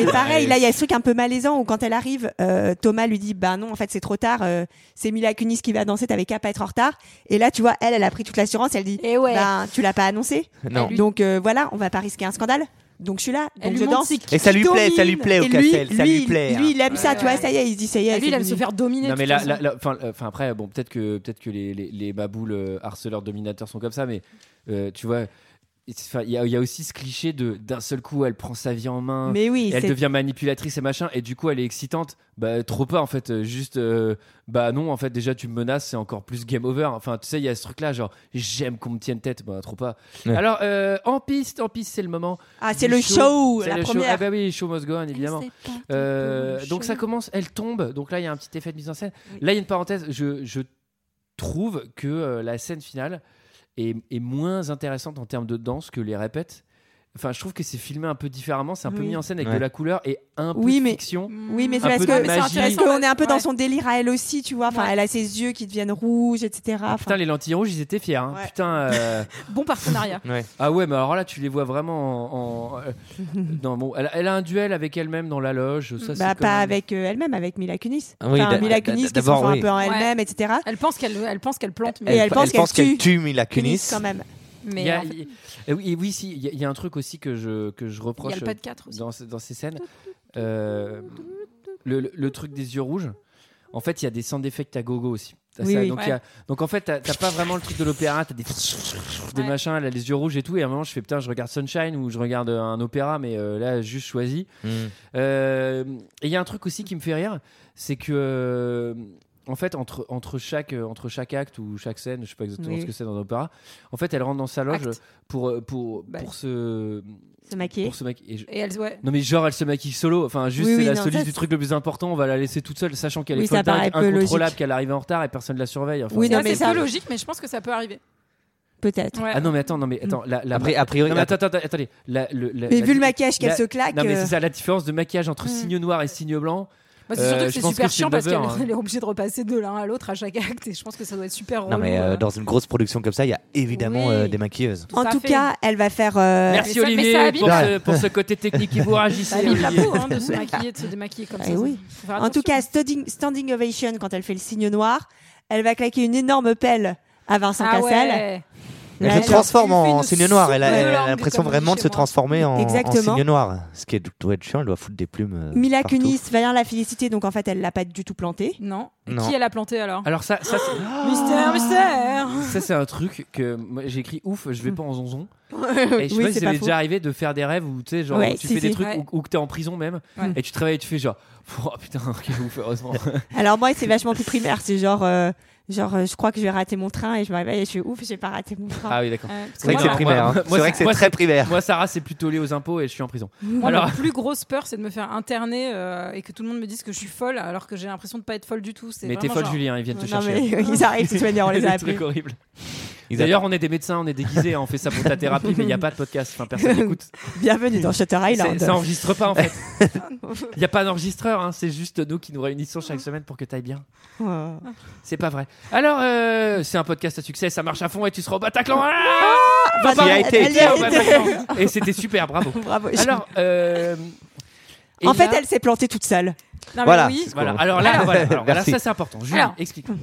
[SPEAKER 7] Et pareil, là, il y a ce truc un peu malaisant où quand elle arrive, euh, Thomas lui dit Bah non, en fait, c'est trop tard, euh, c'est Mila Kunis qui va danser, t'avais qu'à pas être en retard. Et là, tu vois, elle, elle a pris toute l'assurance, elle dit
[SPEAKER 11] Et Eh ouais.
[SPEAKER 7] Bah, tu l'as pas annoncé
[SPEAKER 6] Non.
[SPEAKER 7] Donc euh, voilà, on va pas risquer un scandale. Donc je suis là,
[SPEAKER 11] Elle
[SPEAKER 7] donc
[SPEAKER 11] lui
[SPEAKER 7] je
[SPEAKER 11] montre
[SPEAKER 7] danse.
[SPEAKER 11] ses
[SPEAKER 6] Et ça lui
[SPEAKER 7] Je
[SPEAKER 6] plaît, ça lui
[SPEAKER 7] domine.
[SPEAKER 6] plaît au
[SPEAKER 7] Et
[SPEAKER 6] Cassel,
[SPEAKER 7] lui,
[SPEAKER 6] ça lui
[SPEAKER 7] lui,
[SPEAKER 6] plaît,
[SPEAKER 7] Lui, il aime
[SPEAKER 11] hein.
[SPEAKER 7] ça,
[SPEAKER 11] Ouais,
[SPEAKER 7] tu vois,
[SPEAKER 11] ouais. Ah,
[SPEAKER 7] ça y est, il se dit ça y est.
[SPEAKER 11] Lui, il
[SPEAKER 7] c'est
[SPEAKER 11] aime se
[SPEAKER 7] fini.
[SPEAKER 11] faire dominer.
[SPEAKER 1] Non
[SPEAKER 11] de
[SPEAKER 1] mais
[SPEAKER 11] toute
[SPEAKER 1] là,
[SPEAKER 11] façon.
[SPEAKER 1] là- là- enfin, euh, enfin, après, bon, peut-être que peut-être que les, les, les baboules euh, harceleurs dominateurs sont comme ça, mais euh, tu vois, il enfin, il y, a- il y a aussi ce cliché de d'un seul coup, elle prend sa vie en main,
[SPEAKER 7] Mais oui,
[SPEAKER 1] elle
[SPEAKER 7] c'est-
[SPEAKER 1] devient manipulatrice et machin, et du coup, elle est excitante. Bah trop pas en fait, euh, juste euh, bah non, en fait, déjà tu me menaces, c'est encore plus game over. Enfin, tu sais, il y a ce truc-là, genre j'aime qu'on me tienne tête, bah trop pas.
[SPEAKER 6] Ouais.
[SPEAKER 1] Alors euh, en piste, en piste, c'est le moment.
[SPEAKER 7] Ah, c'est
[SPEAKER 1] du
[SPEAKER 7] le show,
[SPEAKER 1] C'est
[SPEAKER 7] la
[SPEAKER 1] le show.
[SPEAKER 7] première.
[SPEAKER 1] Ah bah oui, show must go on, évidemment.
[SPEAKER 7] C'est pas-
[SPEAKER 1] Euh,
[SPEAKER 7] Chaud.
[SPEAKER 1] donc ça commence, elle tombe. Donc là, il y a un petit effet de mise en scène.
[SPEAKER 7] Oui.
[SPEAKER 1] Là, il y a une parenthèse. Je, je trouve que euh, la scène finale est, est moins intéressante en termes de danse que les répètes. Enfin, je trouve que c'est filmé un peu différemment. C'est un peu
[SPEAKER 7] Oui.
[SPEAKER 1] mis en scène avec
[SPEAKER 6] Ouais.
[SPEAKER 1] de la couleur et un peu
[SPEAKER 7] Oui,
[SPEAKER 1] de
[SPEAKER 7] mais-
[SPEAKER 1] fiction.
[SPEAKER 7] Oui, mais c'est
[SPEAKER 1] Un
[SPEAKER 7] parce
[SPEAKER 1] peu
[SPEAKER 7] que
[SPEAKER 1] de magie.
[SPEAKER 7] parce qu'on est un peu dans
[SPEAKER 11] Ouais.
[SPEAKER 7] son délire à elle aussi, tu vois. Enfin,
[SPEAKER 11] Ouais.
[SPEAKER 7] elle a ses yeux qui deviennent rouges, etc.
[SPEAKER 1] Ah,
[SPEAKER 7] Enfin,
[SPEAKER 1] putain, les lentilles rouges, ils étaient fiers. hein.
[SPEAKER 7] Ouais.
[SPEAKER 1] Putain. euh,
[SPEAKER 11] Bon partenariat.
[SPEAKER 6] Ouais.
[SPEAKER 1] ah ouais, mais alors là, tu les vois vraiment en. en- euh, non, bon, elle, elle a un duel avec elle-même dans la loge. Ça,
[SPEAKER 7] bah,
[SPEAKER 1] c'est quand
[SPEAKER 7] pas
[SPEAKER 1] même-
[SPEAKER 7] avec euh, elle-même, avec Mila Kunis.
[SPEAKER 6] Ah oui,
[SPEAKER 7] Enfin,
[SPEAKER 6] d'a-
[SPEAKER 7] Mila
[SPEAKER 6] d'a-
[SPEAKER 7] Kunis qui se
[SPEAKER 6] d'abord,
[SPEAKER 7] fond un
[SPEAKER 6] oui.
[SPEAKER 7] peu en
[SPEAKER 11] Ouais.
[SPEAKER 7] elle-même, etc.
[SPEAKER 11] Elle pense qu'elle, elle pense qu'elle plante,
[SPEAKER 7] Et
[SPEAKER 11] mais,
[SPEAKER 7] elle pense qu'elle tue.
[SPEAKER 6] Mila
[SPEAKER 7] Kunis
[SPEAKER 6] Kunis.
[SPEAKER 7] quand même.
[SPEAKER 11] mais
[SPEAKER 1] Il y a-
[SPEAKER 11] en fait,
[SPEAKER 1] il- eh oui, et oui, si, il y, a- il y a un truc aussi que je, que je
[SPEAKER 11] il y a
[SPEAKER 1] reproche euh,
[SPEAKER 11] le pas de 4 aussi.
[SPEAKER 1] dans, ce- dans ces scènes. Euh, le, le- le truc des yeux rouges, en fait, il y a des sound d'effect à gogo aussi. T'as
[SPEAKER 7] Oui,
[SPEAKER 1] ça,
[SPEAKER 7] oui.
[SPEAKER 1] donc, il y a- donc en fait, t'as t'as pas vraiment le truc de l'opéra, t'as des, des
[SPEAKER 11] Ouais.
[SPEAKER 1] machins, là, les yeux rouges et tout. Et à un moment, je fais putain, je regarde Sunshine ou je regarde un opéra, mais euh, là, juste choisi.
[SPEAKER 6] Hmm.
[SPEAKER 1] Euh, et il y a un truc aussi qui me fait rire, c'est que. euh, en fait, entre, entre, chaque, euh, entre chaque acte ou chaque scène, je sais pas exactement
[SPEAKER 7] Oui.
[SPEAKER 1] ce que c'est dans l'opéra, en fait, elle rentre dans sa loge
[SPEAKER 11] Acte.
[SPEAKER 1] pour, euh, pour,
[SPEAKER 11] Bah.
[SPEAKER 1] pour, se,
[SPEAKER 7] Se maquiller.
[SPEAKER 1] pour se maquiller. Et je-
[SPEAKER 11] Et elle, ouais.
[SPEAKER 1] non mais genre elle se maquille solo, enfin juste
[SPEAKER 7] Oui,
[SPEAKER 1] c'est
[SPEAKER 7] oui,
[SPEAKER 1] la
[SPEAKER 7] non,
[SPEAKER 1] soliste
[SPEAKER 7] ça,
[SPEAKER 1] du
[SPEAKER 7] c'est-
[SPEAKER 1] truc le plus important, on va la laisser toute seule sachant qu'elle
[SPEAKER 7] Oui,
[SPEAKER 1] est folle
[SPEAKER 7] ça paraît
[SPEAKER 1] dingue,
[SPEAKER 7] peu logique.
[SPEAKER 1] incontrôlable, qu'elle arrive en retard et personne la surveille. Enfin,
[SPEAKER 7] Oui,
[SPEAKER 1] c'est-
[SPEAKER 7] non,
[SPEAKER 11] Ça,
[SPEAKER 7] mais
[SPEAKER 11] c'est
[SPEAKER 7] ça-
[SPEAKER 11] peu logique, mais je pense que ça peut arriver.
[SPEAKER 7] Peut-être.
[SPEAKER 11] Ouais.
[SPEAKER 1] Ah non mais attends, non mais attends, la, la-
[SPEAKER 6] Après, a priori,
[SPEAKER 1] Non, mais attends, attends, attends, attendez, la- le- la-
[SPEAKER 7] Mm. Mais
[SPEAKER 1] la-
[SPEAKER 7] vu le maquillage qu'elle
[SPEAKER 1] la-
[SPEAKER 7] se claque.
[SPEAKER 1] Non
[SPEAKER 7] euh,
[SPEAKER 1] mais
[SPEAKER 7] Mm.
[SPEAKER 1] c'est ça la différence de maquillage entre
[SPEAKER 11] Hmm.
[SPEAKER 1] signe noir et signe blanc.
[SPEAKER 11] Bah,
[SPEAKER 1] Euh,
[SPEAKER 11] c'est surtout
[SPEAKER 1] je
[SPEAKER 11] que c'est
[SPEAKER 1] pense
[SPEAKER 11] super
[SPEAKER 1] que c'est
[SPEAKER 11] chiant
[SPEAKER 1] une
[SPEAKER 11] parce qu'elle
[SPEAKER 1] baveur, hein.
[SPEAKER 11] elle est obligée de repasser de l'un à l'autre à chaque acte et je pense que ça doit être super
[SPEAKER 7] Oh
[SPEAKER 11] relou.
[SPEAKER 6] Non, mais euh,
[SPEAKER 11] euh.
[SPEAKER 6] dans une grosse production comme ça, il y a évidemment
[SPEAKER 11] Oui.
[SPEAKER 6] euh, des maquilleuses.
[SPEAKER 7] En
[SPEAKER 11] Ça
[SPEAKER 7] tout
[SPEAKER 11] fait-
[SPEAKER 7] cas, elle va faire. euh,
[SPEAKER 1] Merci
[SPEAKER 11] mais ça- mais
[SPEAKER 1] Olivier
[SPEAKER 11] ça habite-
[SPEAKER 1] pour,
[SPEAKER 6] Ouais.
[SPEAKER 1] ce, pour ce côté technique qui vous
[SPEAKER 11] Ça
[SPEAKER 1] réagissez.
[SPEAKER 11] abîme la
[SPEAKER 1] Olivier.
[SPEAKER 11] peau hein, de se maquiller, de se démaquiller comme
[SPEAKER 7] Eh
[SPEAKER 11] ça.
[SPEAKER 7] oui.
[SPEAKER 11] Faut faire
[SPEAKER 7] En tout
[SPEAKER 11] attention.
[SPEAKER 7] cas, standing, standing ovation quand elle fait le signe noir. Elle va claquer une énorme pelle à Vincent
[SPEAKER 11] ah
[SPEAKER 7] Cassel.
[SPEAKER 11] ouais.
[SPEAKER 6] Elle
[SPEAKER 7] Là,
[SPEAKER 6] se
[SPEAKER 7] elle-
[SPEAKER 6] transforme
[SPEAKER 11] elle fait
[SPEAKER 6] en
[SPEAKER 11] une
[SPEAKER 6] signe noir. Elle a,
[SPEAKER 11] soupe de
[SPEAKER 6] elle a
[SPEAKER 11] langue,
[SPEAKER 6] l'impression
[SPEAKER 11] comme on dit
[SPEAKER 6] vraiment de
[SPEAKER 11] chez
[SPEAKER 6] se
[SPEAKER 11] moi.
[SPEAKER 6] transformer en, en
[SPEAKER 7] Exactement.
[SPEAKER 6] signe noir. Ce qui est, doit être chiant, elle doit foutre des plumes. euh,
[SPEAKER 7] Mila
[SPEAKER 6] partout.
[SPEAKER 7] Kunis va la féliciter, donc en fait, elle l'a pas du tout plantée.
[SPEAKER 11] Non.
[SPEAKER 6] Non.
[SPEAKER 11] Qui elle a planté alors
[SPEAKER 1] Alors ça, ça c'est-
[SPEAKER 11] Mystère, mystère
[SPEAKER 1] Ça, c'est un truc que moi, j'ai écrit ouf, je vais
[SPEAKER 7] Mm.
[SPEAKER 1] pas en zonzon. Et je sais
[SPEAKER 7] Oui,
[SPEAKER 1] pas si
[SPEAKER 7] c'est
[SPEAKER 1] ça
[SPEAKER 7] pas
[SPEAKER 1] m'est
[SPEAKER 7] faux.
[SPEAKER 1] déjà arrivé de faire des rêves où tu sais, genre,
[SPEAKER 7] Ouais,
[SPEAKER 1] où tu
[SPEAKER 7] si,
[SPEAKER 1] fais des
[SPEAKER 7] si.
[SPEAKER 1] trucs
[SPEAKER 11] Ouais.
[SPEAKER 1] ou- ou que t'es en prison même
[SPEAKER 11] Ouais.
[SPEAKER 1] et tu travailles et tu fais genre, oh putain, quel ouf, heureusement.
[SPEAKER 7] Alors moi, c'est vachement plus primaire. C'est genre, euh, genre, euh, je crois que je vais rater mon train et je me réveille et je suis ouf, j'ai pas raté mon train.
[SPEAKER 1] ah oui, d'accord.
[SPEAKER 11] Ouais, parce
[SPEAKER 6] C'est vrai
[SPEAKER 11] que
[SPEAKER 6] que
[SPEAKER 11] moi,
[SPEAKER 6] c'est
[SPEAKER 1] Moi,
[SPEAKER 6] primaire. hein.
[SPEAKER 1] moi,
[SPEAKER 6] C'est vrai que c'est
[SPEAKER 1] moi,
[SPEAKER 6] très primaire.
[SPEAKER 1] Moi, Sarah, c'est plutôt lié aux impôts et je suis en prison.
[SPEAKER 11] Moi,
[SPEAKER 1] Alors-
[SPEAKER 11] ma plus grosse peur, c'est de me faire interner euh, et que tout le monde me dise que je suis folle, alors que j'ai l'impression de pas être folle du tout. C'est
[SPEAKER 1] Mais t'es
[SPEAKER 11] vraiment
[SPEAKER 1] folle,
[SPEAKER 11] genre-
[SPEAKER 1] Julien, ils viennent te
[SPEAKER 7] Non, mais
[SPEAKER 1] chercher.
[SPEAKER 7] ils arrivent, ces soignants, on les a
[SPEAKER 1] Le
[SPEAKER 7] appelés.
[SPEAKER 1] truc horrible.
[SPEAKER 6] Ils
[SPEAKER 1] D'ailleurs, on est des médecins, on est déguisés, hein, on fait ça pour ta thérapie, mais il n'y a pas de podcast, enfin personne n'écoute.
[SPEAKER 7] Bienvenue dans Shutter
[SPEAKER 1] C'est-
[SPEAKER 7] Island.
[SPEAKER 1] Ça enregistre pas en fait. Il n'y a pas d'enregistreur, hein, c'est juste nous qui nous réunissons chaque semaine pour que t'ailles bien.
[SPEAKER 7] Euh,
[SPEAKER 1] C'est pas vrai. Alors, euh, c'est un podcast à succès, ça marche à fond et tu seras au Bataclan. Ah
[SPEAKER 7] bah,
[SPEAKER 6] il y a
[SPEAKER 7] elle-
[SPEAKER 6] été,
[SPEAKER 7] elle y a
[SPEAKER 1] au
[SPEAKER 7] été.
[SPEAKER 1] Bataclan. Et c'était super, bravo.
[SPEAKER 7] Bravo.
[SPEAKER 1] Alors, euh, et
[SPEAKER 7] en
[SPEAKER 1] là-
[SPEAKER 7] fait, elle Ah. s'est plantée toute seule.
[SPEAKER 11] Non, mais
[SPEAKER 6] Voilà.
[SPEAKER 11] oui.
[SPEAKER 1] Voilà, alors là,
[SPEAKER 6] Alors-
[SPEAKER 1] voilà, alors là,
[SPEAKER 6] Merci.
[SPEAKER 1] ça c'est important. Julie,
[SPEAKER 11] Alors.
[SPEAKER 1] explique.
[SPEAKER 11] Non,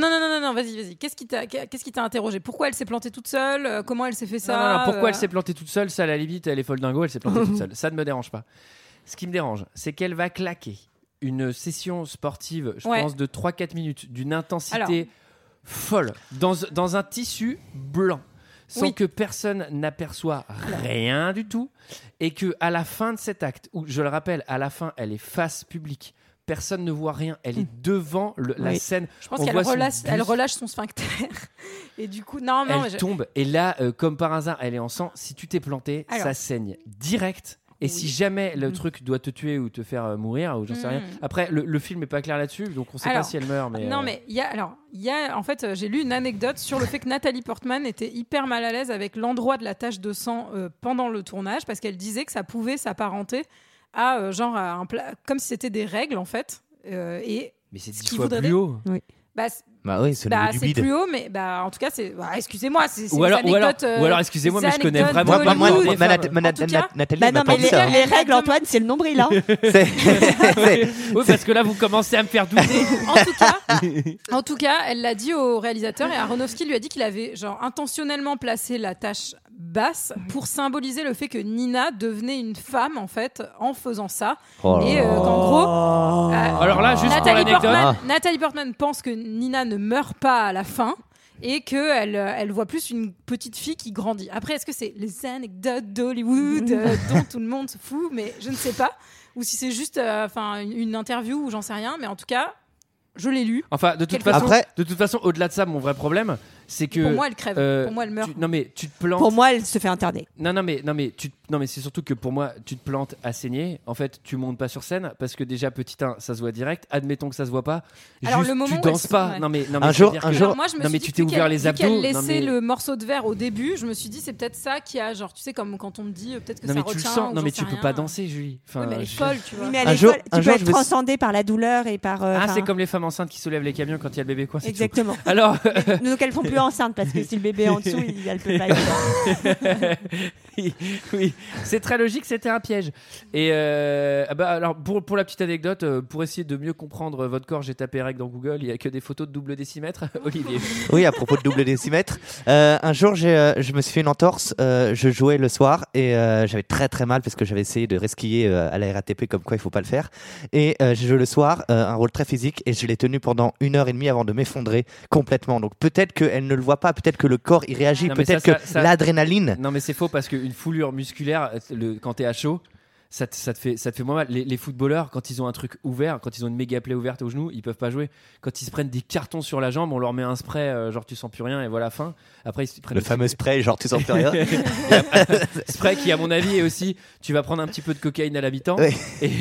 [SPEAKER 11] non, non, non, non, non, vas-y, vas-y. Qu'est-ce qui t'a qu'est-ce qui t'a interrogé Pourquoi elle s'est plantée toute seule Euh, Comment elle s'est fait ça
[SPEAKER 1] Non, non, non, pourquoi
[SPEAKER 11] Euh,
[SPEAKER 1] elle s'est plantée toute seule Ça, à la limite, elle est folle dingo, elle s'est plantée toute seule. Ça ne me dérange pas. Ce qui me dérange, c'est qu'elle va claquer une session sportive, je
[SPEAKER 11] Ouais.
[SPEAKER 1] pense, de 3-4 minutes, d'une intensité
[SPEAKER 11] Alors.
[SPEAKER 1] folle, dans, dans un tissu blanc, sans
[SPEAKER 11] Oui.
[SPEAKER 1] que personne n'aperçoit rien du tout, et que à la fin de cet acte, où je le rappelle, à la fin, elle est face publique. Personne ne voit rien,
[SPEAKER 11] Hmm.
[SPEAKER 1] elle est devant le- la
[SPEAKER 7] Oui.
[SPEAKER 1] scène.
[SPEAKER 11] Je pense
[SPEAKER 1] On
[SPEAKER 11] qu'elle
[SPEAKER 1] voit son
[SPEAKER 11] relâche, elle
[SPEAKER 1] buste.
[SPEAKER 11] relâche son sphincter. Et du coup, non, Ah, non, mais
[SPEAKER 1] elle
[SPEAKER 11] je-
[SPEAKER 1] tombe et là, euh, comme par hasard, elle est en sang. Si tu t'es planté,
[SPEAKER 11] Alors.
[SPEAKER 1] ça saigne direct. Et
[SPEAKER 11] Oui.
[SPEAKER 1] si jamais le
[SPEAKER 11] Mm.
[SPEAKER 1] truc doit te tuer ou te faire euh, mourir ou j'en sais
[SPEAKER 11] Mm.
[SPEAKER 1] rien. Après, le, le film est pas clair là-dessus, donc on sait
[SPEAKER 11] Alors.
[SPEAKER 1] pas si elle meurt. Mais
[SPEAKER 11] Non,
[SPEAKER 1] euh,
[SPEAKER 11] mais il y a, alors, il y a, en fait, euh, j'ai lu une anecdote sur le fait que Nathalie Portman était hyper mal à l'aise avec l'endroit de la tache de sang euh, pendant le tournage parce qu'elle disait que ça pouvait s'apparenter à, euh, genre, à un pla- comme si c'était des règles, en fait. Euh, et
[SPEAKER 1] mais c'est
[SPEAKER 11] ce
[SPEAKER 1] dix
[SPEAKER 11] qu'il
[SPEAKER 1] fois
[SPEAKER 11] voudrait
[SPEAKER 1] plus haut.
[SPEAKER 11] bah, c-
[SPEAKER 6] Bah oui, c'est le
[SPEAKER 11] Bah,
[SPEAKER 6] niveau du
[SPEAKER 11] c'est
[SPEAKER 6] bide.
[SPEAKER 11] plus haut, mais bah, en tout cas, c'est. bah, excusez-moi, c'est. c'est
[SPEAKER 1] Ou
[SPEAKER 11] des
[SPEAKER 1] alors- ou alors-
[SPEAKER 11] anecdotes, euh,
[SPEAKER 1] ou alors, excusez-moi,
[SPEAKER 11] des
[SPEAKER 1] mais je connais
[SPEAKER 11] anecdotes
[SPEAKER 1] vraiment-
[SPEAKER 11] Hollywood.
[SPEAKER 1] Moi, moi, moi,
[SPEAKER 6] Mana-
[SPEAKER 1] femmes.
[SPEAKER 6] mana-
[SPEAKER 1] En tout
[SPEAKER 6] na-
[SPEAKER 1] cas-
[SPEAKER 6] Nathalie
[SPEAKER 7] Bah
[SPEAKER 6] m'a
[SPEAKER 7] non,
[SPEAKER 6] pas
[SPEAKER 7] mais
[SPEAKER 6] dit
[SPEAKER 7] les,
[SPEAKER 6] ça.
[SPEAKER 7] les règles, Antoine, c'est le nombril. Hein.
[SPEAKER 1] Oui, parce que là, vous commencez à me faire douter.
[SPEAKER 11] En tout cas, en tout cas, elle l'a dit au réalisateur et Aronofsky lui a dit qu'il avait genre intentionnellement placé la tâche basse pour symboliser le fait que Nina devenait une femme en fait en faisant ça
[SPEAKER 1] Oh là
[SPEAKER 11] et
[SPEAKER 1] là.
[SPEAKER 11] euh, qu'en gros. euh,
[SPEAKER 1] Oh. Alors là, juste pour
[SPEAKER 11] Nathalie
[SPEAKER 1] l'anecdote-
[SPEAKER 11] Portman,
[SPEAKER 1] Ah.
[SPEAKER 11] Nathalie Portman pense que Nina ne meurt pas à la fin. Et qu'elle elle voit plus une petite fille qui grandit. Après, est-ce que c'est les anecdotes d'Hollywood euh, dont tout le monde se fout Mais je ne sais pas. Ou si c'est juste euh, enfin une- une interview ou j'en sais rien. Mais en tout cas, je l'ai lu.
[SPEAKER 1] Enfin, de toute
[SPEAKER 11] Quelqu'un.
[SPEAKER 1] façon,
[SPEAKER 11] Après-
[SPEAKER 1] de toute façon, au-delà de ça, mon vrai problème, c'est que
[SPEAKER 11] Pour moi, elle crève.
[SPEAKER 1] euh,
[SPEAKER 11] Pour moi, elle meurt.
[SPEAKER 1] tu- non mais tu te plantes.
[SPEAKER 7] Pour moi, elle se fait interner.
[SPEAKER 1] Non non mais non mais tu non mais c'est surtout que pour moi, tu te plantes à saigner. En fait, tu montes pas sur scène parce que déjà petit 1, ça se voit direct. Admettons que ça se voit pas.
[SPEAKER 11] Alors,
[SPEAKER 1] Juste,
[SPEAKER 11] le moment
[SPEAKER 1] tu
[SPEAKER 11] où
[SPEAKER 1] danses
[SPEAKER 11] elle se-
[SPEAKER 1] pas.
[SPEAKER 11] ouais.
[SPEAKER 1] Non mais non,
[SPEAKER 6] Un
[SPEAKER 1] mais je veux
[SPEAKER 6] jour-
[SPEAKER 1] dire
[SPEAKER 6] un
[SPEAKER 1] que-
[SPEAKER 6] jour-
[SPEAKER 11] Alors moi, je me
[SPEAKER 1] non mais
[SPEAKER 11] suis
[SPEAKER 1] tu
[SPEAKER 11] dit,
[SPEAKER 1] t'es
[SPEAKER 11] vu
[SPEAKER 1] ouvert
[SPEAKER 11] qu'elle-
[SPEAKER 1] les
[SPEAKER 11] vu
[SPEAKER 1] abdos.
[SPEAKER 11] qu'elle
[SPEAKER 1] Non,
[SPEAKER 11] laissait
[SPEAKER 1] mais-
[SPEAKER 11] le morceau de verre au début, je me suis dit, c'est peut-être ça qui a, genre, tu sais, comme quand on me dit, euh, peut-être que ça
[SPEAKER 1] Non mais tu le
[SPEAKER 11] retient.
[SPEAKER 1] sens.
[SPEAKER 11] ou
[SPEAKER 1] Non mais
[SPEAKER 11] j'en
[SPEAKER 1] tu
[SPEAKER 11] sais
[SPEAKER 1] peux
[SPEAKER 11] rien.
[SPEAKER 1] pas danser, Julie. Enfin,
[SPEAKER 11] Oui, mais elle est
[SPEAKER 1] je-
[SPEAKER 11] folle, tu vois.
[SPEAKER 7] Oui, mais elle
[SPEAKER 1] Un
[SPEAKER 7] est
[SPEAKER 1] jour-
[SPEAKER 7] folle.
[SPEAKER 1] un
[SPEAKER 7] tu
[SPEAKER 1] jour,
[SPEAKER 7] peux
[SPEAKER 1] je
[SPEAKER 7] être
[SPEAKER 1] vais-
[SPEAKER 7] transcendé par la douleur et par. euh,
[SPEAKER 1] Ah, c'est
[SPEAKER 7] enfin,
[SPEAKER 1] comme les femmes enceintes qui soulèvent les camions quand il y a le bébé quoi. c'est tout.
[SPEAKER 7] Exactement.
[SPEAKER 1] Alors
[SPEAKER 7] Donc elles font plus enceinte parce que si le bébé est en dessous, il- elle peut pas.
[SPEAKER 1] oui, oui. c'est très logique, c'était un piège. Et euh, ah bah alors pour, pour la petite anecdote, euh, pour essayer de mieux comprendre votre corps, j'ai tapé règle dans Google, il n'y a que des photos de double décimètre, Olivier.
[SPEAKER 6] Oui, à propos de double décimètre. Euh, un jour, j'ai, euh, je me suis fait une entorse. euh, je jouais le soir et euh, j'avais très très mal parce que j'avais essayé de resquiller euh, à la RATP comme quoi il faut pas le faire. Et euh, je jouais le soir, euh, un rôle très physique et je l'ai tenu pendant une heure et demie avant de m'effondrer complètement. Donc peut-être qu'elle ne le voit pas, peut-être que le corps y réagit,
[SPEAKER 1] Non, mais
[SPEAKER 6] peut-être
[SPEAKER 1] ça,
[SPEAKER 6] que
[SPEAKER 1] ça, ça-
[SPEAKER 6] l'adrénaline.
[SPEAKER 1] Non mais c'est faux parce qu'une foulure musculaire, euh, le, quand t'es à chaud, ça te, ça te fait ça te fait moins mal. Les, les footballeurs, quand ils ont un truc ouvert, quand ils ont une méga plaie ouverte au genou, ils peuvent pas jouer. Quand ils se prennent des cartons sur la jambe, on leur met un spray, euh, genre tu sens plus rien et voilà fin. Après ils se prennent
[SPEAKER 6] Le fameux spray, genre tu sens plus rien.
[SPEAKER 1] spray qui à mon avis est aussi, tu vas prendre un petit peu de cocaïne à l'habitant et,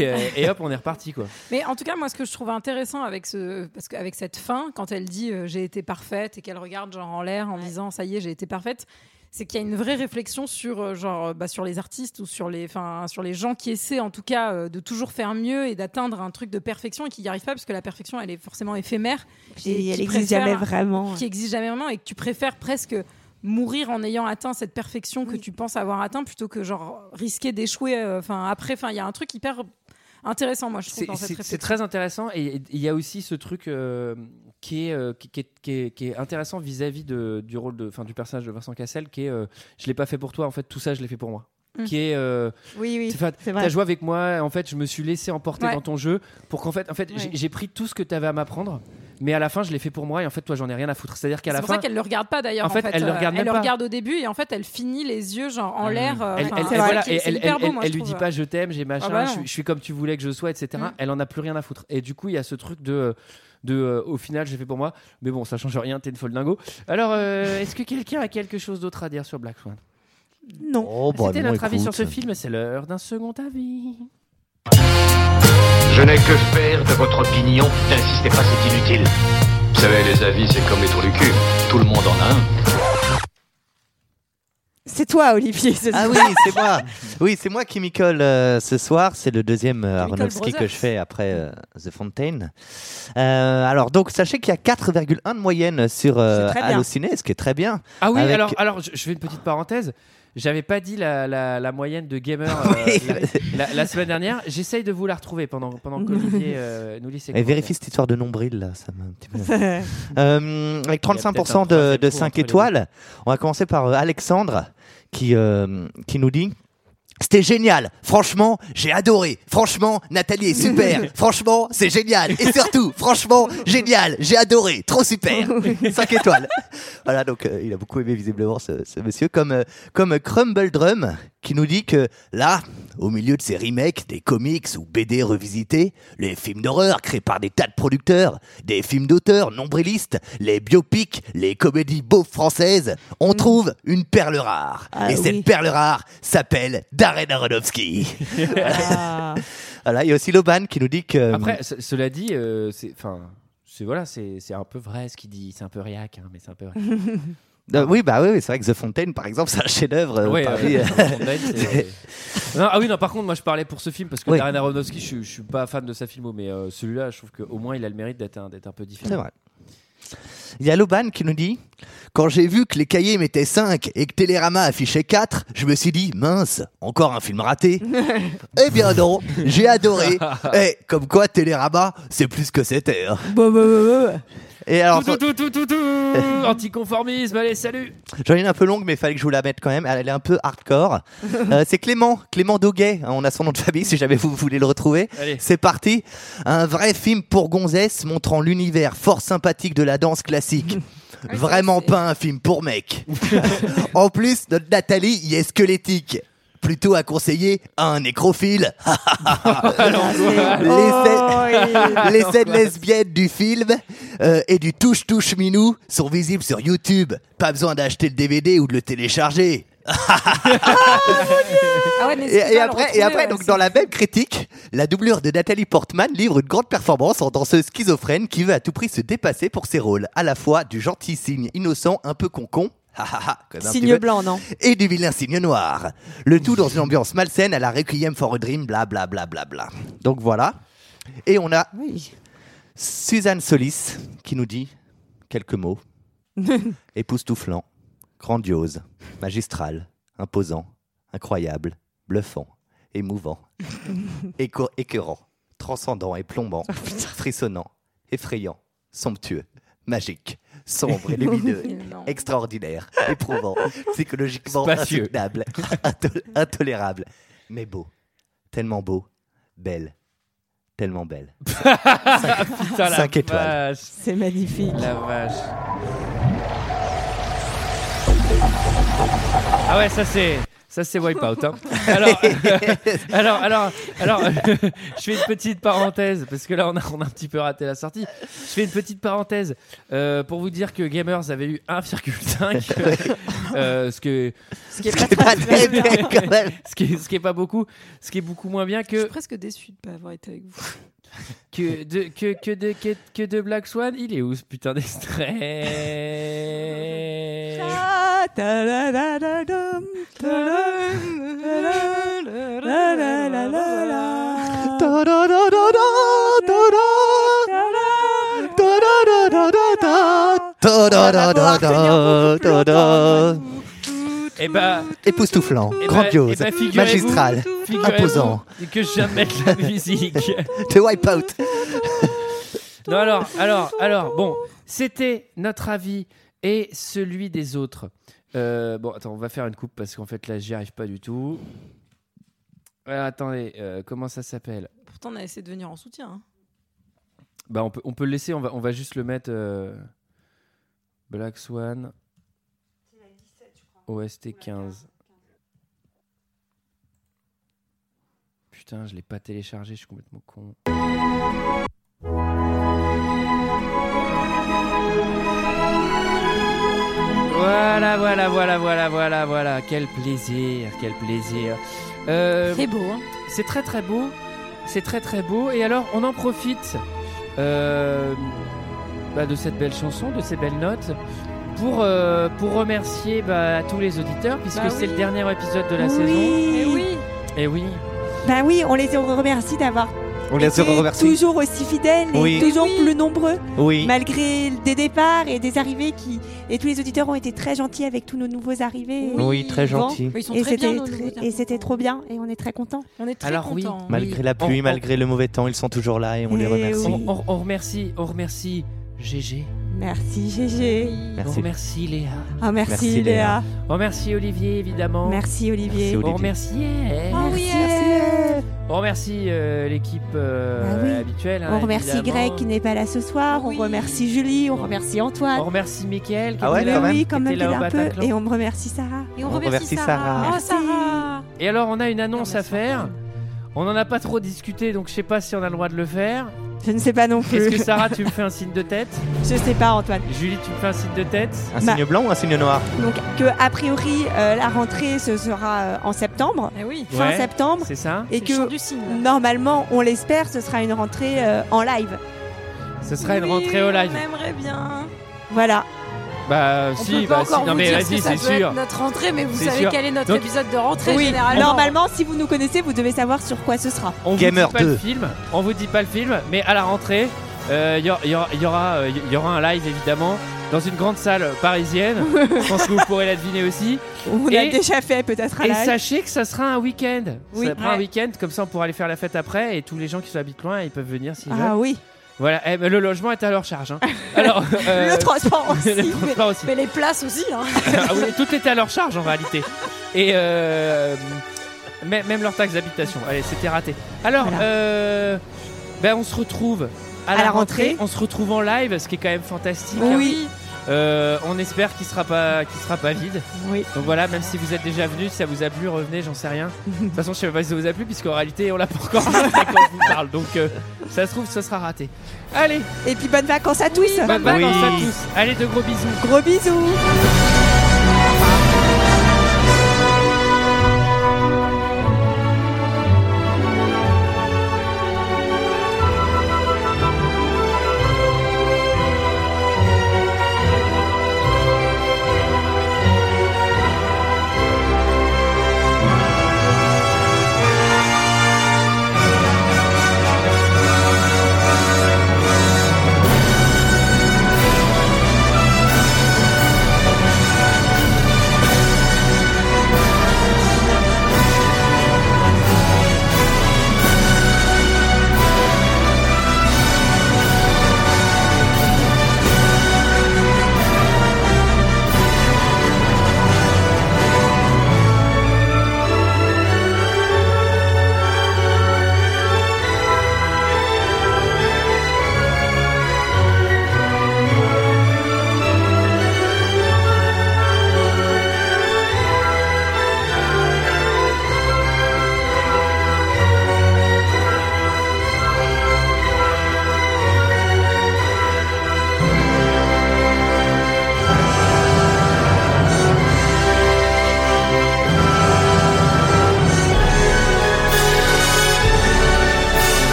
[SPEAKER 1] euh, et hop on est reparti quoi.
[SPEAKER 11] Mais en tout cas, moi, ce que je trouve intéressant avec ce, parce qu'avec cette fin, quand elle dit euh, j'ai été parfaite et qu'elle regarde genre en l'air en disant ça y est, j'ai été parfaite, c'est qu'il y a une vraie réflexion sur euh, genre euh, bah, sur les artistes ou sur les, enfin sur les gens qui essaient en tout cas euh, de toujours faire mieux et d'atteindre un truc de perfection et qui n'y arrivent pas parce que la perfection elle est forcément éphémère
[SPEAKER 7] Et
[SPEAKER 11] qui
[SPEAKER 7] elle existe
[SPEAKER 11] préfèrent-
[SPEAKER 7] jamais vraiment.
[SPEAKER 11] qui existe jamais vraiment et que tu préfères presque mourir en ayant atteint cette perfection que tu penses avoir atteint plutôt que genre risquer d'échouer euh, enfin après enfin il y a un truc hyper intéressant moi je trouve
[SPEAKER 1] C'est-
[SPEAKER 11] dans cette
[SPEAKER 1] C'est c'est
[SPEAKER 11] réflexion.
[SPEAKER 1] très intéressant et et il y a aussi ce truc euh, qui, est, euh, qui, qui est, qui est- qui est intéressant vis-à-vis de- du rôle de, enfin, du personnage de Vincent Cassel qui est euh, je l'ai pas fait pour toi en fait tout ça je l'ai fait pour moi
[SPEAKER 11] Mmh.
[SPEAKER 7] Mm.
[SPEAKER 1] qui est euh,
[SPEAKER 7] Oui, oui,
[SPEAKER 1] c'est fait,
[SPEAKER 7] c'est vrai.
[SPEAKER 1] t'as joué avec moi en fait je me suis laissé emporter
[SPEAKER 7] Ouais.
[SPEAKER 1] dans ton jeu pour qu'en fait en fait
[SPEAKER 11] Ouais.
[SPEAKER 1] j'ai- j'ai pris tout ce que t'avais à m'apprendre mais à la fin je l'ai fait pour moi et en fait toi j'en ai rien à foutre c'est à dire qu'à
[SPEAKER 11] C'est
[SPEAKER 1] la
[SPEAKER 11] pour
[SPEAKER 1] fin
[SPEAKER 11] ça qu'elle le regarde pas d'ailleurs.
[SPEAKER 1] En fait, elle le
[SPEAKER 11] Euh,
[SPEAKER 1] regarde même
[SPEAKER 11] le
[SPEAKER 1] pas.
[SPEAKER 11] regarde au début et en fait, elle finit les yeux genre en
[SPEAKER 1] Mm.
[SPEAKER 11] l'air. euh,
[SPEAKER 1] Elle,
[SPEAKER 11] enfin,
[SPEAKER 1] elle-
[SPEAKER 11] c'est
[SPEAKER 1] elle-
[SPEAKER 11] vrai
[SPEAKER 1] voilà,
[SPEAKER 11] qu'il-
[SPEAKER 1] elle-
[SPEAKER 11] c'est
[SPEAKER 1] elle-
[SPEAKER 11] hyper beau,
[SPEAKER 1] elle-
[SPEAKER 11] moi,
[SPEAKER 1] elle
[SPEAKER 11] je
[SPEAKER 1] lui dit
[SPEAKER 11] trouve.
[SPEAKER 1] pas je t'aime, j'ai machin,
[SPEAKER 11] Ah bah non.
[SPEAKER 1] je, suis- je suis comme tu voulais que je sois, etc.
[SPEAKER 11] Mm.
[SPEAKER 1] Elle en a plus rien à foutre. Et du coup, il y a ce truc de. De, euh, au final, j'ai fait pour moi, mais bon, ça change rien, t'es une folle dingo. Alors, euh, est-ce que quelqu'un a quelque chose d'autre à dire sur Black Swan
[SPEAKER 7] Non.
[SPEAKER 6] Oh, bah,
[SPEAKER 1] C'était
[SPEAKER 6] non,
[SPEAKER 1] notre avis sur
[SPEAKER 6] écoute.
[SPEAKER 1] ce film, c'est l'heure d'un second avis.
[SPEAKER 12] Je n'ai que faire de votre opinion. N'insistez pas, c'est inutile.
[SPEAKER 5] Vous savez, les avis, c'est comme les trous du cul. Tout le monde en a un.
[SPEAKER 7] C'est toi, Olivier. ce
[SPEAKER 6] Ah
[SPEAKER 7] soir.
[SPEAKER 6] oui, c'est moi. Oui, c'est moi qui m'y colle euh, ce soir. C'est le deuxième euh,
[SPEAKER 7] Chemical
[SPEAKER 6] Aronofsky que
[SPEAKER 7] Brothers.
[SPEAKER 6] je fais après euh, The Fountain. Euh, alors, donc, sachez qu'il y a 4,1 de moyenne sur euh,
[SPEAKER 1] C'est très bien.
[SPEAKER 6] Allociné, ce qui est très bien.
[SPEAKER 1] Ah oui,
[SPEAKER 6] Avec-
[SPEAKER 1] alors, alors je, je fais une petite parenthèse. J'avais pas dit la, la- la moyenne de gamer euh, la, la- la semaine dernière. J'essaye de vous la retrouver pendant, pendant qu'Olivier euh, nous lit ses
[SPEAKER 6] Et
[SPEAKER 1] commentaires.
[SPEAKER 6] vérifie cette histoire de nombril, là, ça m'a un petit peu... Euh, avec
[SPEAKER 1] Il y a peut-être un
[SPEAKER 6] 35% de,
[SPEAKER 1] troisième
[SPEAKER 6] de
[SPEAKER 1] trou entre
[SPEAKER 6] 5
[SPEAKER 1] les
[SPEAKER 6] étoiles, on va commencer par euh, Alexandre, qui, euh, qui nous dit... C'était génial, franchement, j'ai adoré. Franchement, Nathalie est super. franchement, c'est génial. Et surtout, franchement, génial, j'ai adoré. Trop super. 5 étoiles. Voilà, donc euh, il a beaucoup aimé visiblement ce, ce monsieur, comme, euh, comme Crumble Drum, qui nous dit que là, au milieu de ces remakes, des comics ou BD revisités, les films d'horreur créés par des tas de producteurs, des films d'auteurs nombrilistes, les biopics, les comédies beaufs françaises, on trouve une perle rare.
[SPEAKER 12] Mm. Ah
[SPEAKER 6] Et
[SPEAKER 12] oui.
[SPEAKER 6] cette perle rare s'appelle Darren Aronofsky.
[SPEAKER 7] Ah.
[SPEAKER 6] voilà, il y a aussi Loban qui nous dit que...
[SPEAKER 1] Après, ce- cela dit, euh, c'est enfin, c'est voilà, c'est c'est un peu vrai ce qu'il dit, c'est un peu réac, hein, mais c'est un peu vrai.
[SPEAKER 6] Euh, oui, bah oui, oui, c'est vrai que The Fontaine, par exemple, c'est un chef-d'œuvre. euh,
[SPEAKER 1] Ouais,
[SPEAKER 6] parmi-
[SPEAKER 1] euh, Fontaine, c'est- Non, ah oui, non, par contre, moi je parlais pour ce film parce que
[SPEAKER 6] Oui.
[SPEAKER 1] Darren Aronofsky, je, je suis pas fan de sa filmo, mais euh, celui-là, je trouve qu'au moins il a le mérite d'être un, d'être un peu différent.
[SPEAKER 6] C'est vrai. Il y a Loban qui nous dit Quand j'ai vu que les cahiers mettaient 5 et que Télérama affichait 4, je me suis dit Mince, encore un film raté. eh bien non, j'ai adoré. Eh, comme quoi Télérama, c'est plus que c'était. hein. Et alors,
[SPEAKER 1] tout, tout, tout, tout, tout, tout. Anticonformisme, allez, salut
[SPEAKER 6] J'en ai une un peu longue, mais il fallait que je vous la mette quand même. Elle elle est un peu hardcore. Euh, c'est Clément, Clément Doguet. Hein, On a son nom de famille si jamais vous voulez le retrouver.
[SPEAKER 1] Allez.
[SPEAKER 6] C'est parti. Un vrai film pour gonzesses montrant l'univers fort sympathique de la danse classique. Vraiment pas un film pour mec. en plus, notre Nathalie y est squelettique. Plutôt à conseiller à un nécrophile.
[SPEAKER 7] Ah,
[SPEAKER 6] les,
[SPEAKER 7] Oh,
[SPEAKER 6] scènes,
[SPEAKER 1] oui.
[SPEAKER 6] les scènes lesbiennes du film euh, et du touche-touche minou sont visibles sur YouTube. Pas besoin d'acheter le DVD ou de le télécharger.
[SPEAKER 11] Ah ouais,
[SPEAKER 6] Et,
[SPEAKER 11] n'hésitez
[SPEAKER 6] et
[SPEAKER 11] pas à le
[SPEAKER 6] après,
[SPEAKER 11] retrouver,
[SPEAKER 6] et après
[SPEAKER 11] ouais,
[SPEAKER 6] donc,
[SPEAKER 11] c'est-
[SPEAKER 6] dans la même critique, la doublure de Nathalie Portman livre une grande performance en danseuse schizophrène qui veut à tout prix se dépasser pour ses rôles, à la fois du gentil signe innocent un peu concon. ah, ah, ah, comme un
[SPEAKER 7] Signe
[SPEAKER 6] petit peu,
[SPEAKER 7] blanc, non
[SPEAKER 6] Et du vilain signe noir. Le tout dans une ambiance malsaine à la Requiem for a Dream, bla bla bla bla bla. Donc voilà. Et on a Suzanne Solis qui nous dit quelques mots. Époustouflant, grandiose, magistral, imposant, incroyable, bluffant, émouvant, éco- écœurant, transcendant et plombant, frissonnant, effrayant, somptueux, magique, sombre et lumineux, extraordinaire, éprouvant, psychologiquement
[SPEAKER 1] Spacieux.
[SPEAKER 6] insoutenable, intol- intolérable, mais beau, tellement beau, belle, tellement belle.
[SPEAKER 1] Putain, la
[SPEAKER 6] 5 étoiles.
[SPEAKER 1] vache.
[SPEAKER 7] C'est magnifique.
[SPEAKER 1] La vache. Ah ouais, ça c'est. Ça c'est Wipeout. hein. Alors, euh, alors, alors, alors, euh, je fais une petite parenthèse parce que là on a, on a un petit peu raté la sortie. Je fais une petite parenthèse euh, pour vous dire que Gamers avait eu 1,5, euh, ce que
[SPEAKER 11] Ce qui est pas très bien.
[SPEAKER 1] ce qui est- ce qui est pas beaucoup, ce qui est beaucoup moins bien
[SPEAKER 11] Je suis
[SPEAKER 1] que
[SPEAKER 11] presque déçu de ne pas avoir été avec vous.
[SPEAKER 1] que de, que, que, de, que, que de Black Swan, il est où ce putain d'extrait Eh ben,
[SPEAKER 6] Époustouflant,
[SPEAKER 1] eh ben- eh
[SPEAKER 6] grandiose,
[SPEAKER 1] ben, figurez-vous-
[SPEAKER 6] magistral,
[SPEAKER 1] figurez-vous
[SPEAKER 6] imposant,
[SPEAKER 1] Que je viens de mettre la musique.
[SPEAKER 6] de Wipeout.
[SPEAKER 1] Non, alors, alors, alors, bon, c'était notre avis et celui des autres. Euh, bon, attends, on va faire une coupe parce qu'en fait là, j'y arrive pas du tout. Alors, attendez, euh, comment ça s'appelle
[SPEAKER 11] Pourtant, on a essayé de venir en soutien. hein.
[SPEAKER 1] Bah, on peut, on peut le laisser, on va, on va juste le mettre. euh, Black Swan. OST 15. Putain, je l'ai pas téléchargé, je suis complètement con. Voilà, voilà, voilà, voilà, voilà, voilà. Quel plaisir, quel plaisir. Euh,
[SPEAKER 11] C'est beau, hein.
[SPEAKER 1] c'est très très beau. C'est très très beau. Et alors, on en profite euh, bah, de cette belle chanson, de ces belles notes, pour, euh, pour remercier bah, tous les auditeurs, puisque
[SPEAKER 11] Bah
[SPEAKER 1] c'est
[SPEAKER 11] oui.
[SPEAKER 1] le dernier épisode de la
[SPEAKER 7] Oui.
[SPEAKER 1] saison.
[SPEAKER 11] Eh oui.
[SPEAKER 1] Et oui.
[SPEAKER 7] Bah oui, on les remercie d'avoir
[SPEAKER 6] On les
[SPEAKER 7] été
[SPEAKER 6] remercie.
[SPEAKER 7] toujours aussi fidèles et
[SPEAKER 6] Oui.
[SPEAKER 7] toujours plus nombreux,
[SPEAKER 6] Oui.
[SPEAKER 7] malgré des départs et des arrivées qui et tous les auditeurs ont été très gentils avec tous nos nouveaux arrivés.
[SPEAKER 6] Oui, très
[SPEAKER 7] Bon.
[SPEAKER 6] gentils.
[SPEAKER 11] Mais ils sont
[SPEAKER 7] Et
[SPEAKER 11] très bien,
[SPEAKER 7] c'était
[SPEAKER 11] nos
[SPEAKER 7] très-
[SPEAKER 11] nouveaux
[SPEAKER 7] et c'était trop bien et on est très contents.
[SPEAKER 11] On est très
[SPEAKER 1] Alors oui.
[SPEAKER 11] contents.
[SPEAKER 6] Malgré la pluie,
[SPEAKER 1] On- on-
[SPEAKER 6] malgré le mauvais temps, ils sont toujours là et on les
[SPEAKER 7] Eh
[SPEAKER 6] remercie.
[SPEAKER 1] On, on- on remercie, on remercie GG.
[SPEAKER 7] Merci GG.
[SPEAKER 1] On
[SPEAKER 6] Merci.
[SPEAKER 1] remercie Léa.
[SPEAKER 7] Ah merci,
[SPEAKER 6] Merci, Léa.
[SPEAKER 7] Léa.
[SPEAKER 1] On remercie Olivier, évidemment.
[SPEAKER 7] Merci Olivier.
[SPEAKER 6] Merci,
[SPEAKER 1] On remercie.
[SPEAKER 11] Ah,
[SPEAKER 7] Merci, Merci.
[SPEAKER 1] On remercie euh, l'équipe euh,
[SPEAKER 7] Ah oui.
[SPEAKER 1] habituelle. hein,
[SPEAKER 7] On remercie
[SPEAKER 1] évidemment.
[SPEAKER 7] Greg qui n'est pas là ce soir, on remercie Julie, on remercie
[SPEAKER 1] On
[SPEAKER 7] Antoine.
[SPEAKER 1] remercie Mickaël qui
[SPEAKER 6] Ah ouais,
[SPEAKER 1] était
[SPEAKER 7] Mais
[SPEAKER 1] là,
[SPEAKER 6] même,
[SPEAKER 7] oui,
[SPEAKER 1] qui
[SPEAKER 7] quand même,
[SPEAKER 1] était là
[SPEAKER 7] il
[SPEAKER 1] au
[SPEAKER 7] est un peu.
[SPEAKER 1] Bataclan.
[SPEAKER 7] Et on me remercie Sarah.
[SPEAKER 11] Et on,
[SPEAKER 6] On remercie
[SPEAKER 11] remercie
[SPEAKER 6] Sarah.
[SPEAKER 11] Sarah. Oh, Sarah.
[SPEAKER 1] Et alors, on a une annonce
[SPEAKER 11] Merci.
[SPEAKER 1] à faire. On n'en a pas trop discuté, donc je sais pas si on a le droit de le faire.
[SPEAKER 7] Je ne sais pas non plus.
[SPEAKER 1] Est-ce que Sarah, tu me fais un signe de tête
[SPEAKER 7] Je sais pas Antoine.
[SPEAKER 1] Julie, tu me fais un signe de tête
[SPEAKER 6] Un
[SPEAKER 7] Ma-
[SPEAKER 6] signe blanc ou un signe noir
[SPEAKER 7] Donc que a priori euh, la rentrée ce sera euh, en septembre,
[SPEAKER 11] Eh oui.
[SPEAKER 1] Ouais.
[SPEAKER 7] fin septembre,
[SPEAKER 1] C'est ça
[SPEAKER 7] et
[SPEAKER 11] C'est le chant
[SPEAKER 7] que
[SPEAKER 11] du signe. là.
[SPEAKER 7] normalement on l'espère ce sera une rentrée euh, en live.
[SPEAKER 1] Ce sera une
[SPEAKER 11] Oui,
[SPEAKER 1] rentrée au live.
[SPEAKER 11] On aimerait bien.
[SPEAKER 7] Voilà.
[SPEAKER 1] Bah,
[SPEAKER 11] On
[SPEAKER 1] si,
[SPEAKER 11] peut pas
[SPEAKER 1] bah,
[SPEAKER 11] encore
[SPEAKER 1] si. Non,
[SPEAKER 11] vous
[SPEAKER 1] mais
[SPEAKER 11] dire
[SPEAKER 1] vas-y,
[SPEAKER 11] ce que
[SPEAKER 1] c'est
[SPEAKER 11] ça peut
[SPEAKER 1] sûr.
[SPEAKER 11] être notre rentrée, mais vous
[SPEAKER 1] C'est
[SPEAKER 11] savez
[SPEAKER 1] sûr.
[SPEAKER 11] quel est notre
[SPEAKER 1] Donc-
[SPEAKER 11] épisode de rentrée généralement.
[SPEAKER 7] Normalement si vous nous connaissez vous devez savoir sur quoi ce sera.
[SPEAKER 1] On
[SPEAKER 6] Gamer
[SPEAKER 1] vous dit pas le
[SPEAKER 6] 2.
[SPEAKER 1] film, on vous dit pas le film, mais à la rentrée, Euh, Il y, aura- il y aura- il y aura, euh, il y aura un live évidemment dans une grande salle parisienne. Je pense que vous pourrez la deviner aussi.
[SPEAKER 7] On
[SPEAKER 1] Et-
[SPEAKER 7] a déjà fait peut-être un
[SPEAKER 1] Et
[SPEAKER 7] live.
[SPEAKER 1] sachez que ça sera un week-end.
[SPEAKER 7] Oui.
[SPEAKER 1] ça prend un
[SPEAKER 7] Ouais.
[SPEAKER 1] week-end, comme ça on pourra aller faire la fête après et tous les gens qui habitent loin ils peuvent venir s'ils
[SPEAKER 7] Ah
[SPEAKER 1] veulent.
[SPEAKER 7] oui.
[SPEAKER 1] Voilà, Eh, mais le logement est à leur charge. hein. Alors, euh,
[SPEAKER 11] Le transport aussi.
[SPEAKER 1] le transport
[SPEAKER 11] mais,
[SPEAKER 1] aussi.
[SPEAKER 11] mais les places aussi. hein.
[SPEAKER 1] ah oui, tout était à leur charge en réalité. Et euh, mè- même leur taxe d'habitation. Allez, c'était raté. Alors, euh, ben on se retrouve à,
[SPEAKER 7] À la rentrée.
[SPEAKER 1] On se retrouve en live, ce qui est quand même fantastique. hein.
[SPEAKER 7] Oui.
[SPEAKER 1] Euh, on espère qu'il sera pas qu'il sera pas vide.
[SPEAKER 7] Oui.
[SPEAKER 1] Donc voilà, même si vous êtes déjà venu, si ça vous a plu, revenez, j'en sais rien. De toute façon, je sais pas si ça vous a plu, puisqu'en réalité, on l'a pas encore fait quand je vous parle. Donc euh, ça se trouve, ça sera raté. Allez.
[SPEAKER 7] Et puis bonnes vacances à tous.
[SPEAKER 1] Bah, Bonnes vacances à tous. Allez, de gros bisous.
[SPEAKER 7] Gros bisous.